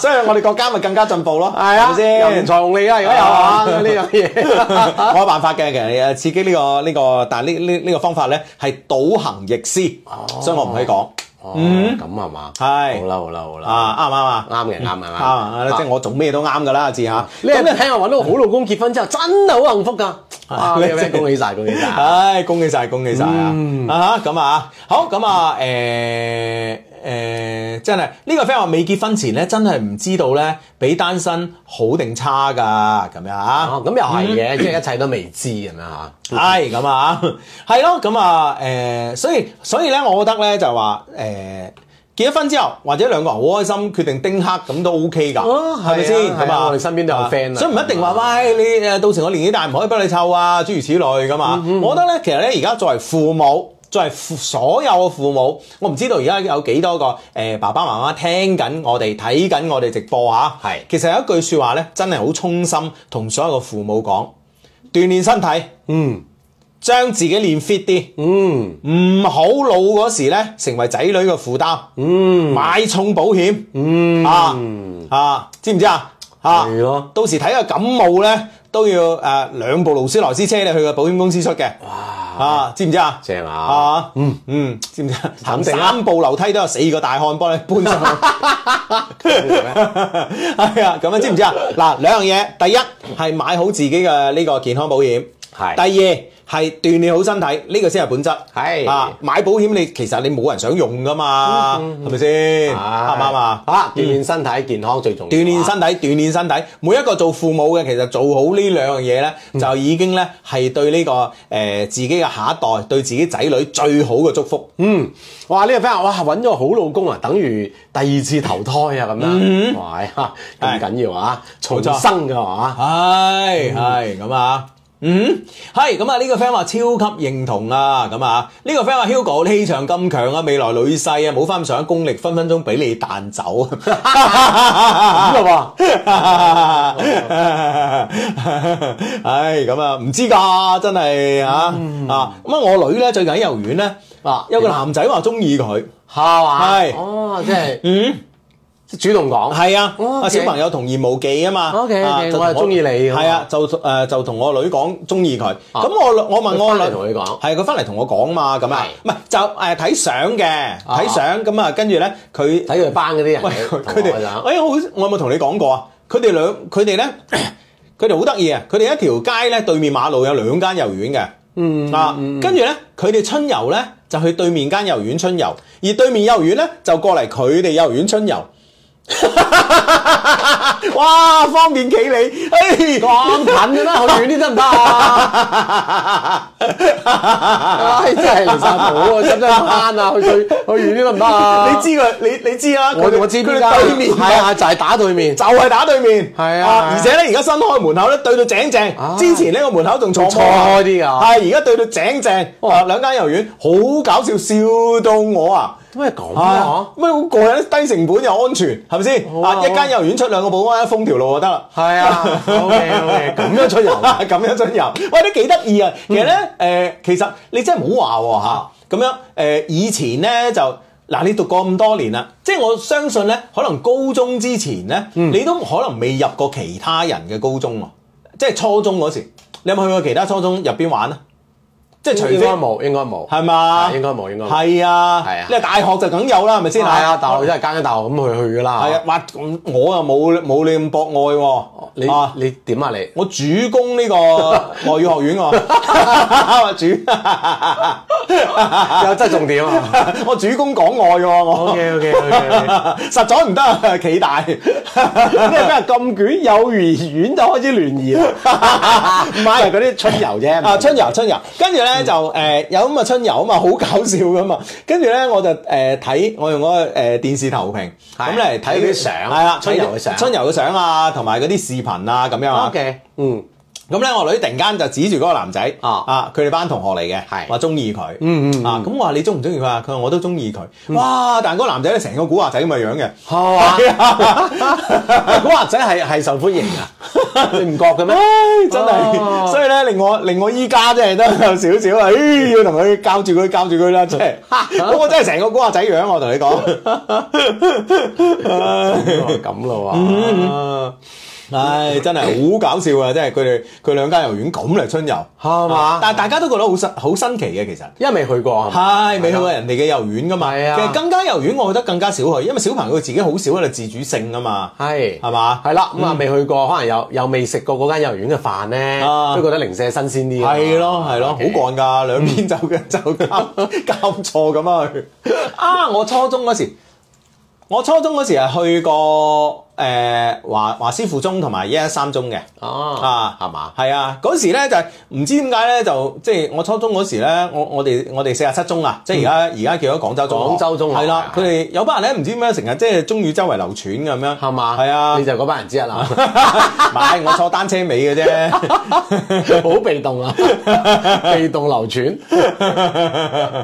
C: 所以我哋國家咪更加進步咯，係咪
A: 人
C: 先？
A: 才紅利啊！而家有啊呢樣 嘢。
C: 我有辦法嘅，其實誒刺激呢、個呢、個，但係呢呢呢個方法咧係倒行逆施，所以我唔可以講
A: 哦，咁係嘛？
C: 嗯係
A: 好啦，好啦，好啦。
C: 啊，啱唔啱啊？
A: 啱嘅，啱嘅，啱
C: 啱啊！即係我做咩都啱噶啦，知嚇。
A: 你係咪聽我揾到個好老公結婚之後，真係好幸福㗎。啊，
C: 你
A: 你咩
C: 真係
A: 恭喜晒，恭喜晒！
C: 唉，恭喜晒，恭喜晒啊！啊咁啊，好咁啊，誒、誒、真係呢、個 friend 話未結婚前咧，真係唔知道咧，比單身好定差噶咁樣啊。
A: 啊，咁又係嘅，即係一切都未知咁樣嚇。
C: 係咁啊， 係咯，咁啊，誒、所以所以咧，我覺得咧就話誒、結咗婚之後，或者兩個人好開心，決定丁克咁都 O K 㗎，
A: 啊
C: 係咪先？
A: 係啊
C: 咁
A: 係啊我哋身邊都有 friend 啊
C: 所以唔一定話喂你誒，到時我年紀大唔可以幫你湊啊，諸如此類咁
A: 嗯
C: 啊。我覺得咧，其實咧而家作為父母。作為父所有嘅父母，我唔知道而家有幾多個誒、爸爸媽媽聽緊我哋睇緊我哋直播嚇，
A: 係
C: 其實有一句説話咧，真係好衷心同所有嘅父母講，鍛鍊身體。
A: 嗯
C: 將自己練 fit 啲，
A: 嗯。
C: 唔好老嗰時咧成為仔女嘅負擔。嗯，買重保險。嗯，啊啊，知唔知啊？啊，
A: 係咯
C: 到時睇個感冒咧都要誒、呃、兩部勞斯萊斯車你去個保險公司出嘅。哇！啊，知唔知啊？
A: 正啊
C: 啊，嗯嗯，知唔知啊？行
A: 肯定啊
C: 三步樓梯都有四個大漢幫你搬上 去。係啊，咁樣知唔知啊？嗱，兩樣嘢，第一係買好自己嘅呢個健康保險，
A: 係
C: 第二係鍛鍊好身體，呢、個先係本質。
A: 係
C: 啊，買保險你其實你冇人想用噶嘛，係咪先？啱唔啱啊？
A: 啊，鍛鍊身體健康最重要。啊
C: 鍛鍊身體，鍛鍊身體。每一個做父母嘅，其實做好呢兩樣嘢咧，就已經咧係對呢、個誒、呃自己嘅下一代，對自己仔女最好嘅祝福。
A: 嗯，哇！呢、個 friend 話哇揾咗個好老公啊，等於第二次投胎啊咁樣，哇！嚇咁緊要啊，重
C: 嗯錯
A: 生㗎嘛，
C: 係係咁啊。嗯，係咁啊！呢、個 friend 話超級認同啊，咁啊，呢、個 friend 話 Hugo 你氣場咁強啊，未來女婿啊，冇翻咁上下功力，分分鐘俾你彈走。啊
A: 咁咯 喎，
C: 唉，哎咁啊，唔知㗎，真係嚇啊！咁啊，我女咧最近喺幼兒園咧，
A: 嗯啊
C: 有個男仔話中意佢，
A: 係嘛？
C: 係
A: 哦，即係
C: 嗯，
A: 即係主動講，
C: 係啊，
A: 哦
C: 啊
A: OK
C: 小朋友童言無忌啊嘛
A: OK，OK，
C: 啊就同
A: 我係鍾意你㗎嘛
C: 係啊，就誒就同我女講中意佢，咁
A: 啊
C: 我我問我
A: 佢返
C: 女
A: 嚟同你講
C: 係佢翻嚟同我講嘛，咁啊，唔
A: 係
C: 係就誒睇相嘅，睇相咁啊，跟住咧
A: 睇
C: 佢
A: 佢班嗰啲人
C: 喂，
A: 嘅
C: 佢
A: 同學
C: 佢哋，
A: 啊
C: 哎，我好，我有冇同你講過啊？佢哋兩，佢哋咧， 佢哋好得意啊！佢哋一條街咧，對面馬路有兩間幼兒園嘅，嗯啊，跟住咧，佢哋春遊咧就去對面間幼兒園春遊，而對面幼兒園咧就過嚟佢哋幼兒園春遊。 哇，方便企你，哎，
A: 咁近嘅啦，去遠啲得唔得啊？唉，真係離晒譜啊！使唔使慳啊？去去去遠啲得唔得啊？
C: 你知佢，你你知啦，佢哋
A: 我我知
C: 佢
A: 邊
C: 哋
A: 間
C: 對面
A: 係啊，就係打對面
C: 就。係打對面，
A: 係啊係啊
C: 而且咧而家新開門口咧對到井正
A: 啊，
C: 之前呢個門口仲錯
A: 仲錯開啲㗎啊哦
C: 係而家對到井正，啊兩間幼兒園好搞笑，笑到我啊！
A: 點解咁
C: 啊
A: 啊？，
C: 咩好過癮？低成本又安全，係咪先？
A: 啊
C: 啊，一間幼兒園出兩個保安，封條路就得啦。
A: 係啊，OK OK，咁樣出遊。啊 嗯
C: 咁樣春遊，喂，都幾得意啊！其實咧，誒、其實你真係唔好話喎嚇，咁樣誒、呃以前咧就嗱，你讀過咁多年啦，即係我相信咧，可能高中之前咧，
A: 嗯
C: 你都可能未入過其他人嘅高中喎，即係初中嗰時，你有冇去過其他初中入邊玩啊？即係除
A: 應
C: 非
A: 該冇，應該冇。
C: 係嘛？
A: 係應該冇應該冇
C: 係啊，
A: 係啊
C: 你大學就梗有啦，係咪先啊
A: 係啊啊，大學真係間間大學咁去去噶啦。
C: 係啊，哇！咁我又冇冇你咁博愛喎，
A: 哦你
C: 啊
A: 你點啊你？
C: 我主攻呢個 外語學院喎，主，
A: 又真係重點啊
C: 我主攻港外喎，我
A: OK OK，
C: 實在唔得，企大，
A: 咩俾人禁卷？幼兒園就開始聯誼啦，唔係嗰啲春遊啫。
C: 啊春遊春遊，跟住
A: 嗯
C: 咧就誒、呃有咁嘅春遊啊嘛，好搞笑噶嘛。跟住咧我就誒呃睇、我用嗰個誒電視投屏，
A: 係
C: 咁咧睇
A: 睇啲相
C: 係啦，
A: 春遊嘅
C: 睇啲
A: 相
C: 春遊嘅相啊，同埋嗰啲視頻啊咁樣 啊。
A: OK，嗯，
C: 咁咧，我女突然間就指住嗰個男仔
A: 啊
C: 啊，佢哋班同學嚟嘅，
A: 係
C: 話中意佢，
A: 嗯嗯
C: 啊，咁我話你中唔中意佢啊？佢話我都中意佢，哇！但係嗰個男仔咧成個古惑仔咁嘅樣嘅，
A: 係嘛？啊 古惑仔係係受歡迎 噶，你唔覺嘅咩
C: 唉？，真
A: 哦
C: 係，啊所以咧令我令我依家真係都有少少啊，唉要同佢教住佢教住佢啦，真 係，咁我真係成個古惑仔樣，我同你講，
A: 咁咯喎，
C: 唉，真係好搞笑啊！真係佢哋佢兩間遊園咁嚟春遊，
A: 係嘛？
C: 啊但係大家都覺得好新好新奇嘅其實。
A: 因為未去過啊，
C: 係未去過人哋嘅幼兒園噶嘛，
A: 係啊
C: 其實更加幼兒園，我覺得更加少去，因為小朋友佢自己好少喺度自主性啊嘛，
A: 係
C: 係嘛？
A: 係啦，咁啊未去過，可能又又未食過嗰間幼兒園嘅飯咧
C: 啊，
A: 都覺得零舍新鮮啲啊。
C: 係咯係嗯咯，好
A: OK
C: 趕㗎，兩邊走嘅就 交交錯咁啊去。 啊！我初中嗰時，我初中嗰時係去過誒華華師附中同埋一一三中嘅。
A: 哦
C: 啊，
A: 係嘛？
C: 係啊，嗰時咧就係唔知點解咧，就即係我初中嗰時咧，我我哋我哋四十七中啊，即係而家而家叫咗廣州中學。
A: 嗯廣州中學
C: 係啦，
A: 係
C: 佢哋有班人咧唔知點解成日即係中意周圍流傳咁樣。
A: 係嘛？
C: 係啊
A: 你，就嗰班人之一啦，
C: 唔係我坐單車尾嘅啫。
A: 好被動啊，被動流傳。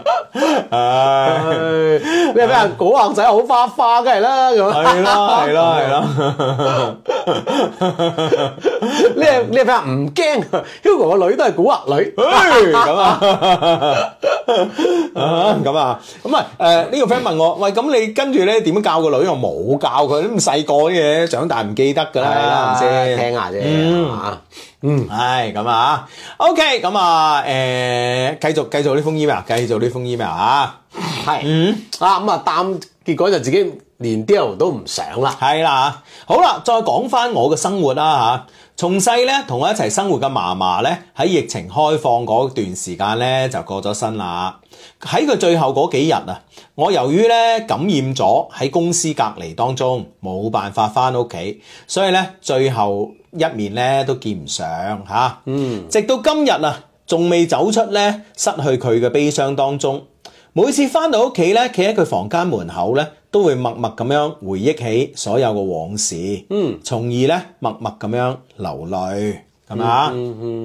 A: 唉
C: 唉
A: 你係俾人古惑仔好花花，梗係啦咁。
C: 係啦，係啦，係啦。
A: 你係你係俾人唔驚，Hugo 啊個女都係古惑女。
C: 嘿咁 啊， 啊咁啊，咁啊，誒呢個 friend 問我，喂，咁你跟住咧點樣教個女？我冇教佢，咁細個啲嘢，長大唔記得㗎啦，係啊咪先？
A: 聽下啫，係嘛嗯，
C: 唉，咁啊，OK，咁啊，誒、繼續繼續呢封 email，繼續呢封 email 啊，
A: 係啊咁啊，擔結果就自己連 deal 都唔想啦。
C: 係啦，好啦，再講翻我嘅生活啊啦嚇。從細咧同我一齊生活嘅嫲嫲咧，喺疫情開放嗰段時間咧就過咗身啦。喺佢最後嗰幾日啊，我由於咧感染咗喺公司隔離當中，冇辦法翻屋企，所以咧最後一面咧都見唔上嚇。嗯，直到今日啊，仲未走出咧失去佢嘅悲傷當中。每次翻到屋企咧，企喺佢房間門口咧，都會默默咁樣回憶起所有嘅往事，嗯，從而咧默默咁樣流淚，咁啊，
A: 嗯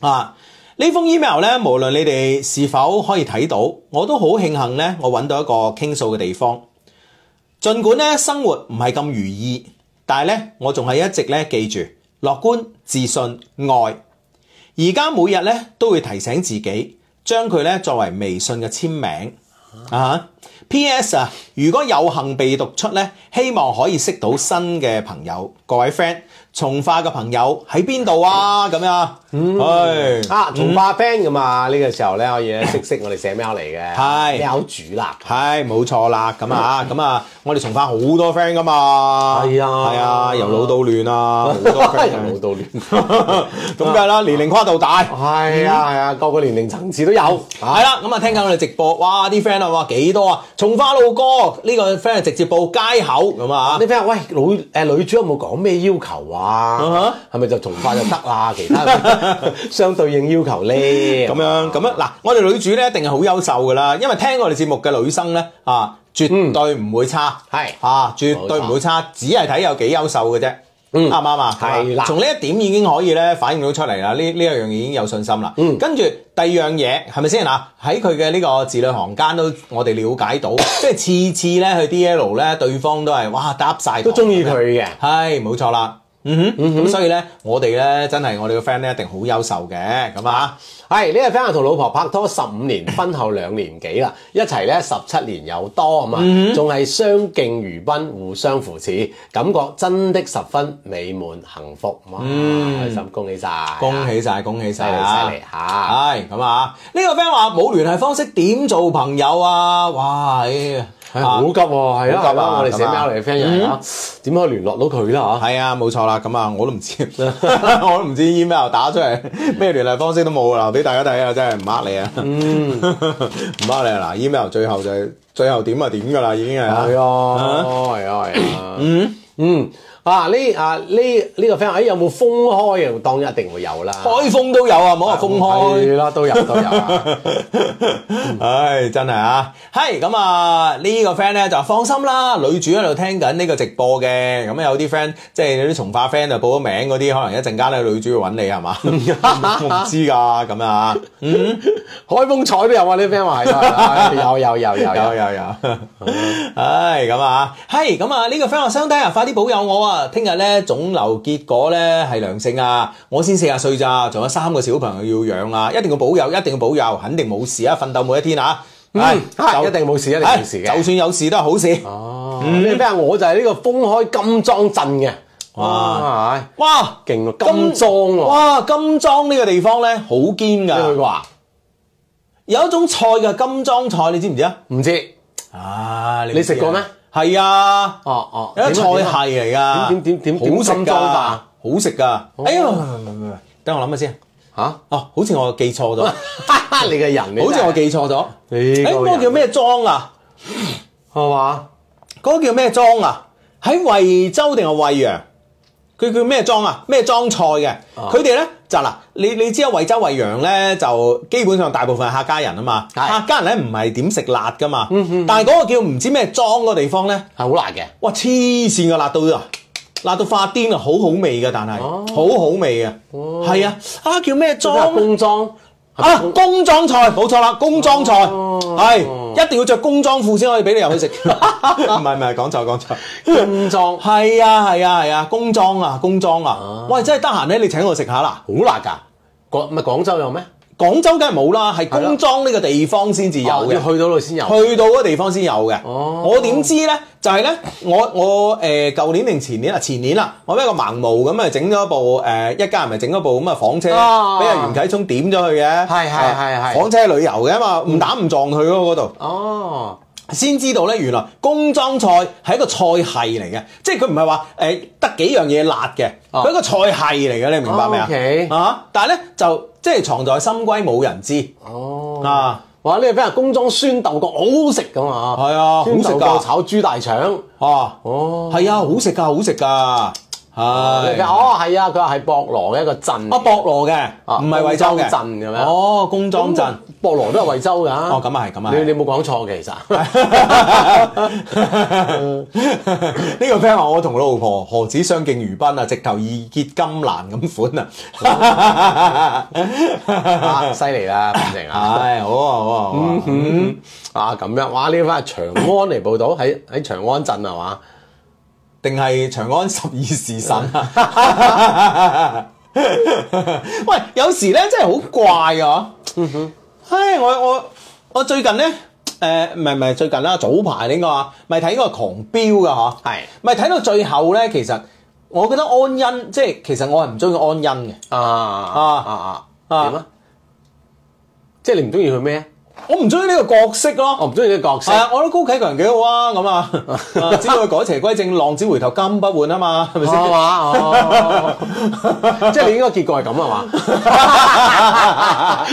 C: 啊。呢封 email 咧，無論你哋是否可以睇到，我都好慶幸咧，我揾到一個傾訴嘅地方。儘管咧生活唔係咁如意，但係咧我仲係一直咧記住樂觀、自信、愛。而家每日咧都會提醒自己，將佢咧作為微信嘅簽名啊。P.S. 啊，如果有幸被讀出咧，希望可以識到新嘅朋友，各位 friend，從化嘅朋友喺邊度啊？咁樣，唉，
A: 啊，從化 friend 噶嘛，呢個時候咧可以識識我哋寫 mail 嚟嘅，
C: 係
A: mail 主啦。
C: 係冇錯啦，咁啊，咁啊，我哋從化好多 friend 噶嘛，
A: 係啊
C: 係啊，由老到亂啊，好多 friend，
A: 由老到亂，
C: 咁梗係啦，年齡跨度大。
A: 係啊係啊，各個年齡層次都有。
C: 係啦，咁啊聽緊我哋直播，哇！啲 friend 啊，哇幾多啊！從化路哥呢、個 friend 直接報街口咁啊
A: 你，睇下，喂，女誒女主有冇講咩要求啊
C: 哈？
A: 係咪就從化就得啦？其他 相對應要求咧，
C: 咁樣咁樣嗱，我哋女主咧一定係好優秀噶啦，因為聽我哋節目嘅女生咧啊，絕對唔會差，
A: 嗯係
C: 啊，絕對唔會差，只係睇有幾優秀嘅啫。啱唔啱啊？
A: 嗯係啦
C: 從呢一點已經可以咧反映到出嚟啦。呢呢一樣嘢已經有信心啦。嗯，跟住第二樣嘢係咪先嗱？喺佢嘅呢個字裏行間都我哋了解到，即係次次咧去 D L 咧，對方都係哇搭晒堂
A: 都中意 佢嘅。
C: 係冇錯啦。嗯哼，咁所以咧，我哋咧真係我哋個 friend 咧一定好優秀嘅，咁啊，
A: 係呢個 friend 同老婆拍拖十五年，婚後兩年幾啦，一齊咧十七年有多啊嘛，
C: 嗯
A: 仲係相敬如賓，互相扶持，感覺真的十分美滿幸福，哇！開心，恭喜晒，
C: 嗯恭喜晒，恭喜
A: 哎犀
C: 晒
A: 利
C: 啊！
A: 犀利嚇！
C: 係咁啊！呢、個 friend 話冇聯繫方式點做朋友啊？哇！哎呀
A: 係好急喎，係啊，係
C: 好急啊嗯
A: 啊我哋寫 mail 嚟嘅 friend 又係啊，點可以聯絡到佢啦
C: 係啊，冇錯啦，咁啊，我都唔知， 我都唔知 email 打出嚟咩聯繫方式都冇啦，留俾大家睇啊，真係唔呃你啊，
A: 嗯
C: 唔呃你啊，嗱，email 最後就係最後點啊點噶啦，已經係
A: 嚇？係啊，係啊，係 啊，嗯嗯。啊呢啊呢呢個 friend，哎有冇封開啊？當然一定會有啦，
C: 開封都有啊，
A: 哦
C: 冇話封開。
A: 係啦，都有 都有啊。
C: 唉，真係啊，係咁啊，呢、個 friend 咧就放心啦，女主喺度聽緊呢個直播嘅，咁啊有啲 friend 即係有啲從化 friend 就報咗名嗰啲，可能一陣間咧女主要揾你 係嘛，我唔知㗎，咁啊，
A: 開封彩都有啊！呢 friend 話係啊，有有有有
C: 有
A: 有。
C: 有有，唉，咁啊，係啊咁啊，呢、個 friend 話相低啊，快啲保佑我啊，聽日咧腫瘤結果咧係良性啊，我先四十歲咋，仲有三個小朋友要養啊，一定要保佑，一定要保佑，肯定冇事啊，奮鬥每一天啊，係
A: 嗯，啊一定冇事，一定冇事
C: 哎就
A: 嘅。
C: 算有事都係好事。
A: 哦，呢個 friend 話我就係呢個封開金莊鎮嘅。哇，係
C: 哇！
A: 勁啊！金莊喎，
C: 哇！金莊呢個地方咧好堅
A: 你去
C: 㗎，
A: 過啊？
C: 有一種菜嘅金莊菜，你知唔知啊？
A: 唔知。
C: 啊！你
A: 你食過咩？
C: 係啊，
A: 哦哦，
C: 有一菜
A: 點啊
C: 係嚟㗎，
A: 點點點點
C: 好食
A: 金
C: 㗎
A: 莊法，
C: 好食㗎。哎呀，唔係唔係唔係等我諗下先。
A: 嚇！
C: 哦，好似我記錯 咗，好
A: 你個人你
C: 似我記錯咗。
A: 你
C: 誒，
A: 個
C: 嗰個
A: 人
C: 叫咩莊啊？
A: 係嘛？
C: 嗰個叫咩莊啊？喺惠州定係惠陽？佢叫咩莊啊？咩莊菜嘅？
A: 啊
C: 佢哋咧就嗱，你你知啊，惠州惠陽咧就基本上大部分係客家人啊嘛，
A: 係嗯
C: 客家人咧唔係點食辣噶嘛，但係嗰個叫唔知咩莊個地方咧，
A: 係好辣嘅。
C: 哇黐線嘅辣到啊！辣到發癲啊！好好味嘅，但係好好味嘅，係啊！啊叫咩
A: 哦即係
C: 莊
A: 工裝
C: 啊？工裝菜冇錯啦，工裝菜
A: 哦
C: 係一定要着工裝褲先可以俾 你入去食。唔係唔係，講錯講錯。
A: 工 裝好
C: 係啊係啊係啊，工裝啊工裝啊，喂真係得閒咧，你請我食下啦。
A: 辣㗎。廣唔係廣州有咩？
C: 廣州梗係冇啦，係工裝呢個地方先至有
A: 哦
C: 嘅
A: 要。去到度先有。
C: 去到嗰個地方先有嘅。
A: 哦
C: 我點知咧？就係、呢，咧，我我誒舊、年定前年啊，前年啦，我俾一個盲毛咁啊，整咗部誒、呃一家人咪整咗部咁嘅房車，俾
A: 啊
C: 阿、袁啟聰點咗佢嘅。啊
A: 係係係係
C: 房車旅遊嘅嘛，唔打唔撞去嗰嗰度。
A: 哦，
C: 先知道咧，原來工裝菜係一個菜系嚟嘅，即係佢唔係話誒得幾樣嘢辣嘅，
A: 哦
C: 佢、一個菜系嚟嘅，你明白未啊
A: 哦，OK
C: 啊！但係咧就即係藏在深閨冇人知、
A: 哦。
C: 啊，
A: 哇！呢個 friend 話工裝酸豆角好好食咁啊，
C: 係啊
A: 酸
C: 好食
A: 豆
C: 㗎
A: 角炒豬大腸。
C: 哦，
A: 哦，
C: 係啊，好食㗎，好食㗎，
A: 呢個 friend
C: 係。
A: 哦係啊，佢話係博羅嘅一個鎮。
C: 啊，博羅嘅，
A: 啊
C: 唔係惠州嘅
A: 工莊鎮嘅咩
C: 哦，工莊鎮
A: 咁。博羅都係惠州㗎。
C: 哦
A: 哦，
C: 咁啊係咁啊係
A: 你你冇講錯嘅其 實。
C: 呢個 friend 話我同老婆何止相敬如賓啊，直頭義結金蘭咁款啊！
A: 啊，犀利啦，反正啊。
C: 唉，好啊，好啊，好啊。
A: 啊咁樣，哇！呢番係長安嚟報道，喺喺長安鎮係嘛？
C: 定係長安十二時辰啊？ 喂，有時咧真係好怪啊！唉，我我我最近咧，誒唔係唔係最近啦，早排呢個啊，咪睇嗰個狂飆噶嗬，
A: 係
C: 咪睇到最後咧，其實我覺得安欣，即係其實我係唔中意安欣嘅，
A: 啊啊啊啊！點啊？即係你唔中意佢咩？
C: 我唔中意呢個角色
A: 我
C: 咯。
A: 唔中意呢個角
C: 係
A: 色。
C: 啊，我覺得高啟強幾好啊，咁 啊，啊知道佢改邪歸正，浪子回頭金不換啊嘛，係咪 先？
A: 係嘛？哦，即係你應該結果係咁係嘛？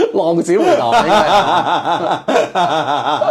A: 浪子回頭啊應該係。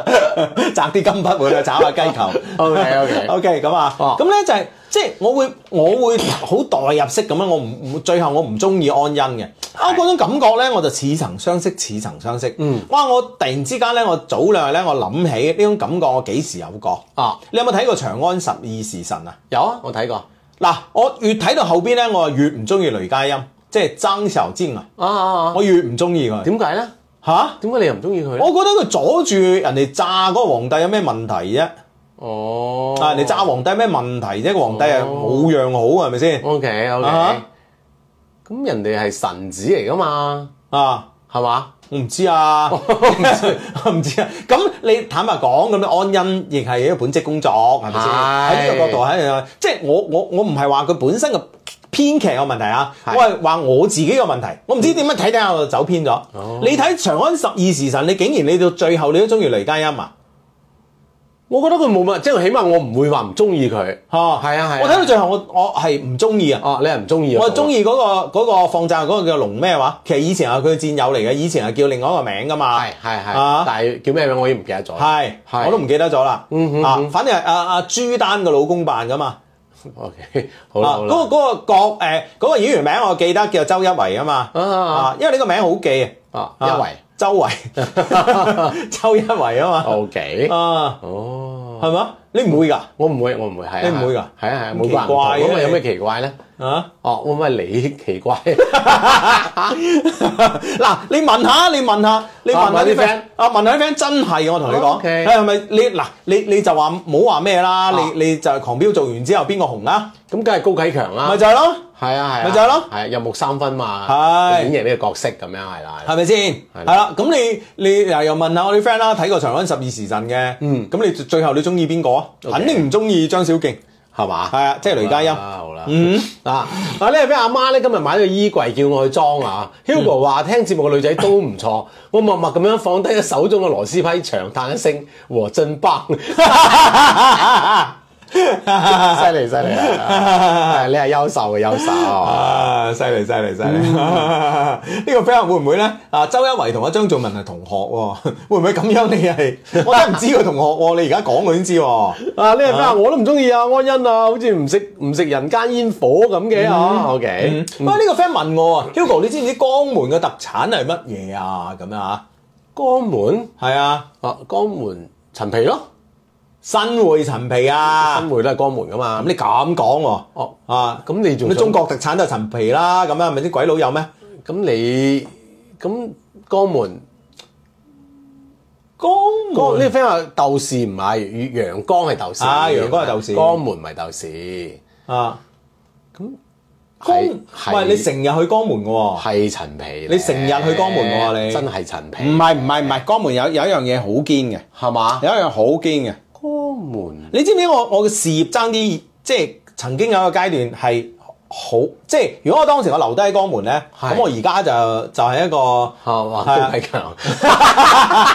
C: 摘啲金不換啊，炒下雞球。
A: OK，OK
C: OK 咁啊，
A: 哦
C: 咁咧就係即係我會我會好代入式咁樣，我唔唔最後我唔中意安欣嘅。啊，嗰種感覺咧，我就似曾相識，似曾相識。嗯，哇！我突然之間咧，我早兩日咧，我諗起呢種感覺，我幾時有過？
A: 啊，
C: 你有冇睇過《長安十二時辰》啊？
A: 有啊，我睇過。
C: 嗱，我越睇到後邊咧，我越唔中意雷佳音，即係曾小晶啊！
A: 啊啊啊！
C: 我越唔中意佢。
A: 點解咧？
C: 吓？
A: 點解你又唔中意佢咧？
C: 我覺得佢阻住人哋炸嗰個皇帝有咩問題啫？
A: 哦，
C: 啊，人哋炸皇帝有咩問題啫？個皇帝啊冇樣好係咪先？
A: O K O
C: 啊
A: K，咁人哋係神子嚟噶嘛，
C: 啊，
A: 係嘛？
C: 我唔知啊，
A: 哦
C: 我唔知啊。 咁你坦白講，咁樣安欣亦係一個本職工作係咪先？
A: 係
C: 喺呢個角度喺度，即係我我我唔係話佢本身嘅編劇有問題啊，我
A: 係嗯
C: 係話我自己嘅問題。我唔知點樣睇睇下我就走偏咗。
A: 哦
C: 你睇《長安十二時辰》，你竟然你到最後你都中意雷佳音啊？
A: 我覺得佢冇乜，即係起碼我唔會話唔中意佢。
C: 嚇，
A: 係啊係啊
C: 我睇到最後我我係唔中意啊。
A: 啊，你係唔中意啊？
C: 我中意嗰個嗰、個放債嗰個叫龍咩話？其實以前係佢戰友嚟嘅，以前係啊叫另外一個名噶嘛。
A: 係係係
C: 啊，
A: 但係叫咩名我已經唔記得咗。
C: 係
A: 係
C: 我都唔記得咗啦。
A: 嗯哼
C: 啊，反正係阿阿朱丹嘅老公扮噶嘛。
A: OK，好啦
C: 啊，
A: 好啦。
C: 嗰個嗰個角誒嗰個演員名我記得叫周一圍啊嘛。
A: 啊
C: 啊，因為呢個名好記啊。
A: 啊，
C: 啊
A: 一圍。
C: 周 圍，周一圍啊嘛。
A: OK，
C: 啊，
A: 哦，
C: 係嘛？你唔會㗎
A: 我唔會，我唔會，係啊
C: 你唔會㗎
A: 係啊係啊，
C: 咁
A: 每個人唔
C: 奇怪
A: 同
C: 嘅
A: 咁啊，
C: 你
A: 有咩奇怪咧？
C: 啊？
A: 哦，會唔會係你奇怪？
C: 嗱，你問下，你問下，你問下
A: 啊問啲
C: 啲 friend
A: friend 哦
C: 啊，問下啲 friend 真係我同你講，
A: OK
C: 係咪你嗱你你就話唔好話咩啦，
A: 啊
C: 你你就係狂飆做完之後邊個紅啊？
A: 咁梗係高啟強啦
C: 咪，就係咯，
A: 係啊係啊，
C: 咪就係咯
A: 係啊入木三分嘛，
C: 係
A: 演繹呢個角色咁樣係啦，係啦
C: 係咪先？
A: 係啦
C: 係啦，咁你你又又問下我啲 friend 啦，睇過《長安十二時辰》嘅，
A: 嗯
C: 咁你最最後你中意邊個啊？
A: OK
C: 肯定唔中意張小敬，
A: 係嘛？
C: 係啊，即係雷佳音。
A: 好啦，
C: 嗯
A: 啊啊呢位阿媽咧今日買咗個衣櫃叫我去裝啊，Hugo 話聽節目嘅女仔都唔錯， 我默默咁樣放低咗手中嘅螺絲批，長嘆一聲和真棒， 啊 犀利犀利 啊，係你係優秀嘅優秀。
C: 啊！犀利犀利犀利！ 呢個 friend 會唔會咧？啊，周一圍同阿張仲文係同學喎， 會唔會咁樣？你係 我真係唔知佢同學喎，你而家講我先知喎。
A: 啊！呢位 friend 話我都唔中意啊，安欣啊，好似唔食唔食人間煙火咁嘅啊。OK，
C: 不過呢個 friend 問我啊，Hugo，你知唔知江門嘅特產係乜嘢啊？咁樣啊，
A: 江門
C: 係啊，
A: 啊，江門陳皮咯，
C: 新會陳皮 啊。
A: 新會都係江門噶嘛
C: 咁。你咁講喎，
A: 哦
C: 啊，
A: 咁你仲
C: 嗯咁
A: 想
C: 中國特產就係陳皮啦，咁啊，係咪啲鬼佬有咩？
A: 咁你咁江門
C: 江
A: 江哦呢個 friend 話豆豉唔係，陽江係豆豉。
C: 啊陽江係豆豉
A: 江門唔係豆豉，
C: 啊，咁江
A: 係
C: 唔
A: 係
C: 係你成日去江門嘅喎。
A: 係陳皮。
C: 你成日去江門喎你嗯
A: 真係陳皮。
C: 唔係唔係唔係，江門有有一樣嘢好堅嘅，
A: 係嘛？
C: 有一樣好堅嘅。
A: 江門
C: 你知唔知我我嘅事業爭啲，即係曾經有一個階段係好，即係如果我當時我留低喺江門咧，
A: 係
C: 咁我而家就就係、一個。
A: 係嘛？
C: 係啊
A: 高啟強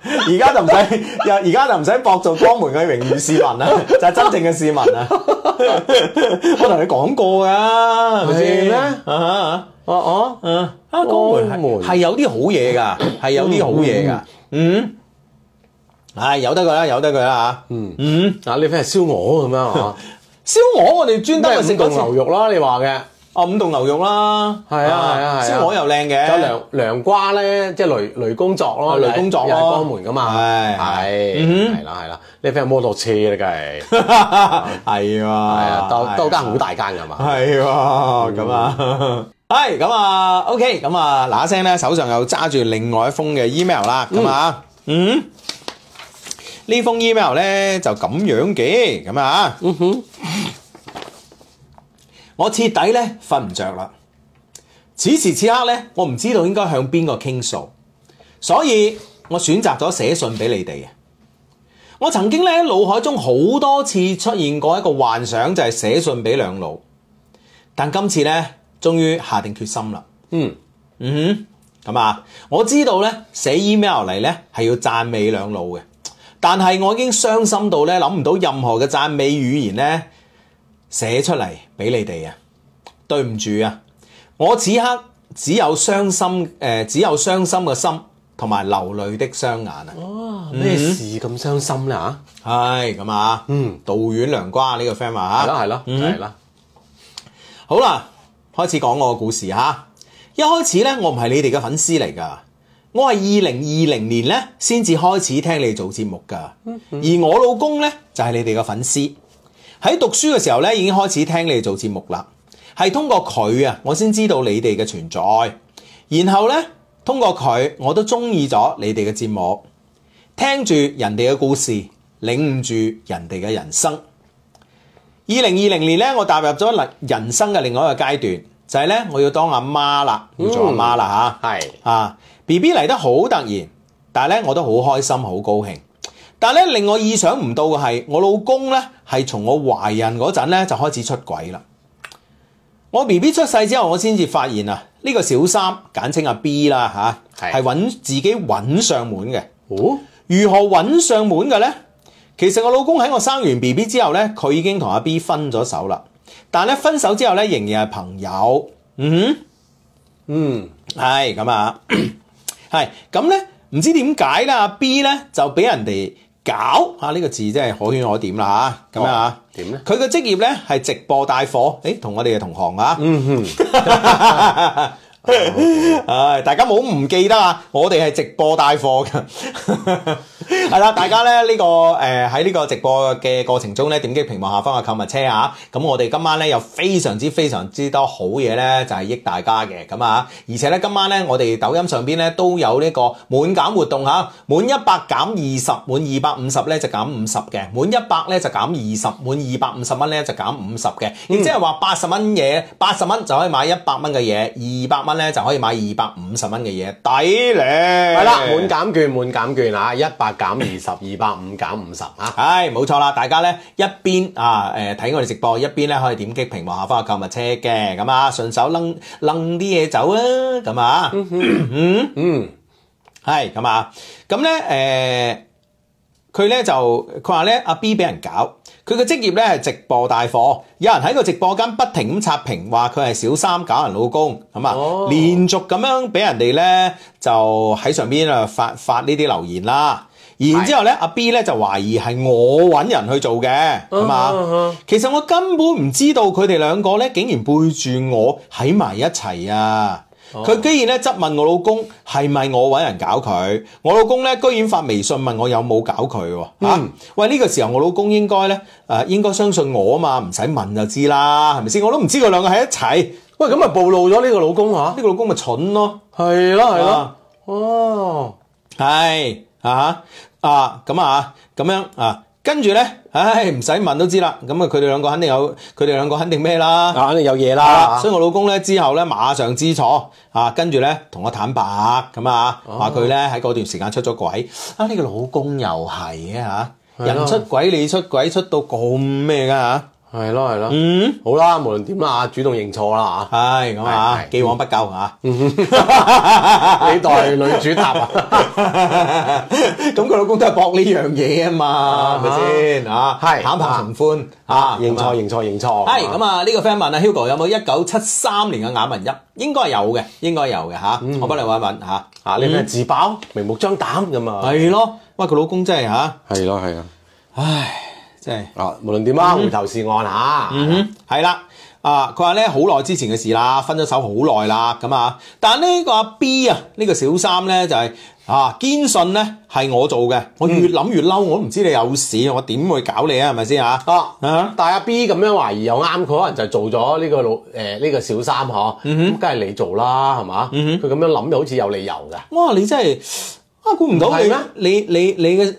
C: 而家就唔使， 又而家就唔使搏做江門嘅榮譽市民啦， 就係真正嘅市民啦。我同你講過噶，係咪先
A: 係咩
C: 啊啊
A: 哦哦，
C: 啊啊！江門
A: 江
C: 係
A: 門
C: 係有啲好嘢噶，係有啲好嘢噶。嗯，唉，由得佢啦，由得佢啦嚇。
A: 嗯
C: 嗯，
A: 啊呢 friend 係燒鵝咁樣啊，
C: 燒鵝我哋專登
A: 咩
C: 去
A: 五
C: 食
A: 道
C: 嗰次
A: 牛肉啦，你話嘅。
C: 哦，五棟牛肉啦，
A: 係啊係啊係啊
C: 燒鵝又靚嘅，
A: 有涼涼瓜咧，即係雷哦雷工作咯，
C: 啊雷工作咯
A: 又係江門噶嘛，
C: 係
A: 係
C: 嗯
A: 係啦係啦，呢 friend 摩托車咧，梗 係係
C: 係
A: 啊，
C: 啊，
A: 兜兜間好大間噶嘛，
C: 係喎，咁啊。係咁啊，OK，咁啊嗱一聲咧，手上又揸住另外一封嘅 email 啦，咁啊，嗯，呢封 email 咧就咁樣嘅，咁啊，嗯哼，我徹底咧瞓唔着啦，此時此刻咧，我唔知道應該向邊個傾訴，所以我選擇咗寫信俾你哋啊。我曾經咧腦海中好多次出現過一個幻想，就係、寫信俾兩老。但今次咧，終於下定決心啦。
A: 嗯
C: 嗯哼，咁啊，我知道咧寫 email 嚟咧係要讚美兩老嘅，但係我已經傷心到咧諗唔到任何嘅讚美語言咧寫出嚟俾你哋啊！對唔住啊，我此刻只有傷心誒、呃只有傷心嘅心同埋流淚的雙眼啊！
A: 哇咩事咁傷心咧嚇？
C: 係咁啊，
A: 嗯，
C: 道遠涼瓜呢個 friend 啊嗯話
A: 係
C: 嚇
A: 啦係啦係啦，
C: 好啦，開始講我嘅故事嚇。一開始呢，我唔係你哋嘅粉絲嚟㗎，我係二零二零年呢先至開始聽你哋做節目㗎，而我老公呢，就係、你哋嘅粉絲。喺讀書嘅時候呢，已經開始聽你哋做節目啦，係通過佢啊，我先知道你哋嘅存在，然後呢，通過佢我都中意咗你哋嘅節目，聽住人哋嘅故事，領悟住人哋嘅人生。二零二零年咧，我踏入咗人人生嘅另外一個階段，就係、呢：咧我要當阿媽啦，要做阿媽啦吓，
A: 係
C: 啊，B B 嚟得好突然，但係咧我都好開心，好高興。但係咧令我意想唔到嘅係，我老公咧係從我懷孕嗰陣咧就開始出軌啦。我 B B 出世之後，我先至發現啊，呢、個小三簡稱阿 B 啦吓，
A: 係
C: 係揾自己揾上門嘅。
A: 哦
C: 如何揾上門嘅呢？其實我老公喺我生完 B B 之後呢，佢已經同阿 B 分咗手啦。但係咧分手之後呢，仍然係朋友。嗯嗯，係咁啊， 係咁呢，唔知點解啦，阿 B 呢就俾人哋搞啊！呢、個字真係可圈可點啦嚇，咁樣啊？
A: 點呢
C: 佢嘅職業呢係直播帶貨，誒同我哋嘅同行啊。
A: 嗯
C: 唉，大家冇唔記得啊！我哋係直播帶貨嘅， 係啦，大家咧呢、呢個誒喺呢個直播嘅過程中咧，點擊屏幕下方嘅購物車啊！咁我哋今晚咧有非常之非常之多好嘢咧，就係、益大家嘅咁啊！而且咧今晚咧我哋抖音上邊咧都有呢個滿減活動嚇、滿一百減二十，滿二百五十咧就減五十嘅，滿一百咧就減二十，滿二百五十蚊咧就減五十嘅，亦即係話八十蚊嘢，八十蚊就可以買一百蚊嘅嘢，二百蚊咧就可以買二百五十蚊嘅嘢，抵你！係
A: 係 啦，滿減券滿減券啊，一百減二十，二百五減五十啊。
C: 係冇錯啦，大家咧一邊啊誒睇、我哋直播，一邊咧可以點擊屏幕下方嘅購物車嘅，咁啊順手掹掹啲嘢走啊，咁啊，嗯
A: 嗯
C: 係咁啊，咁咧誒，佢、呢咧就佢話咧阿 B 俾人搞。佢嘅職業咧係直播帶貨，有人喺個直播間不停咁刷屏，話佢係小三搞人老公，咁啊、
A: 哦
C: 連續咁樣俾人哋咧就喺上邊啊發發呢啲留言啦。然之後咧，阿 B 咧就懷疑係我揾人去做嘅，
A: 啊
C: 係
A: 哦
C: 嘛、其實我根本唔知道佢哋兩個咧，竟然背住我喺埋一齊啊！佢居然咧質問我老公係咪我揾人搞佢，我老公咧居然發微信問我有冇搞佢喎、嚇喂，呢、個時候我老公應該咧誒、呃、應該相信我啊嘛，唔使問就知啦，係咪先？我都唔知佢兩個喺一齊，呢、
A: 喂，咁咪暴露咗呢個老公吓？
C: 個老公咪蠢咯。
A: 係咯係
C: 啊
A: 咯，哦，
C: 係啊啊咁啊咁樣啊，跟住咧，唉唔使問都知啦。咁啊，佢哋兩個肯定有，佢哋兩個肯定咩啦？
A: 啊肯定有嘢
C: 係啦
A: 啦，
C: 所以我老公咧之後咧馬上知錯啊，跟住咧同我坦白咁啊，
A: 哦
C: 話佢咧喺嗰段時間出咗軌啊，呢、個老公又係嘅嚇，
A: 係咯
C: 人出軌你出軌出到咁咩㗎嚇？
A: 係咯係咯，
C: 嗯。
A: 好啦，無論點啦，啊主動認錯啦
C: 係咁啊，
A: 係係嗯
C: 既往不咎啊！
A: 吓，你代女主答啊，
C: 咁佢老公都係搏呢樣嘢啊嘛，係咪先啊？
A: 係
C: 坦白從寬啊，
A: 認錯認錯認錯，
C: 係咁啊！呢個 friend 問啊，Hugo 有冇一九七三年嘅眼紋一？應該係有嘅，應該有嘅嚇。我幫你揾一揾嚇。
A: 啊，你
C: 嗯
A: 咩自爆，明目張膽咁啊，
C: 係咯，哎喂，佢老公真係嚇，
A: 係咯係啊，
C: 真係。
A: 啊，無論點啦，回頭是岸啊，
C: 嗯，係啦。啊！佢話咧好耐之前嘅事啦，分咗手好耐啦，咁啊，但呢個阿 B 啊，呢、個小三咧就係、啊，堅信咧係我做嘅，我越諗越嬲，我都唔知你有事，我點會搞你啊？係咪先啊？
A: 啊。
C: 啊！
A: 但係阿 B 咁樣懷疑又啱，佢可能就做咗呢個老誒呢個小三嗬，
C: 嗯
A: 咁梗係你做啦，係嘛？佢咁樣諗又好似有理由㗎。
C: 哇！你真係啊，估唔到
A: 唔
C: 你
A: 係咩
C: 你你你嘅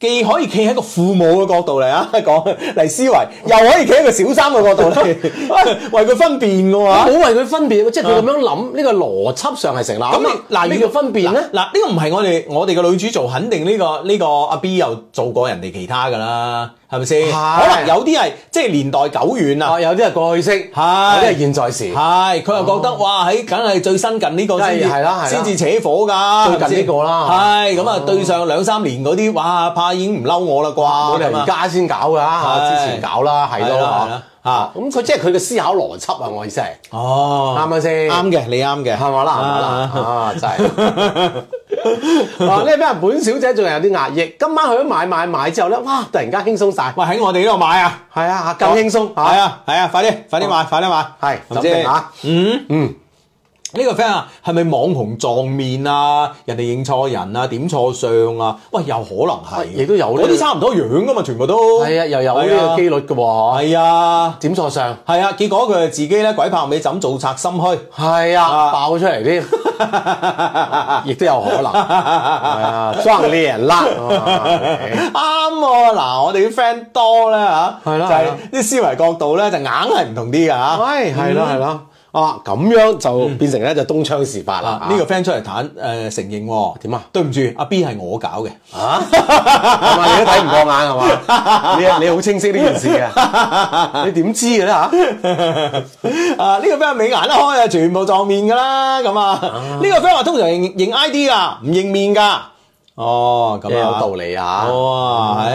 C: 既可以企喺個父母嘅角度嚟啊 講嚟思維，又可以企喺個小三嘅角度 嚟喂為佢分辨嘅喎。
A: 冇為佢分辨，即係佢咁樣諗，呢個邏輯上係成立。
C: 啊咁
A: 咁
C: 你
A: 嗱，
C: 嗱
A: 呢個
C: 如
A: 分辨咧
C: 嗱，，呢個唔係我哋我哋嘅女主做，肯定呢個呢個阿 B 又做過人哋其他㗎啦，係咪先？
A: 係
C: 可能有啲係即係年代久遠啊
A: 啊，。有啲係過去式，有
C: 係
A: 啲係現在時，
C: 係，佢又覺得哇，喺梗係最新近呢個先至
A: 哦梗係係啦係啦
C: 先至扯火㗎，
A: 最近呢個啦哦
C: 係咪先係咁啊，對上兩三年嗰啲，哇，怕已經唔嬲我啦啩，
A: 我哋
C: 咁
A: 而
C: 啊，
A: 家先搞㗎，嚇之前搞啦，係
C: 係
A: 咯
C: 啦係啊
A: 嚇
C: 啦
A: 嚇。咁佢即係佢嘅思考邏輯啊，我意思係
C: 哦，
A: 啱唔啱先？
C: 啱嘅，你啱嘅，
A: 係咪啦？係咪啦？啊，真係。啊，呢邊本小姐仲有啲壓抑，今晚去咗買買買之後咧，哇！突然間輕鬆晒，
C: 喂，喺我哋呢度買啊，
A: 係啊，更輕鬆嚇
C: 係，啊，係啊，快啲，快啲買，快啲買，
A: 係
C: 唔
A: 咁定嚇。
C: 嗯
A: 嗯。
C: 呢個 friend 啊，係咪網紅撞面啊？人哋認錯人啊，點錯相啊？喂，有可能係，
A: 亦都有呢
C: 嗰啲差唔多樣噶嘛，全部都
A: 係啊，又有呢個機率㗎喎。
C: 係啊，
A: 點錯上
C: 係啊，結果佢自己咧鬼拍尾枕，做賊心 虛。
A: 係
C: 啊
A: 啊，爆出嚟 添，亦都有可能。係啊，裝你人 啦。哦
C: 啱喎，嗱，我哋啲 friend 多咧嚇，
A: 係啦係啦
C: 就係啲思維角度咧就硬係唔同啲㗎啊嗯嚇。
A: 喂，係咯係咯，啊咁樣就變成咧就東窗事發啦
C: 啊！。呢個 friend 出嚟坦誒承認喎，
A: 點啊？
C: 對唔住，阿 B 係我搞嘅，
A: 啊，係啊嘛？你都睇唔過眼係 嘛？你你好清晰呢件事 嘅，你點知嘅咧嚇？
C: 啊呢個 friend 美顏一開啊，全部撞面㗎啦，咁啊呢個 friend 話通常認認 ID 㗎，唔認面㗎。哦，咁
A: 有
C: 啊，
A: 道理啊！
C: 哇，係哎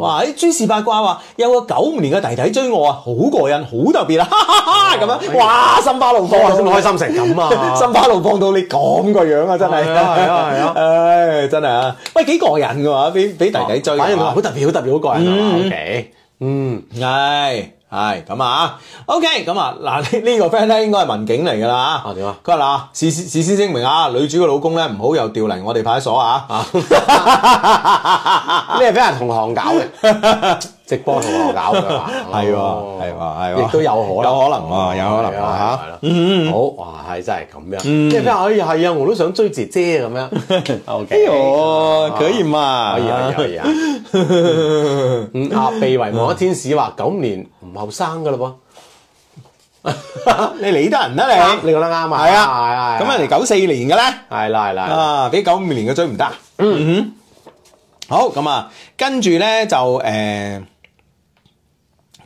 C: 哇！啲諸事八卦話有個九五年嘅弟弟追我啊，好過癮，好特別啊， 哈哈
A: 哦
C: 哈咁
A: 哎
C: 樣，哇！心花怒放啊，
A: 開心開哦 心成咁啊！
C: 心花怒放到你咁個樣啊，真係，
A: 係啊係啊係啊
C: 唉，真係啊，喂，幾過癮㗎嘛，俾俾弟弟追，
A: 哦
C: 啊
A: 反正佢話好特別，好特別，好過人啊！OK，嗯，
C: 係係咁啊，OK，咁啊，嗱呢呢個 friend 咧應該係民警嚟㗎啦，
A: 啊點啊
C: 佢話嗱，事事事先聲明啊，女主嘅老公咧唔好又調嚟我哋派出所啊，
A: 你係啊俾人同行搞嘅， 直播同行搞嘅嘛，
C: 係喎
A: 哦
C: 係喎係喎
A: 亦都有可能，
C: 有可能喎有可能喎嚇
A: 嚇，嗯好，哇，係真係咁樣，即係俾人哎呀係啊，我都想追姐姐咁樣
C: 哎
A: ，OK，
C: 呦，可以嘛？
A: 可以可以可 以啊，嗯啊，被遺忘的天使話九五年唔後生噶嘞噃，哎
C: 你理得人
A: 啱
C: 啦
A: 你
C: 你，
A: 講得啱啊，
C: 係啊，
A: 係
C: 咁
A: 啊
C: 人哋九四年嘅咧。
A: 係啦係啦，係啦
C: 啊，俾九五年嘅追唔得。嗯哼，好咁啊，跟住咧就誒。呃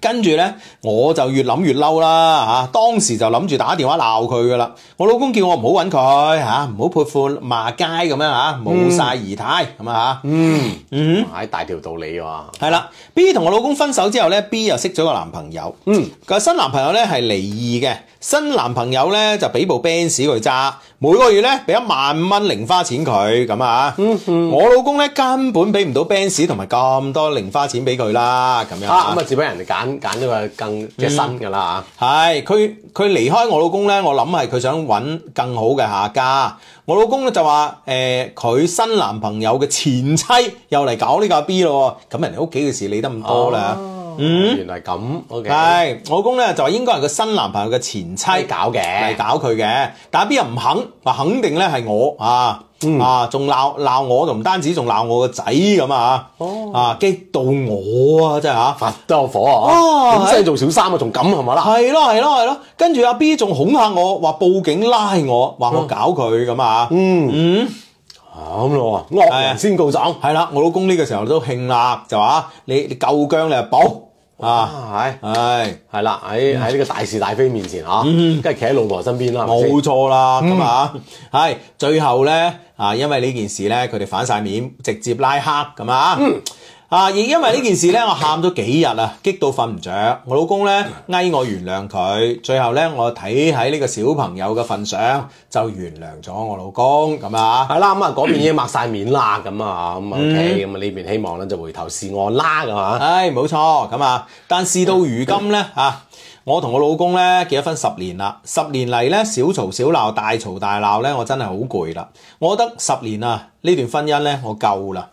C: 跟住呢，我就越諗越嬲啦嚇，當時就諗住打電話鬧佢噶啦。我老公叫我唔好揾佢嚇，唔好潑婦罵街咁樣嚇，冇晒儀態咁啊嚇。
A: 唉，大條道理喎，
C: 係啦，B 同我老公分手之後呢 b 又識咗個男朋友。嗯，個新男朋友呢係離異嘅，新男朋友呢就俾部 Benz 佢揸，每個月呢俾一萬蚊零花錢佢咁啊。
A: 嗯
C: 我老公呢根本俾唔到 Benz 同埋咁多零花錢俾佢啦，咁樣
A: 啊咁啊，只俾人哋揀揀咗個更嘅新噶啦
C: 係佢佢離開我老公呢，我諗係佢想揾更好嘅下家。我老公呢就話誒，佢、新男朋友嘅前妻又嚟搞呢個阿 B 咯喎，咁人哋屋企嘅事理得咁多啦。
A: 嗯，原來咁，OK，
C: 係，我老公咧就話應該係個新男朋友嘅前妻
A: 係搞
C: 嚟
A: 嘅，
C: 搞佢嘅，但係邊人唔肯，話肯定咧係我啊，啊仲鬧鬧我，仲唔單止仲鬧我個仔咁啊，啊激到我啊真係嚇，
A: 發得我火啊！
C: 哦
A: 點真係做小三啊，仲咁係咪啦？
C: 係咯係咯係咯，跟住阿 B 仲恐嚇我，話報警拉我，話我搞佢咁啊，
A: 嗯啊咁咯喎，惡人先告狀，
C: 係啦，我老公呢個時候都慶啦，就話你你夠姜你就報啊，
A: 啊係
C: 唉。
A: 係啦，喺喺呢個大是大非面前啊，跟住企喺老婆身邊啦，係咪嗯先
C: 嗯冇錯啦，咁啊，係最後咧啊，因為呢件事咧，佢哋反晒面，直接拉黑咁啊。
A: 嗯
C: 啊！亦因為呢件事咧，我喊咗幾日啊，激到瞓唔着。我老公咧
A: 嗯
C: 嗌我原諒佢，最後咧我睇喺呢個小朋友嘅份上，就原諒咗我老公咁啊。
A: 係啦，咁啊嗰邊已經抹晒面啦，咁啊
C: 嗯
A: 咁 OK，咁啊呢邊希望咧就回頭是岸啦，咁啊
C: 唉，冇錯咁啊！但事到如今咧啊，我同我老公咧結咗婚十年啦，十年嚟咧小嘈小鬧、大嘈大鬧咧，我真係好攰啦。我覺得十年啊，呢段婚姻咧，我夠啦。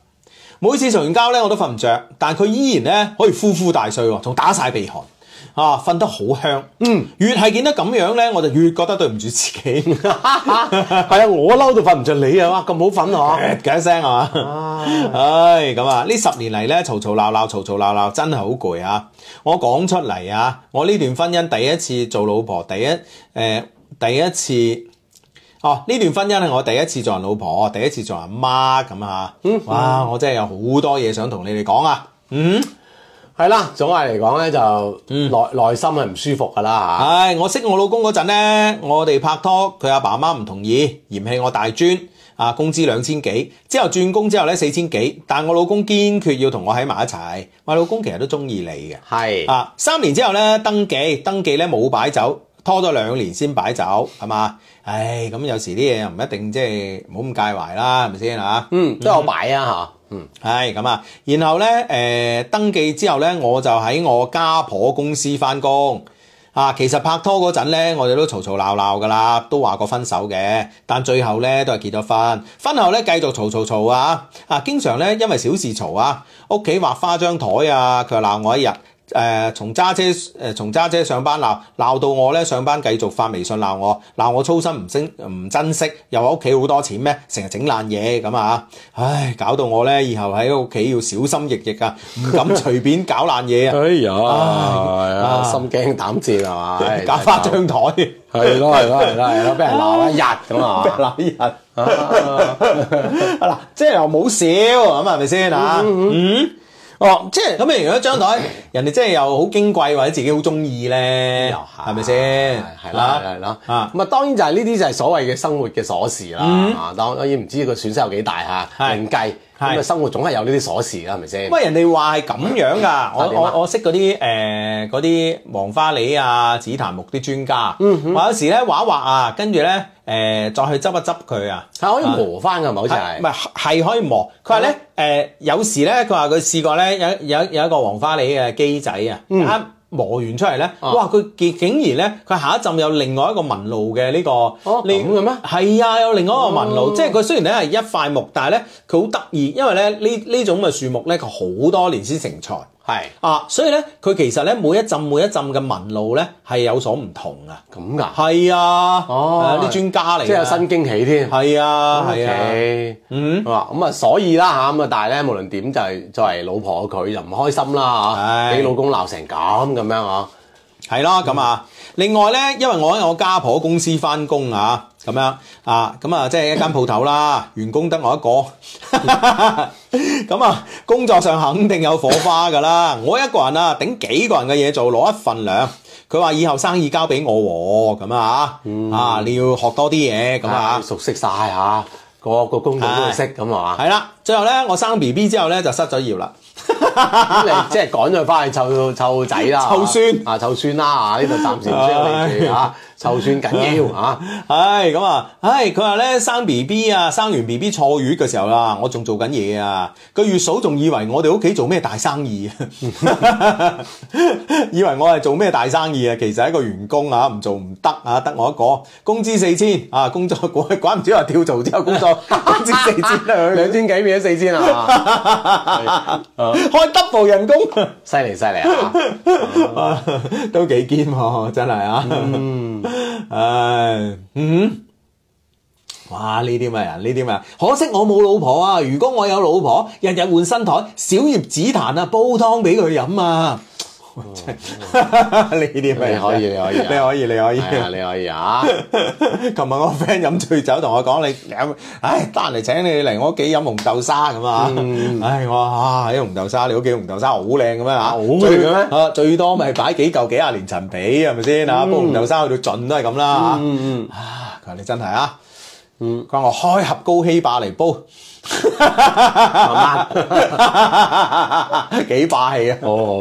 C: 每次嘈完交咧，我都瞓唔着，但佢依然咧可以呼呼大睡喎，仲打晒鼻鼾。啊，瞓得好香，嗯，越係見得咁樣咧，我就越覺得對唔住自己，
A: 係啊，我嬲到瞓唔着你啊，哇咁好瞓啊！
C: 嘅一聲啊，唉，咁啊，呢十年嚟咧，嘈嘈鬧鬧，嘈嘈鬧鬧，真係好攰啊！我講出嚟啊，我呢段婚姻第一次做老婆，第一誒、呃第一次。哦，呢段婚姻係我第一次做人老婆，第一次做人媽咁啊！哇，我真係有好多嘢想同你哋講啊！
A: 係啦，總係嚟講咧就
C: 嗯
A: 內內心係唔舒服噶啦嚇。
C: 唉，我識我老公嗰陣呢，我哋拍拖，佢阿爸媽唔同意，嫌棄我大專，啊工資兩千幾，之後轉工之後呢，四千幾，但我老公堅決要同我喺埋一齊，我老公其實都中意你嘅。
A: 係
C: 啊，三年之後咧登記，登記咧冇擺酒，拖咗兩年先擺酒，係嘛？唉，咁有時啲嘢又唔一定即係唔好咁介懷啦，係咪先啊？
A: 嗯，都有擺啊嚇，嗯，
C: 係咁啊，然後咧，誒、登記之後咧，我就喺我家婆公司翻工。啊，其實拍拖嗰陣咧，我哋都嘈嘈鬧鬧噶啦，都話過分手嘅，但最後咧都係結咗婚。婚後咧繼續嘈嘈嘈啊，啊，經常咧因為小事嘈啊，屋企畫花張台啊，佢又鬧我一日。誒從揸車誒從揸車上班鬧鬧到我咧上班繼續發微信鬧我鬧我粗心唔精唔珍惜，又話屋企好多錢咩，成日整爛嘢咁啊！唉，搞到我咧以後喺屋企要小心翼翼啊，唔敢隨便搞爛 嘢啊，
A: 哎呀
C: 啊
A: 心驚膽戰啊係嘛，唉
C: 搞花張台，
A: 係咯係咯係咯係咯，俾人鬧一日咁啊！
C: 嗱啲人 嗱，即係又冇少咁係咪先啊？嗯。哦，即係咁你如果張台，人哋即係又好矜貴或者自己好中意咧，
A: 又
C: 哎係咪先？
A: 哎係啦，係啦，
C: 啊嗯
A: 咁啊，當然就係呢啲就係所謂嘅生活嘅瑣事啦。啊，當當然唔知個損失有幾大嚇，
C: 係
A: 另計。咁
C: 係
A: 啊生活總係有呢啲瑣事啦，係咪先
C: 咁？啊，人哋話係咁樣噶，我
A: 點啊
C: 我我識嗰啲誒嗰啲黃花梨啊、紫檀木啲專家，
A: 嗯
C: 話有時咧畫一畫啊，跟住咧誒再去執一執佢啊，
A: 係可以磨翻㗎嘛，好似
C: 係唔
A: 係。
C: 係係可以磨？佢話咧誒有時咧，佢話佢試過咧有有有一個黃花梨嘅機仔啊，一磨完出嚟咧，
A: 嗯啊
C: 哇！佢竟竟然咧，佢下一陣有另外一個紋路嘅呢個，
A: 哦
C: 呢
A: 咁嘅咩哦
C: 係啊，有另外一個紋路，即係佢雖然咧係一塊木，但係咧佢好得意，因為咧呢呢種嘅樹木咧，佢好多年先成材。
A: 係
C: 啊，所以咧，佢其實咧每一浸每一浸嘅紋路咧係有所唔同啊。
A: 咁㗎，
C: 係啊，
A: 哦
C: 誒啲專家嚟㗎，
A: 即係有新驚喜添。
C: 係啊，係啊。
A: OK，嗯，哇，咁啊，所以啦吓，咁啊，但係咧，無論點就係作為老婆嘅佢就唔開心啦嚇，
C: 係
A: 俾老公鬧成咁咁樣啊，
C: 係啦，咁啊，另外咧，因為我喺我家婆公司翻工啊，咁樣啊，咁啊，即係一間鋪頭啦，員工得我一個， 咁啊，工作上肯定有火花噶啦，我一個人啊，頂幾個人嘅嘢做，攞一份糧。佢話以後生意交俾我喎，咁啊，啊，你要學多啲嘢，咁啊
A: 啊，，熟悉晒嚇，個個工種都識咁啊
C: 係啦，最後咧，我生 B B 之後咧就失咗業啦。
A: 嘛，咁 你即係趕咗佢翻去湊湊仔啦，
C: 湊孫
A: 啊，湊孫啦啊，呢度暫時唔需要你住嚇，湊孫緊要嚇，
C: 唉，咁啊，唉，佢話咧生 B B 啊，生完 B B 坐月嘅時候啦，我仲做緊嘢啊，個月嫂仲以為我哋屋企做咩大生意啊， 以為我係做咩大生意啊，其實係一個員工啊，唔做唔得啊，得我一個，工資四千啊，工作 怪怪唔知話跳槽之後工作工資四千
A: 兩
C: 兩
A: 千幾變咗四千啊，
C: 開 double 人工，
A: 犀利犀利啊！
C: 啊都幾堅喎，真係啊，嗯，唉，嗯。哇！呢啲咪人，呢啲咪人，可惜我冇老婆啊！如果我有老婆，日日換新台，小葉紫檀啊，煲湯俾佢飲啊！真係 呢啲咪人
A: 哦
C: 啊
A: 你可以你啊可以
C: 你可以，你可以。
A: 係啊，你可以 啊，
C: 琴日我 friend 飲醉酒同我講，你飲，唉，得閒嚟請你嚟我屋企飲紅豆沙咁啊！唉，我話啊，啲紅豆沙，你屋企紅豆沙好靚咁樣啊，
A: 好靚嘅咩
C: 啊，最多咪擺幾嚿幾廿年陳皮係咪先啊？煲紅豆沙去到盡都係咁啦嚇。嗯啊，佢話你真係啊，嗯，佢話我開盒高希霸嚟煲， 幾霸氣啊！
A: 哦，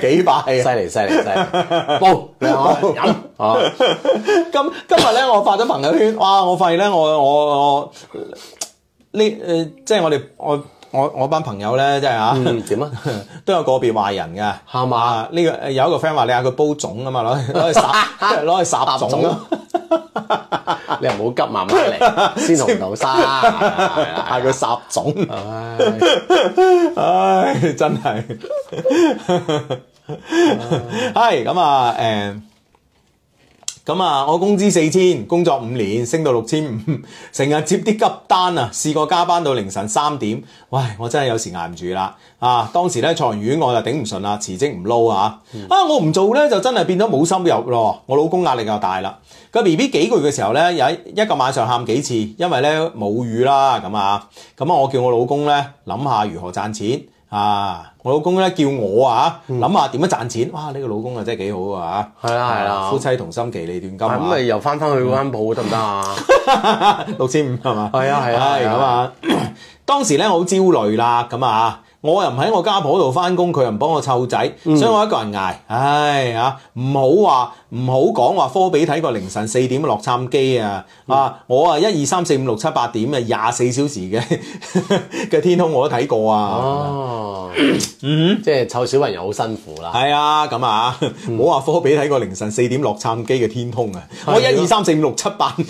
C: 幾霸氣啊！
A: 犀利犀利 犀利，煲你啊飲啊！
C: 今今日咧，我發咗朋友圈，哇！我發現咧，我我我呢誒、呃即係我哋我我我班朋友咧，即係啊，
A: 嗯點啊？
C: 都有個別壞人嘅，
A: 係嘛
C: 啊？呢、個有一個 friend 話你嗌佢煲粽啊嘛，攞去攞去烚， 攞去烚粽啊，
A: 你又唔好急，慢慢嚟，先紅豆 沙。係啊啦
C: 嗌佢烚粽。
A: 唉，
C: 唉，真係， 係咁啊，誒、咁啊，我工資四千，工作五年，升到六千五， 成日接啲急單啊，試過加班到凌晨三點，喂，我真係有時捱唔住啦，啊，當時咧坐完院我就頂唔順啦，辭職唔撈啊，啊，我唔做咧就真係變咗冇心入咯，我老公壓力又大啦，個 B B 幾個月嘅時候咧，有一一個晚上喊幾次，因為咧母乳啦咁啊，咁啊，我叫我老公咧諗下如何賺錢。啊！我老公咧叫我啊，諗下點樣賺錢。哇！呢、個老公啊真係幾好啊！
A: 係啦係啦
C: 夫妻同心，其利斷金
A: 咁
C: 啊
A: 咪！又翻返去嗰間鋪得唔得啊？
C: 六千五係嘛？
A: 係啊係啊
C: 唉
A: 係
C: 咁啊
A: 啊！
C: 當時咧我好焦慮啦，咁啊，我又唔喺我家婆度翻工，佢又唔幫我湊仔，
A: 嗯
C: 所以我一個人捱。唉啊，唔好話唔好講話科比睇過凌晨四點嘅洛杉磯啊！
A: 嗯
C: 啊，我啊一二三四五六七八點啊，廿四小時嘅 嘅天空我都睇過啊！
A: 哦，嗯，即係湊小朋友好辛苦啦。
C: 係啊，咁啊，唔好話科比睇過凌晨四點洛杉磯嘅天空啊！我
A: 嗯
C: 一
A: 係咯
C: 二三四五六七八廿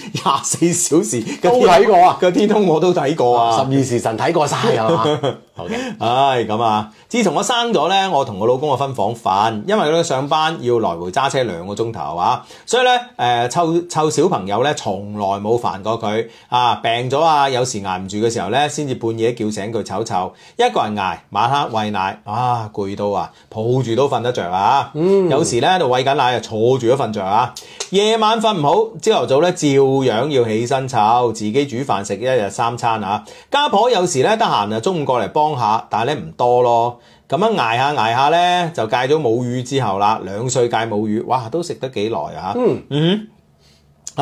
C: 四小時嘅
A: 都
C: 天
A: 睇過啊
C: 嘅天空我都睇過啊！
A: 十二時辰睇過晒係 嘛？OK，
C: 唉，咁啊！自從我生咗呢，我同我老公啊分房瞓，因為咧上班要來回揸車兩個鐘頭啊，所以呢，誒、呃湊湊小朋友呢，從來冇煩過佢啊！病咗啊，有時捱唔住嘅時候呢，先至半夜叫醒佢湊湊，一個人捱，晚黑喂奶啊，攰到啊，抱住都瞓得着啊！有時呢，喺度喂緊奶啊，坐住都瞓着啊！夜晚瞓唔好，朝頭早呢，照樣要起身湊，自己煮飯食一日三餐啊！家婆有時咧得閒啊，中午過嚟幫下，但係咧唔多咯。咁樣捱下捱下咧，就戒咗母乳之後啦，兩歲戒母乳，哇，都食得幾耐啊！嗯哼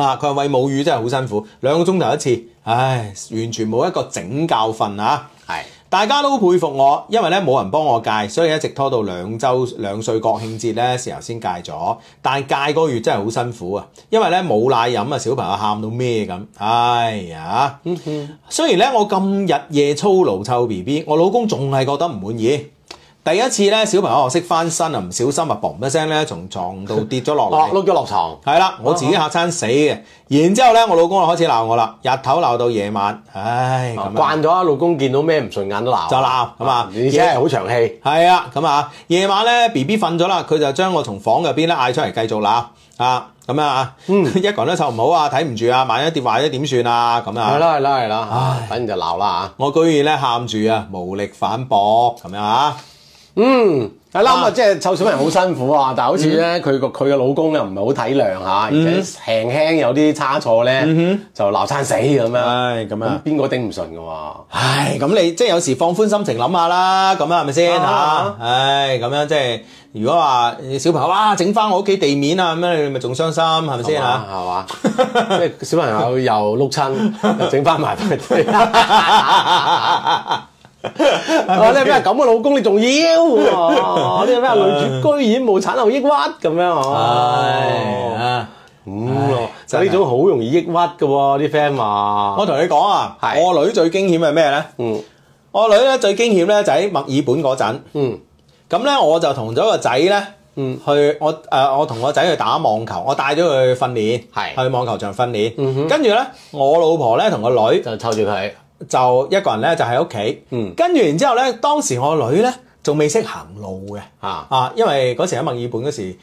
C: 啊，佢話餵母乳真係好辛苦，兩個鐘頭一次，唉，完全冇一個整覺瞓啊！
A: 係。
C: 大家都佩服我，因為咧冇人幫我戒，所以一直拖到兩週兩歲國慶節咧時候先戒咗。但戒嗰個月真係好辛苦啊，因為咧冇奶飲啊，小朋友喊到咩咁，哎呀！雖然咧我咁日夜操勞湊 B B，我老公仲係覺得唔滿意。第一次咧，小朋友學識翻身啊，唔小心啊，嘣一聲咧，從床度跌咗落
A: 哦，
C: 嚟。
A: 碌哦咗落床，
C: 係啦，我自己嚇餐死嘅。然之後咧，我老公就開始鬧我啦，日頭鬧到夜晚，唉咁樣
A: 慣咗啊，老公見到咩唔順眼都鬧，
C: 就鬧咁啊
A: 而且係好長氣。
C: 係啊，咁啊，夜晚咧 B B 瞓咗啦，佢就將我從房入邊咧嗌出嚟繼續鬧啊，咁啊， 一個人都湊唔好啊，睇唔住啊，萬一跌壞咗點算啊？咁
A: 係
C: 啊，
A: 啦係啦係啦，反正就鬧啦啊嚇。
C: 我居然咧喊住啊，無力反駁咁樣啊，
A: 嗯，係啦，咁啊，
C: 啊
A: 即係湊小朋友好辛苦啊，但係好似咧，佢個佢嘅老公咧唔係好體啊諒嚇，而且輕輕有啲差錯咧，就鬧餐死咁樣，
C: 唉，咁
A: 咁
C: 啊。
A: 邊個頂唔順嘅喎？
C: 唉，咁你即係有時放寬心情諗下啦，咁啊係咪先嚇
A: 啊？
C: 唉，咁樣即係如果話小朋友哇整翻我屋企地面啊咁樣，你咪仲傷心係咪先啊嚇？
A: 係啊嘛？ 即係小朋友又碌親，又整翻埋翻去。我啊你咩咁嘅老公你仲要 啊喎？你咩女主居然冇產後抑鬱咁樣
C: 唉
A: 哦？
C: 啊！
A: 嗯，就
C: 真係
A: 呢種好容易抑鬱嘅喎，啲 friend
C: 我
A: 話。
C: 同你講啊，
A: 係
C: 我女最驚險係咩咧？
A: 嗯
C: 我女咧最驚險咧就喺墨爾本嗰陣，
A: 嗯
C: 咁咧我就同咗個仔咧，
A: 嗯
C: 去我誒、呃我同個仔去打網球，我帶咗佢去訓練，
A: 係
C: 去網球場訓練，
A: 嗯哼
C: 跟住咧我老婆咧同個女
A: 就湊住佢。
C: 就一個人咧就喺屋企，
A: 嗯
C: 跟住然之後咧，當時我女咧仲未識行路嘅，
A: 啊
C: 啊，因為嗰時喺墨爾本嗰時，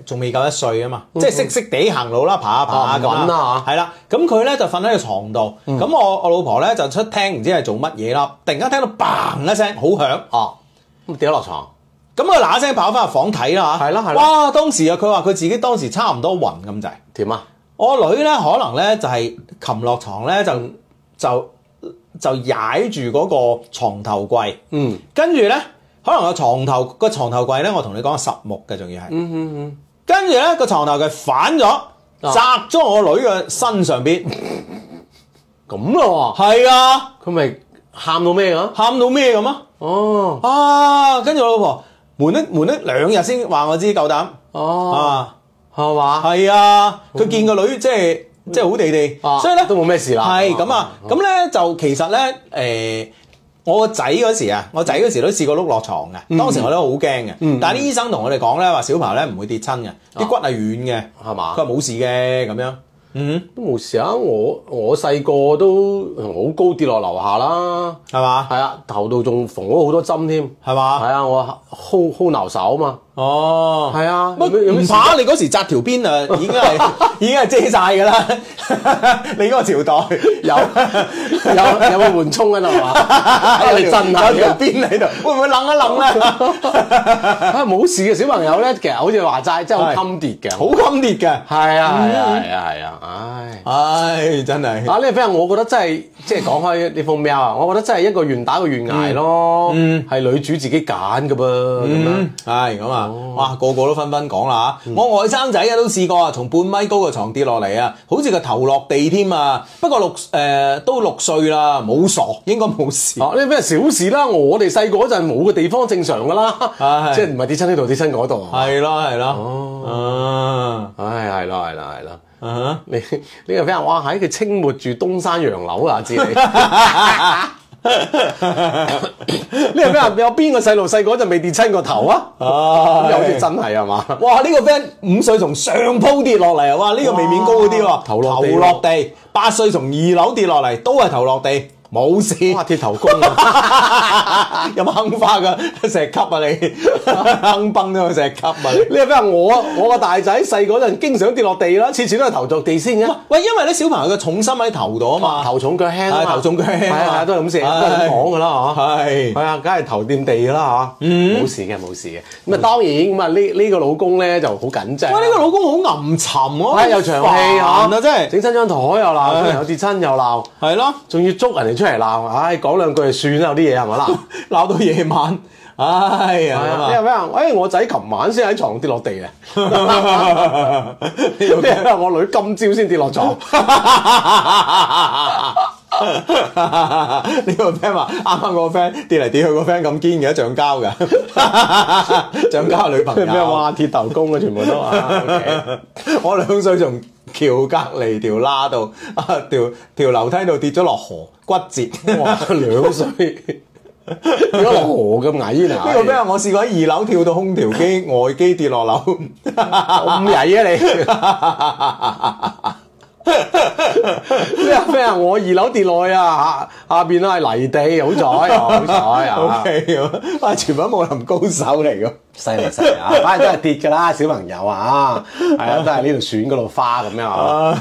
C: 誒仲未夠一歲啊嘛，即係識識地行路啦，爬下爬下
A: 嗯
C: 咁
A: 哦唔穩啦嗯
C: 係啦，咁佢咧就瞓喺個床度，咁我我老婆咧就出廳，唔知係做乜嘢啦，突然間聽到 bang 一聲好響，
A: 哦，咁掉落床。
C: 咁佢嗱嗱聲跑翻入房睇啦嚇，
A: 係啦係啦
C: 哇！當時啊，佢話佢自己當時差唔多暈咁滯。
A: 點啊？
C: 我女咧可能咧就係擒落床咧就就就踩住嗰個床頭櫃，
A: 嗯
C: 跟住咧可能個床頭個床頭櫃咧，我同你講係實木嘅，仲要係，
A: 嗯嗯
C: 跟住咧個床頭櫃反咗，
A: 啊
C: 砸咗我女嘅身上邊，
A: 嗯，咁咯
C: 係啊，
A: 喎，佢咪喊到咩啊？
C: 喊到咩咁啊！
A: 哦
C: 啊，跟住我老婆瞞一瞞一兩日先話我知夠膽
A: 哦，
C: 啊，
A: 係嘛？
C: 係啊，佢見個女即係即係好地地，
A: 啊
C: 所以咧
A: 都冇咩事啦。
C: 係咁啊，咁咧就其實咧誒。我個仔嗰時啊，我仔嗰時都試過碌落床
A: 嗯
C: 嘅，當時我都好驚嘅。但係啲醫生同我哋講咧，話小朋友咧唔會跌親嘅，啲骨係軟嘅，
A: 哦係嘛
C: 佢話冇事嘅咁樣。嗯，
A: 都冇事啊！我我細個都好高跌落樓下啦，
C: 係嘛？
A: 係啊，頭度仲縫咗好多針添，
C: 係嘛？
A: 係啊，我薅薅牛手啊嘛，
C: 哦，
A: 係啊，有咩有咩
C: 乜唔
A: 事
C: 怕？你嗰時紮條邊啊， 已經係已經係遮晒㗎啦。 你嗰個朝代
A: 有有有個緩衝喺度 啊！你震下
C: 有條邊喺度，會唔會楞一 楞咧？
A: 啊冇事嘅小朋友咧，其實好似話齋，真係好襟跌嘅，
C: 好嗯襟跌嘅，
A: 係啊係啊係啊係啊，唉。
C: 唉，真係。
A: 啊！呢個 friend，我覺得真係即係講開呢封 mail 啊，我覺得真係一個願打一個願
C: 嗯
A: 挨咯，係、女主自己揀嘅噃咁樣。
C: 係嗯咁啊！
A: 哦
C: 哇，個個都紛紛講啦
A: 嗯
C: 嚇我外甥仔啊都試過啊，從半米高嘅床跌落嚟啊，好似個頭落地添啊！不過六誒、呃都六歲啦，冇傻，應該冇事。
A: 哦，呢咩小事啦？我哋細個嗰陣冇個地方正常噶啦，
C: 係
A: 即係唔係跌親呢度跌親嗰度啊？
C: 係咯係咯，
A: 唉，係啦係啦係啦，
C: 啊啊！
A: 你 你個 friend 哇喺佢清末住東山洋樓啊， 知你呢個 friend 有邊個細路細個嗰陣未跌親個頭啊？
C: 啊
A: 有啲真係係嘛？
C: 哇！呢、個 friend 五歲從上鋪跌落嚟啊！哇！呢、個未免高嗰啲喎，
A: 頭落地喎
C: 頭落地。八歲從二樓跌落嚟，都係頭落地，冇 事。
A: 哇！鐵頭功啊！
C: 有冇坑花㗎？石級啊你， 坑崩咗個石級啊你。
A: 你係咩啊？我我個大仔細嗰陣經常跌落地啦，次次都係頭着地先嘅。
C: 喂，因為咧小朋友嘅重心喺頭度啊嘛，
A: 頭重腳輕啊嘛
C: 係頭重腳輕
A: 係
C: 啊
A: 啊
C: 嘛，
A: 係啊都係咁寫，都係咁講㗎啦嚇。
C: 係嗯
A: 係啊，梗係頭掂地㗎啦嚇，冇事嘅冇事嘅。咁啊當然咁啊呢呢個老公咧就好緊張。
C: 喂，呢個老公好吟沉喎，
A: 啊又長氣嚇，
C: 啊，真
A: 整
C: 係
A: 親張台又鬧，
C: 唉
A: 可能有跌親又鬧，
C: 係咯，
A: 仲要捉人哋出嚟鬧，唉講兩句就算啦，有啲嘢係咪啦？
C: 鬧到夜晚，唉呀咁
A: 你 係咩啊？誒我仔琴晚先喺床跌落地 嘅，
C: 啊，
A: 你係咩啊？我女今朝先跌落床。
C: 呢個 friend 話啱啱嗰個 friend 跌嚟跌去個 friend 咁堅嘅，橡膠嘅， 橡膠女朋
A: 咩
C: 友。
A: 話鐵頭功啊，全部都 啊，OK。
C: 我兩歲從橋隔離條罅度啊條條樓梯度跌咗落河，骨折。
A: 哇，兩歲點解落河咁矮 呢？
C: 呢個咩啊？我試過喺二樓跳到空調機外機跌落樓，
A: 咁 曳啊你！咩啊咩啊！我二樓跌落去啊，下下邊都係泥地，好彩 好彩
C: O
A: 啊！
C: K 咁啊，全部都武林高手嚟㗎。
A: 犀利犀利啊！ 反正都係跌㗎啦，小朋友 啊，係啊，都係呢度選嗰度花咁樣啊。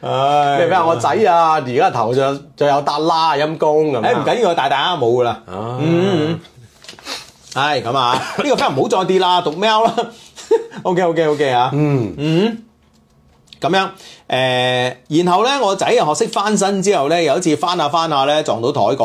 C: 唉，
A: 你咩啊？我仔啊，而家頭上就有笪啦，陰公咁啊。
C: 哎
A: 啊
C: 誒唔緊要，大大家冇噶啦。嗯，係咁啊，呢個 friend 唔好再跌啦，讀喵啦。OK OK OK 啊。嗯嗯。咁樣誒、然後咧，我仔又學識翻身之後咧，有一次翻下翻下咧，撞到台角，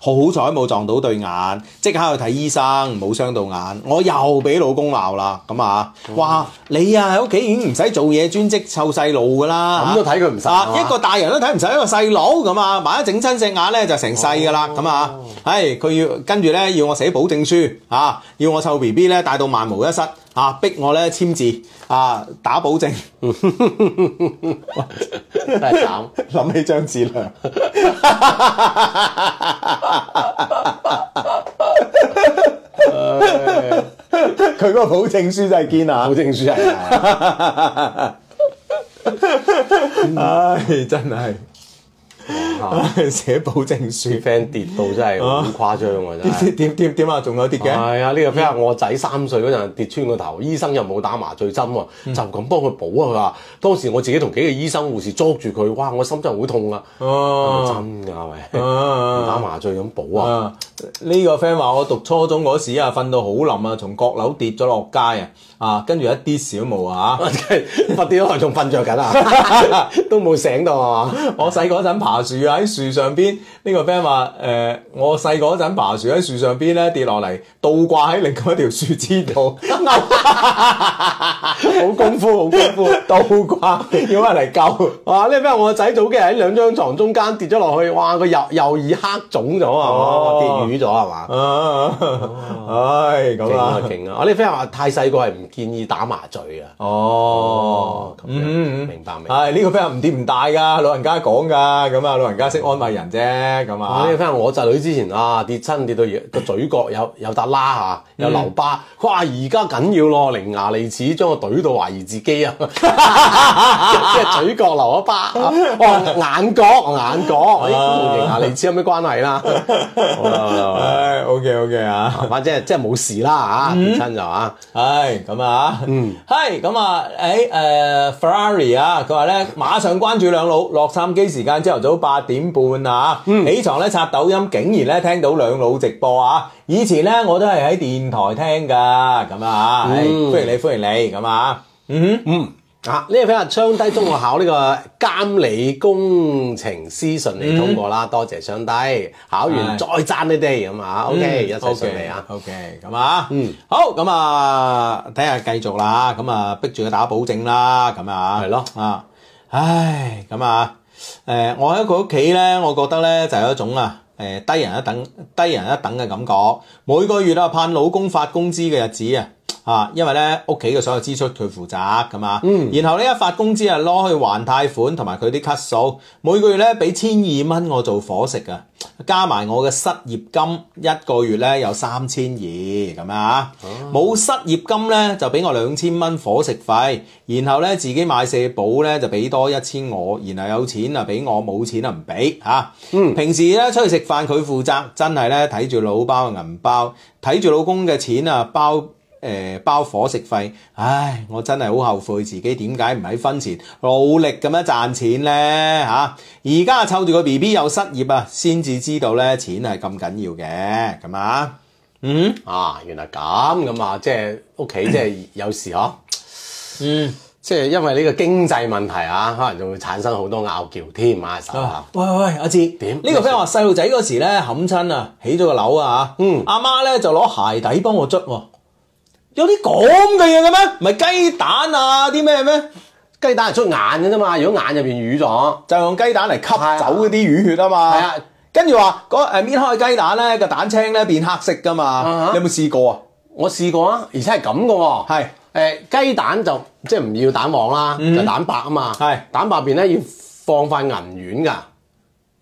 C: 好彩冇撞到對眼，即刻去睇醫生，冇傷到眼。我又俾老公鬧啦，咁啊，
A: 哦
C: 哇！你啊喺屋企已經唔使做嘢，專職湊細路噶啦，
A: 哦咁都睇佢唔實
C: 啊
A: 係嘛
C: 一個大人都睇唔晒一個細佬咁啊，萬一整親隻眼咧就成世噶
A: 哦
C: 啦咁啊，唉，佢要跟住咧要我寫保證書啊，要我湊 B B 咧帶到萬無一失啊，逼我咧簽字啊，打保證，
A: 真係慘。
C: 諗起張智 良，哎佢嗰個保證書真係堅啊
A: 好！證書係啊，
C: 唉，真係唉寫保證
A: 啲
C: 書，
A: friend 跌到真係好誇張啊！真係。
C: 點點點點啊，仲有啲嘅。
A: 係啊，呢個 friend 話我仔三歲嗰陣跌穿個頭，醫生又冇打麻醉針喎，
C: 嗯
A: 就咁幫佢補啊！佢話當時我自己同幾個醫生護士捉住佢，哇！我心真係好痛啊！
C: 哦，
A: 真㗎喂，唔打
C: 啊
A: 麻醉咁補啊！
C: 啊！呢個 friend 話我讀初中嗰時啊，瞓到好冧啊，從閣樓跌咗落街啊，啊，跟住一啲事都冇啊！
A: 發啲可能仲瞓着緊啊， 都冇醒到啊 嘛！
C: 我細嗰陣爬樹啊，喺樹上邊，呢、個 friend 話誒，我細嗰陣爬樹喺樹上邊咧跌落嚟，倒掛喺另外一條樹枝
A: 哦
C: 度，
A: 好功夫，好功夫。
C: 倒掛要人嚟救。
A: 哇！呢個 friend 話我仔早幾日喺兩張床中間跌咗落去，哇！個右右耳黑腫咗啊，
C: 哦
A: 跌瘀咗係嘛？
C: 啊，唉，咁
A: 勁啊
C: 啊，
A: 勁啊！我呢 friend 話太細個係唔建議打麻醉啊。
C: 哦，
A: 咁樣
C: 嗯，
A: 明哦白明白
C: 係呢個 friend 唔跌唔大噶，老人家講噶，咁啊，老人家識安慰人啫，咁啊
A: 啊！呢。個 friend 話我侄女之前啊跌親跌到而個嘴角有有笪拉啊，
C: 嗯
A: 有留疤，啊哇！而家緊要咯，伶牙俐齒將我懟到懷疑自 己啊，即係嘴角留咗疤啊，哦眼角眼角，
C: 啊
A: 咦咁同伶牙俐齒有咩關係 啦？好啦好啦好啦，
C: 唉，OK OK 啊，
A: 反正即係冇事啦嚇，
C: 嗯
A: 跌親就啊，
C: 唉，咁啊，嗯，係咁啊，誒誒，Ferrari 啊，佢話咧馬上關注兩老，洛杉磯時間朝頭早八點半啊，起床咧刷抖音，竟然咧聽到兩老直播啊，以前咧我都係喺電台聽噶，咁啊，唉歡迎你歡迎你，咁啊，嗯哼，
A: 啊！呢個 friend 話昌低中學考呢個監理工程師順利通過啦，多謝昌低，考完
C: 嗯係嗯
A: 再讚你哋咁啊，OK，一切順利啊！
C: ，OK，咁啊，嗯，好，咁啊，睇下繼續啦，咁啊，逼住佢打保證啦，咁啊，
A: 係咯
C: 啊，唉，咁啊，誒、我喺佢屋企咧，我覺得咧就有一種啊。誒低人一等，低人一等嘅感覺。每個月啊，盼老公發工資嘅日子啊，啊，因為咧屋企嘅所有支出佢負責咁啊。嗯。然後呢，一發工資啊，攞去還貸款同埋佢啲 cut 數。每個月咧俾千二蚊我做伙食啊，加埋我嘅失業金一個月咧有三千二咁啊。冇失業金咧就俾我兩千蚊伙食費，然後咧自己買社保咧就俾多一千我，然後有錢啊俾我，冇錢啊唔俾嚇。嗯，平時咧出去食飯佢負責，真係咧睇住老包嘅銀包，睇住老公嘅錢啊包。誒、呃包伙食費，唉，我真係好後悔自己點解唔喺婚前努力咁樣賺錢呢？嚇、而家湊住個 B B 又失業啊，先至知道咧錢係咁緊要嘅，咁啊，嗯。
A: 啊，原來咁咁啊，即係屋企即係有時嗬，
C: 嗯，
A: 即係因為呢個經濟問題啊，可能就會產生好多拗撬添啊，手啊，
C: 喂喂，喂，阿志，
A: 點
C: 呢個 friend 話細路仔嗰時咧冚親啊，起咗個樓啊嚇，
A: 嗯
C: 阿媽咧就攞鞋底幫我捽喎，有啲咁嘅嘢嘅咩？唔係雞蛋啊啲咩咩？
A: 雞蛋係出眼嘅啫嘛，如果眼入邊淤咗，
C: 就用雞蛋嚟吸
A: 係啊
C: 走嗰啲淤血啊嘛。
A: 係啊
C: 跟住話嗰誒搣開雞蛋咧，個蛋清咧變黑色噶嘛
A: 啊。
C: 你有冇試過啊？
A: 我試過啊，而且係咁嘅喎。
C: 係
A: 誒雞蛋就即係唔要蛋黃啦，
C: 嗯
A: 就蛋白啊嘛。
C: 係
A: 蛋白入邊咧要放塊銀丸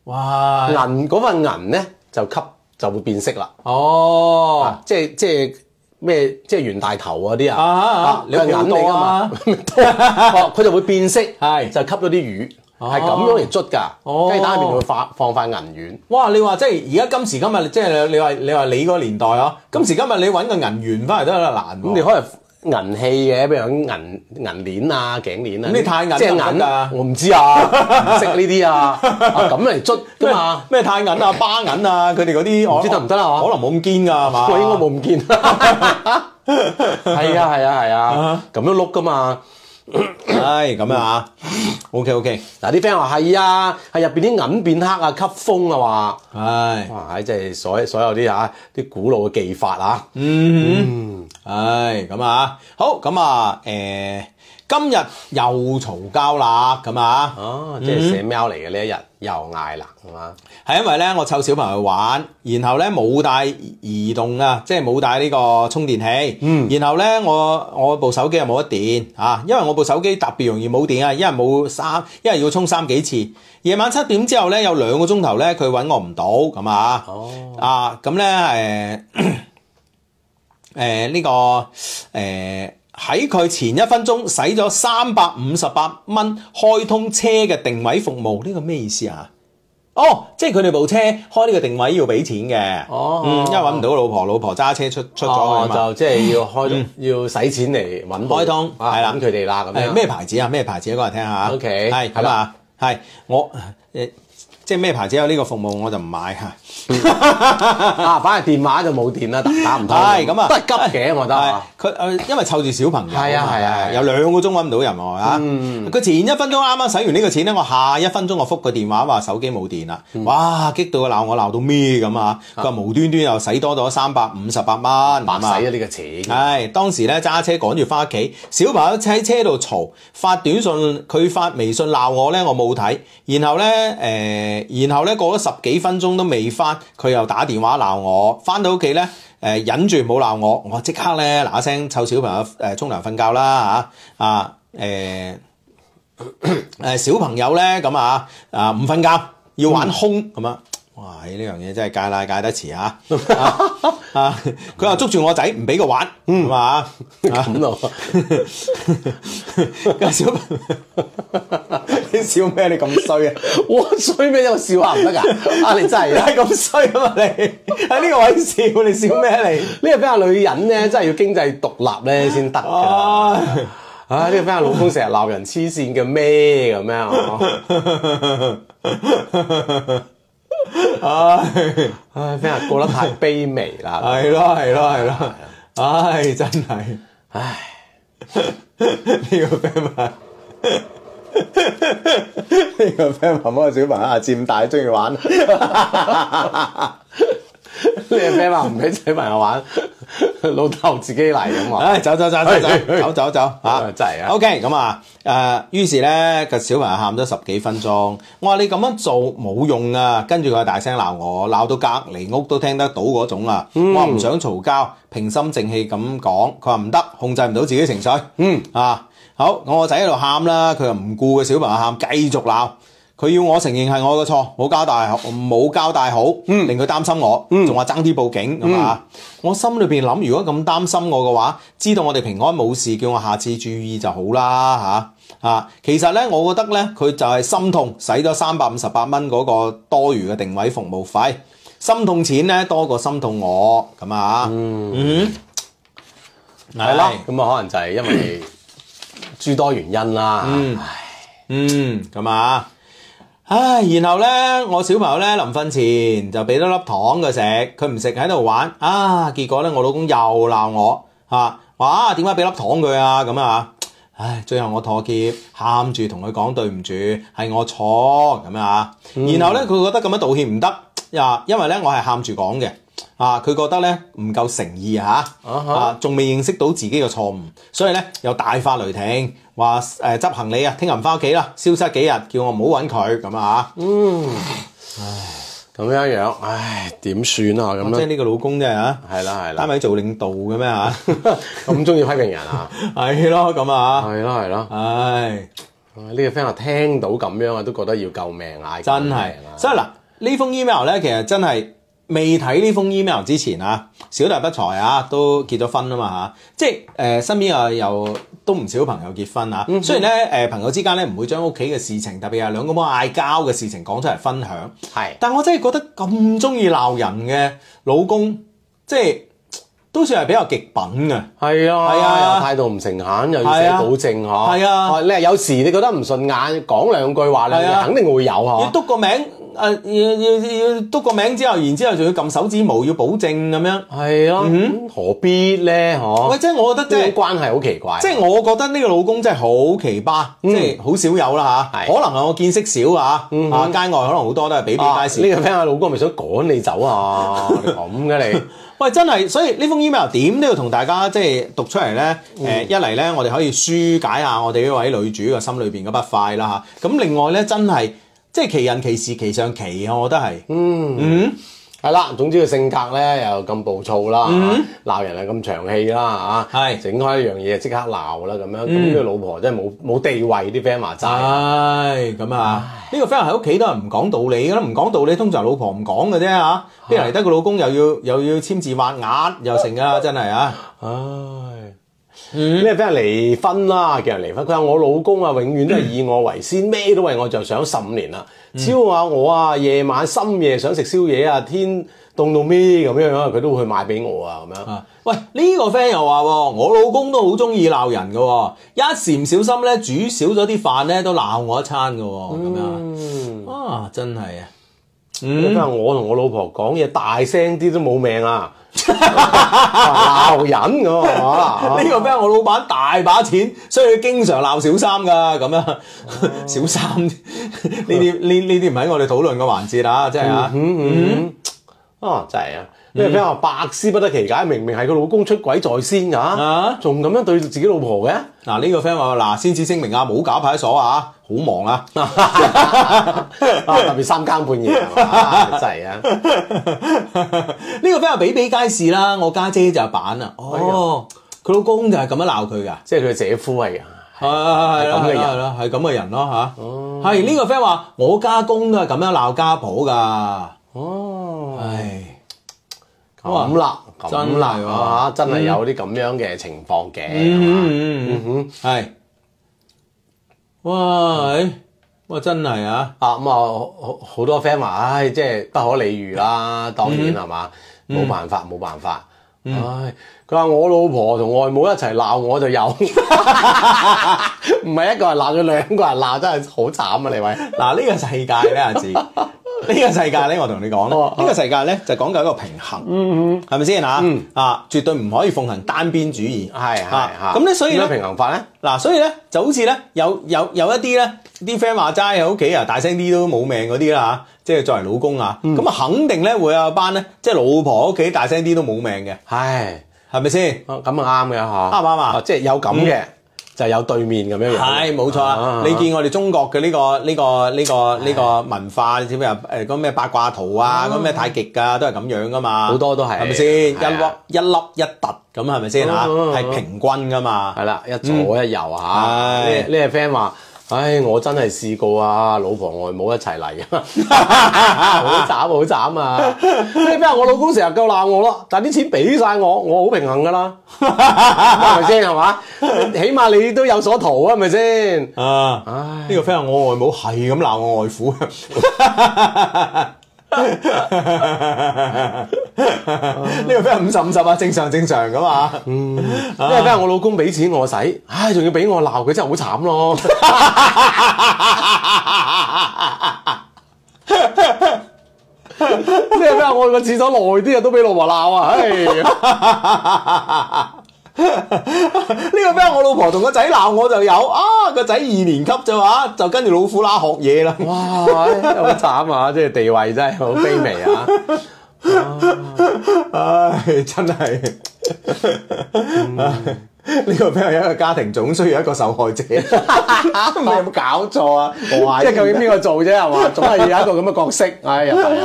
C: 哇！
A: 㗎，銀嗰塊銀咧就吸就會變色啦。啊
C: 哦，
A: 即係即係咩？即係袁大頭嗰啲啊，
C: 啊啊啊
A: 你係銀嚟㗎嘛， 哦佢就會變色，
C: 係
A: 就吸咗啲魚，係咁樣嚟捽
C: 哦
A: 㗎。雞蛋入邊會放放塊銀
C: 哇！你話即係而家今時今日，即係你你話你話你嗰個年代啊，今時今日你揾個銀元翻嚟都有啲難
A: 丸，咁
C: 喎。
A: 你可能銀器嘅，譬如銀銀鏈啊、頸鏈啊，
C: 咁你太銀
A: 即係
C: 得唔得
A: 銀
C: 㗎
A: 我唔知啊，唔識呢啲 啊，啊咁嚟捽㗎嘛，
C: 咩泰銀啊、巴銀啊，佢哋嗰啲
A: 唔知得唔得啦嗬
C: 可能冇咁堅㗎係 嘛？
A: 我應該冇唔見。係啊啊係啊係啊，咁樣碌㗎嘛。
C: 冇。唉，咁啊，OK OK，
A: 嗱啲 friend 話係啊，係入邊啲銀變黑啊，吸風啊話。
C: 唉
A: 哇！即係所所有啲啊，啲古老嘅技法啊，
C: 嗯
A: 嗯
C: 唉，咁啊，好咁啊，誒，今日又嘈交啦，咁啊。
A: 哦，即係寫喵嚟嘅呢一日又嗌啦，係嘛？
C: 係因為咧，我湊小朋友去玩，然後咧冇帶移動啊，即係冇帶呢個充電器。嗯，然後咧我我部手機又冇得電啊，因為我部手機特別容易冇電啊，一係冇三，一係要充三幾次。夜晚七點之後咧，有兩個鐘頭咧，佢揾我唔到咁啊。
A: 哦
C: 啊，咁咧呃誒誒呢個誒喺佢前一分鐘使咗三百五十八蚊開通車嘅定位服務，呢個咩意思啊？哦，即係佢哋部車開呢個定位要俾錢嘅，
A: 哦
C: 嗯，因為揾唔到老婆，老婆揸車出出咗去啊
A: 哦，
C: 嘛。嗯
A: 就即係要開要使錢嚟揾
C: 開通
A: 啊
C: 係啦
A: 揾佢哋啦咁
C: 誒
A: 樣。
C: 咩牌子啊？咩牌子啊？講嚟聽下。
A: OK，係
C: 係咁啊
A: 啦，
C: 係我誒即係咩牌子有呢個服務我就唔買嚇。
A: 啊？反而電話就冇 電啦，打打唔通。
C: 係咁啊，
A: 都係急嘅，我覺得
C: 係
A: 啊。
C: 佢誒，因為湊住小朋友嘛，
A: 係啊係啊係啊嗯
C: 有兩個鐘揾唔到人喎啊！佢前一分鐘啱啱使完呢個錢咧，我下一分鐘我覆個電話話手機冇電啦，
A: 嗯
C: 哇！激到佢鬧我鬧到咩咁啊！佢話無端端又使多咗三百五十八蚊，
A: 白
C: 咁啊
A: 使啊呢個錢。
C: 係當時咧揸車趕住翻屋企，小朋友喺車度嘈，發短信，佢發微信鬧我咧，我冇睇。然後咧，誒、然後咧過咗十幾分鐘都未翻，佢又打電話鬧我。翻到屋企咧，誒、忍住冇鬧我，我即刻咧嗱嗱聲湊小朋友誒沖涼瞓覺啦嚇啊誒。誒小朋友咧咁啊啊唔瞓覺，要玩空咁啊！哇！呢樣嘢真係戒奶戒得遲啊！啊，佢話捉住我仔唔俾佢玩，
A: 嗯
C: 咁啊， 啊
A: 咁咯，
C: 個小朋友你笑咩？你咁衰啊！
A: 我衰咩？我笑下唔得 㗎？啊，你真係啊！
C: 你咁衰啊嘛！你喺呢個位笑，你笑咩你？
A: 呢個比較女人咧，真係要經濟獨立咧先得㗎。
C: 啊！
A: 唉，呢個 friend 老公成日鬧人黐線嘅咩咁樣啊？
C: 唉，
A: 唉，friend 啊過得太卑微啦。
C: 係咯係咯係咯，唉真係。
A: 唉，
C: 呢個 friend 話呢個 friend 話，我小朋友啊，漸大中意玩，
A: 呢個 friend 話唔俾仔朋友玩，老豆自己嚟咁啊話。
C: 唉，哎走走走走走走走走嚇
A: 啊，真係啊
C: OK，咁啊，誒，於是咧個小朋友喊咗十幾分鐘，我話你咁樣做冇用啊，跟住佢大聲鬧我，鬧到隔離屋都聽得到嗰種啊，我話唔想嘈交，平心靜氣咁講，佢話唔得，控制唔到自己情緒，嗯啊，好，我個仔喺度喊啦，佢又唔顧個小朋友喊，繼續鬧。佢要我承認係我嘅錯，冇交代好，冇交代好，令佢擔心我，仲話爭啲報警咁啊！我心裏邊諗，如果咁擔心我嘅話，知道我哋平安冇事，叫我下次注意就好啦嚇。啊，其實咧，我覺得咧，佢就係心痛，使咗三百五十八蚊嗰個多餘嘅定位服務費，心痛錢咧多過心痛我咁啊！嗯，
A: 係
C: 係
A: 咯，咁啊可能就係因 為諸多原因啦。
C: 嗯，咁啊，唉，然後咧，我小朋友咧臨瞓前就俾咗粒糖佢食，佢唔食喺度玩啊，結果咧我老公又鬧我啊，話啊點解俾粒糖佢啊咁啊，唉，最後我妥協，喊住同佢講對唔住，係我錯咁啊，然後咧佢覺得咁樣道歉唔得啊，因為咧我係喊住講嘅。啊，佢覺得咧唔夠誠意啊，啊，仲未認識到自己嘅錯誤，所以咧又大發雷霆，話誒執行李啊，聽日唔翻屋企啦，消失幾日，叫我唔好揾佢咁啊，
A: 咁樣樣，唉，點算啊？咁
C: 即係
A: 樣
C: 呢個老公啫嚇，
A: 係啦係
C: 單
A: 啦，
C: 位做領導嘅咩嚇？
A: 咁中意批評人啊？
C: 係咯咁啊，
A: 係啦係啦，
C: 唉，
A: 呢個 friend 話聽到咁樣啊，都覺得要救命啊！
C: 真係，所以嗱呢封 email 咧，其實真係未睇呢封 email 之前啊，小弟不才啊，都結咗婚啊嘛嚇，即係誒、呃身邊又有都唔少朋友結婚啊，
A: 嗯
C: 雖然咧誒、呃朋友之間咧唔會將屋企嘅事情，特別係兩公婆嗌交嘅事情講出嚟分享，
A: 係
C: 但我真係覺得咁中意鬧人嘅老公，即係都算係比較極品嘅。
A: 係啊，
C: 係
A: 又
C: 啊
A: 態度唔誠懇，又要寫保證嗬。
C: 係啊
A: 你係有時你覺得唔順眼，講兩句話
C: 係啊
A: 你肯定會有
C: 要
A: 嗬。
C: 篤個名，誒、要要要篤個名之後，然之後仲要撳手指模，要保證咁樣。
A: 係啊，咁何必咧
C: 嗯喂，
A: 嗬？
C: 即係我覺得即
A: 哦呢種
C: 係，
A: 關係好奇怪。
C: 即係我覺得呢個老公真係好奇葩，即係好少有啦嚇。
A: 嗯係嗯
C: 可能係我見識少啊，啊街外可能好多都係比比
A: 啊
C: 皆是。
A: 呢個 friend 話老公係咪想趕你走 啊？你咁嘅你。
C: 喂，真係，所以呢封 email 點都要同大家即係讀出嚟咧。誒、一嚟咧，我哋可以舒解下我哋呢位女主嘅心裏邊嘅不快啦嚇。咁另外咧，真係即係其人其事其上其啊，我覺得係。
A: 嗯
C: 嗯
A: 係啦，總之佢性格咧又咁暴躁啦，鬧、人又咁長氣啦，嚇，
C: 係
A: 整開一樣嘢即刻鬧啦咁樣，咁佢老婆真係冇冇地位啲 friend 話齋，
C: 唉，咁啊，呢個 friend 喺屋企都係唔講道理嘅啦，唔講道理通常老婆唔講嘅啫嚇，邊嚟得個老公又要又要簽字畫押又成啊，真係啊！
A: 唉。咩 friend 離婚啦？叫人離婚，佢話我老公啊，永遠都係以我為先，咩都為我着想，十五年啦。只要話我啊，夜晚深夜想食宵夜啊，天凍到咩咁樣樣，佢都會去買俾我啊，咁樣。
C: 啊！喂，呢、個 friend 又話喎，我老公都好中意鬧人嘅喎，一時唔小心咧煮少咗啲飯咧，都鬧我一餐嘅喎，咁
A: 嗯
C: 樣啊啊，真係啊！
A: 咁啊，我同我老婆講嘢大聲啲都冇命 啊！鬧人咁啊！
C: 呢個 friend 我老闆大把錢，所以佢經常鬧小三噶咁樣。 小三呢啲呢呢啲唔係我哋討論嘅環節啊，真係啊。
A: 嗯啊，真係啊！呢個 friend 話百思不得其解，明明係個老公出軌在先㗎
C: 啊，
A: 仲咁樣對自己老 婆嘅？
C: 嗱呢個 friend 話嗱，先至聲明啊，冇搞派出所啊，好忙啊。
A: 啊，特別三更半夜係嘛啊 真係啊！
C: 呢個 friend 話比比皆是啦，我家姐就係板啊。哦，佢老公就係咁樣鬧佢㗎。
A: 即係佢姐夫嚟㗎。啊
C: 係係係
A: 咁嘅人
C: 係啦，係咁嘅人咯吓，係呢個 friend 話我家公都係咁樣鬧家婆㗎。
A: 哦，
C: 唉，
A: 咁啦，咁啦
C: 真係喎
A: 啊，真係有啲咁樣嘅情況嘅。係嘛
C: 嗯嗯嗯，係。喂，哇真係啊！
A: 啊咁啊，好好好多 friend 話，唉，即係不可理喻啦，當然係嘛，冇辦法冇辦法。唉，佢話我老婆同外母一齊鬧我就有，唔係一個人鬧咗兩個人鬧，真係好慘啊！你位
C: 嗱，呢個世界咧，阿 志，呢個世界咧，我同你講咧，呢個世界咧就講究一個平衡，嗯係咪先啊？啊，絕對唔可以奉行單邊主義，
A: 係係
C: 啊
A: 係。
C: 咁咧，所以
A: 點
C: 咧
A: 樣，平衡法咧，
C: 嗱，所以咧就好似咧有有有一啲咧啲 friend 話齋喺屋企啊，大聲啲都冇命嗰啲啦嚇即係作為老公啊，
A: 嗯
C: 咁啊肯定咧會有一班咧，即係老婆屋企大聲啲都冇命嘅，
A: 唉，
C: 係咪先？
A: 啊咁啊啱嘅嚇，
C: 啱唔啱啊
A: 即係有咁嘅就有對面咁樣樣，
C: 係冇錯啦
A: 啊！
C: 你見我哋中國嘅呢個呢個呢個呢個文化，你知唔知啊？誒嗰咩八卦圖啊，嗰咩太極啊，都係咁樣噶嘛。
A: 嗯好多都係
C: 係咪先？一
A: 係
C: 粒
A: 啊
C: 一粒一突咁係咪先啊？
A: 嗯嗯嗯
C: 係平均噶嘛
A: 係。啦，一左一右嚇。呢
C: 係
A: 呢個 friend 話：，唉，我真係試過啊，老婆外母一齊嚟啊，好慘好慘啊！呢個 friend 話我老公成日夠鬧我咯，但啲錢俾晒我，我好平衡噶啦，係咪先係嘛？起碼你都有所圖啊，係咪先？
C: 啊！
A: 唉
C: 呢個 friend 話我外母係咁鬧我外父。呢個 friend 五十五十啊，正常正常噶嘛。
A: 呢個 friend 話我老公俾錢我使，唉，仲要俾我鬧佢，真係好慘咯。呢個 friend 話我去個廁所耐啲啊，都俾老婆鬧啊，唉。
C: 呢個咩？我老婆同個仔鬧我就有啊，個仔二年級咋嘛，就跟住老虎乸學嘢啦。
A: 哇，好慘啊！即係地位真係好卑微啊！
C: 唉，真係，唉呢個俾人一個家庭總需要一個受害者， 你有冇搞錯啊？我
A: 即係究竟邊個做啫係 嘛？總係要有一個咁嘅角色，唉 又係啊。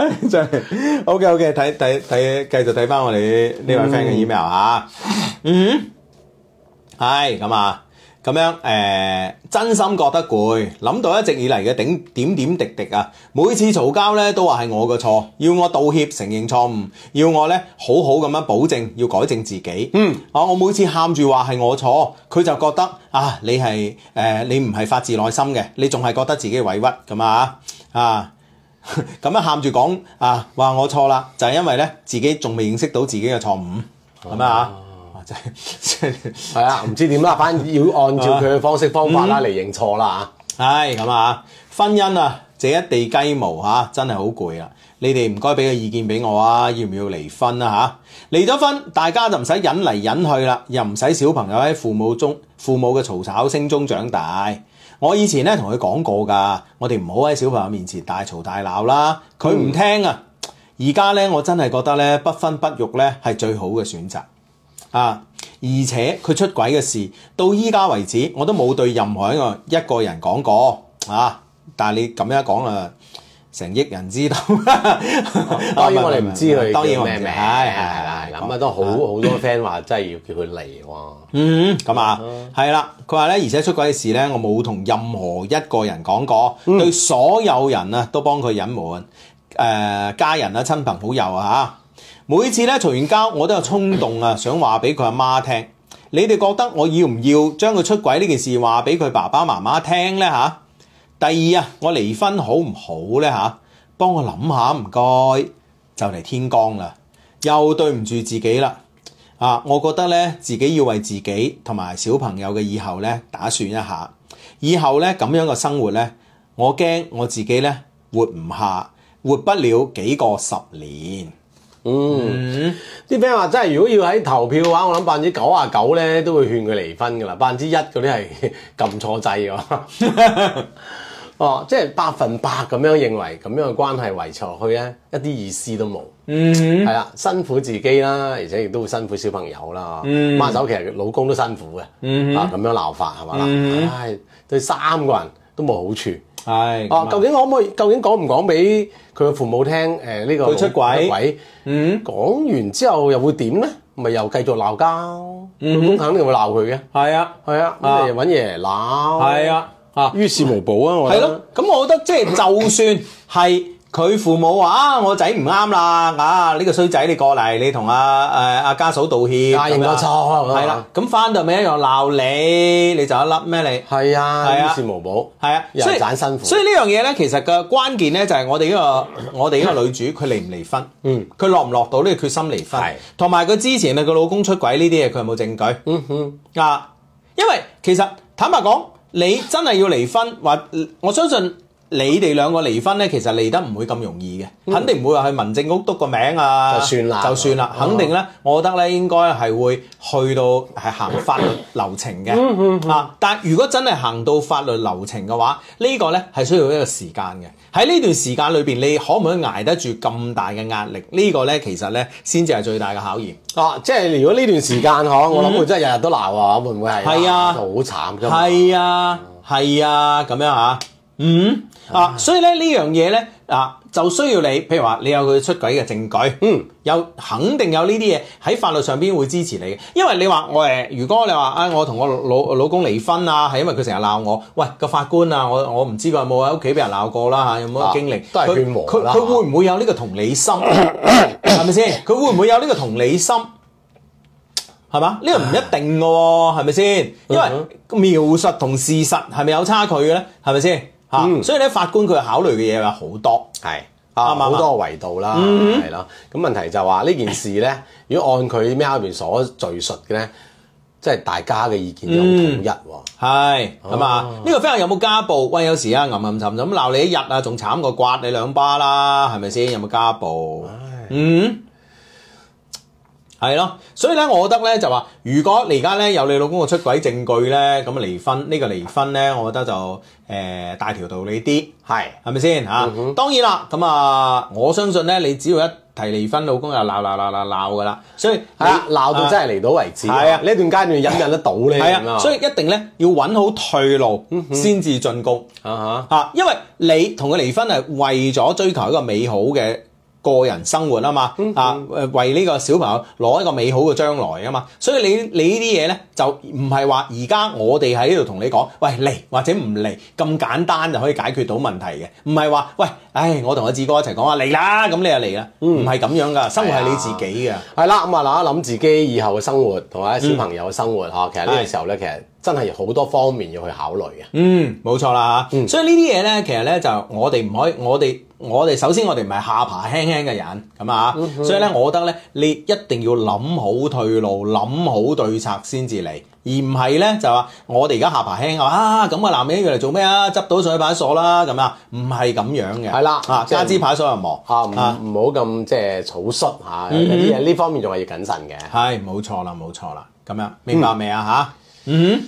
C: 唉，真係 OK OK，睇睇睇，繼續睇翻我哋呢位 friend 嘅 email 啊。嗯，係咁啊，咁樣誒、呃真心覺得攰，諗到一直以嚟嘅頂點點滴滴啊，每次嘈交呢都話係我嘅錯，要我道歉承認錯誤，要我呢好好咁樣保證要改正自己。嗯，啊，我每次喊住話係我錯，佢就覺得啊，你係誒、呃你唔係發自內心嘅，你仲係覺得自己委屈咁啊啊！咁樣喊住講啊，話我錯啦，就係、因為咧自己仲未認識到自己嘅錯誤，咁啊哇真係真係
A: 係啊，唔知點啦，反正要按照佢嘅方式方法啦嚟認錯啦
C: 唉，咁啊，婚姻啊，這一地雞毛嚇、啊真係好攰啊！你哋唔該俾個意見俾我啊，要唔要離婚啊吓，離咗婚，大家就唔使忍嚟忍去啦，又唔使小朋友喺父母中父母嘅嘈吵聲中長大。我以前咧同佢講過㗎，我哋唔好喺小朋友面前大嘈大鬧啦，佢唔聽啊。而家咧，我真係覺得咧，不婚不育咧係最好嘅選擇。啊！而且佢出軌嘅事到依家為止，我都冇對任何一個一個人講過啊！但係你咁樣講啊，成億人知道。
A: 當然我哋唔 知佢
C: 當然
A: 叫
C: 我唔
A: 咩
C: 知
A: 名，
C: 係
A: 係
C: 係
A: 啦
C: 係，
A: 咁啊都好好 多 friend 話真係要叫佢嚟喎。
C: 嗯，咁啊，係啦。佢話咧，而且出軌嘅事咧，我冇同任何一個人講過，對所有人啊都幫佢隱瞞。誒、家人啊、親朋好友啊嚇，每次咧嘈完交，我都有衝動啊，想話俾佢阿媽聽。你哋覺得我要唔要將佢出軌呢件事話俾佢爸爸媽媽聽呢？嚇、第二啊，我離婚好唔好呢？嚇、幫我諗下唔該。就嚟天光啦，又對唔住自己啦。啊，我覺得咧自己要為自己同埋小朋友嘅以後咧打算一下，以後咧咁樣嘅生活咧，我驚我自己咧活唔下，活不了幾個十年。
A: 嗯啲 friend 話真係，如果要喺投票嘅話，我諗百分之九啊九咧都會勸佢離婚㗎啦，百分之一嗰啲係撳錯掣㗎。 哦，即係百分百咁樣認為咁樣嘅關係維持落去咧，一啲意思都冇。嗯，係啦，辛苦自己啦，而且亦都會辛苦小朋友啦。嗯，媽手其實老公都辛苦嘅。嗯，啊咁樣鬧法係嘛啦？唉，對三個人都冇好處。
C: 係
A: 哦，究
C: 啊竟
A: 竟可唔可以？究竟講唔講俾佢嘅父母聽？誒、呢、個
C: 佢出軌
A: 嗯，講完之後又會點咧？咪又繼續鬧交，老公肯定會鬧佢嘅。
C: 係嗯啊，
A: 係啊，咁咪揾爺鬧。
C: 係，啊，啊。
A: 於事無補啊！我覺
C: 係
A: 得
C: 咯，咁我覺得即係就算係佢父母話啊，我仔唔啱啦，啊呢、個衰仔你過嚟，你同阿誒阿家嫂道歉，
A: 啊認個錯啊咁啊
C: 係啦，咁翻到咪一樣鬧你，你就一粒咩你？
A: 係啊，
C: 係啊
A: 於事無補。
C: 係啊，
A: 又
C: 所以
A: 盞辛苦
C: 所以呢樣嘢咧，其實嘅關鍵咧就係我哋呢、個我哋呢個女主佢離唔離婚，嗯，佢落唔落到呢個決心離婚
A: 係，
C: 同埋佢之前啊佢老公出軌呢啲嘢，佢有冇證據？嗯哼，啊，因為其實坦白講，你真係要離婚，或我相信。你哋兩個離婚咧，其實離得唔會咁容易嘅，肯定唔會話去民政局篤個名啊，
A: 嗯就算啦哦
C: 就算啦，肯定咧，我覺得咧應該係會去到係行法律流程
A: 嗯
C: 嘅啊。但如果真係行到法律流程嘅話，呢個咧係需要一個時間嘅。喺呢段時間裏邊，你可唔可以捱得住咁大嘅壓力？呢個咧其實咧先至係最大嘅考驗。
A: 啊，即係如果呢段時間呵，我諗佢真係日日都鬧啊，會唔會係？
C: 嗯係啊
A: 好慘㗎嘛。
C: 係啊，係啊，咁樣啊，嗯啊，所以咧呢樣嘢咧啊，就需要你，譬如話你有佢出軌嘅證據，嗯，有肯定有呢啲嘢喺法律上邊會支持你嘅，因為你話我誒，如果你話啊，我同我老老公離婚啊，係因為佢成日鬧我，喂個法官啊，我我唔知佢有冇喺屋企俾人鬧過啦嚇，有冇
A: 啊
C: 咁嘅經歷，
A: 都係
C: 佢
A: 勸和㗎啦
C: 佢佢會唔會有呢個同 理心？係咪先？佢會唔會有呢個同理心？係嘛？呢個唔一定嘅喎，係咪先？因
A: 嗯
C: 為描述同事實係咪有差距嘅咧？係咪先？嚇、
A: 嗯
C: 所以咧法官佢考慮嘅嘢有好多。
A: 係
C: 啱
A: 啊，
C: 唔啱
A: 好
C: 啊嗯
A: 多維度啦，係咯。咁問題就話呢 件事咧，如果按佢 email 入邊所敍述嘅咧，即係大家嘅意見就好統一
C: 嗯
A: 喎。
C: 係咁啊！
A: 哦
C: 呢個 friend 有冇家暴？喂，有時啊，吟吟沉沉咁鬧你一日啊，仲慘過刮你兩巴啦，係咪先？有冇家暴？嗯，係咯。所以咧，我覺得咧就話，如果你而家咧有你老公嘅出軌證據咧，咁啊離婚呢、個離婚咧，我覺得就誒、呃大條道理啲。
A: 係嗯
C: 係咪先嚇？當然啦，咁啊，我相信咧，你只要一提離婚，老公又鬧鬧鬧鬧鬧噶啦，所以
A: 係啦，啊鬧到真
C: 係。
A: 係嚟到為止。
C: 係啊
A: 呢一段階段忍唔忍得到咧？
C: 系
A: 咁
C: 啊，所以一定咧要揾好退路
A: 嗯
C: 先至進攻
A: 啊哈，
C: 啊！因為你同佢離婚係為咗追求一個美好嘅個人生活啊嘛，啊誒為呢個小朋友攞一個美好嘅將來啊嘛，所以你你呢啲嘢咧就唔係話而家我哋喺呢度同你講，喂嚟或者唔嚟咁簡單就可以解決到問題嘅，唔係話喂，唉我同阿志哥一齊講話嚟啦，咁你就嚟啦，唔係咁樣噶，生活係你自己嘅。
A: 係啦，咁啊嗱，諗自己以後嘅生活同埋小朋友嘅生活嚇，其實呢個
C: 係
A: 時候咧，其實真係好多方面要去考慮嘅。
C: 嗯，冇錯啦嚇。所以呢啲嘢咧，其實咧就我哋唔可以，我哋我哋首先我哋唔係下爬輕輕嘅人咁啊，
A: 嗯
C: 所以咧我覺得咧，你一定要諗好退路，諗好對策先至嚟，而唔係咧就話我哋而家下爬輕輕啊，咁個男人要嚟做咩啊？執到上去派出所啦咁啊，唔係咁樣嘅。
A: 係啦
C: 啊，
A: 即係
C: 加之派出所又忙
A: 啊，唔嗯唔好咁即係草率嚇，有啲嘢呢方面仲係要謹慎嘅。
C: 係冇錯啦，冇錯啦，咁樣明白未啊吓，嗯哼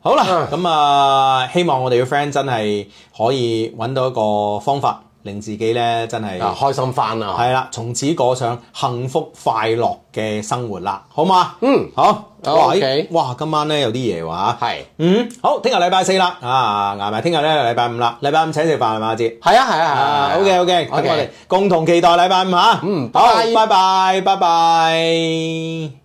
C: 好啦，咁啊，希望我哋嘅 friend 真係可以揾到一個方法，令自己咧真係
A: 啊，開心翻啦！
C: 係啦，從此過上幸福快樂嘅生活啦，好嘛？
A: 嗯，
C: 好，
A: 好
C: 哇
A: OK
C: 哇，今晚咧有啲嘢話
A: 係
C: 哦嗯，好，聽日禮拜四啦，啊，捱埋聽日咧禮拜五啦，禮拜五請食飯係嘛，阿哲？
A: 係啊係啊係啊
C: 啊，OK OK，咁我
A: OK
C: 哋共同期待禮拜五嚇。
A: 嗯
C: 好，
A: 拜
C: 拜拜，拜拜。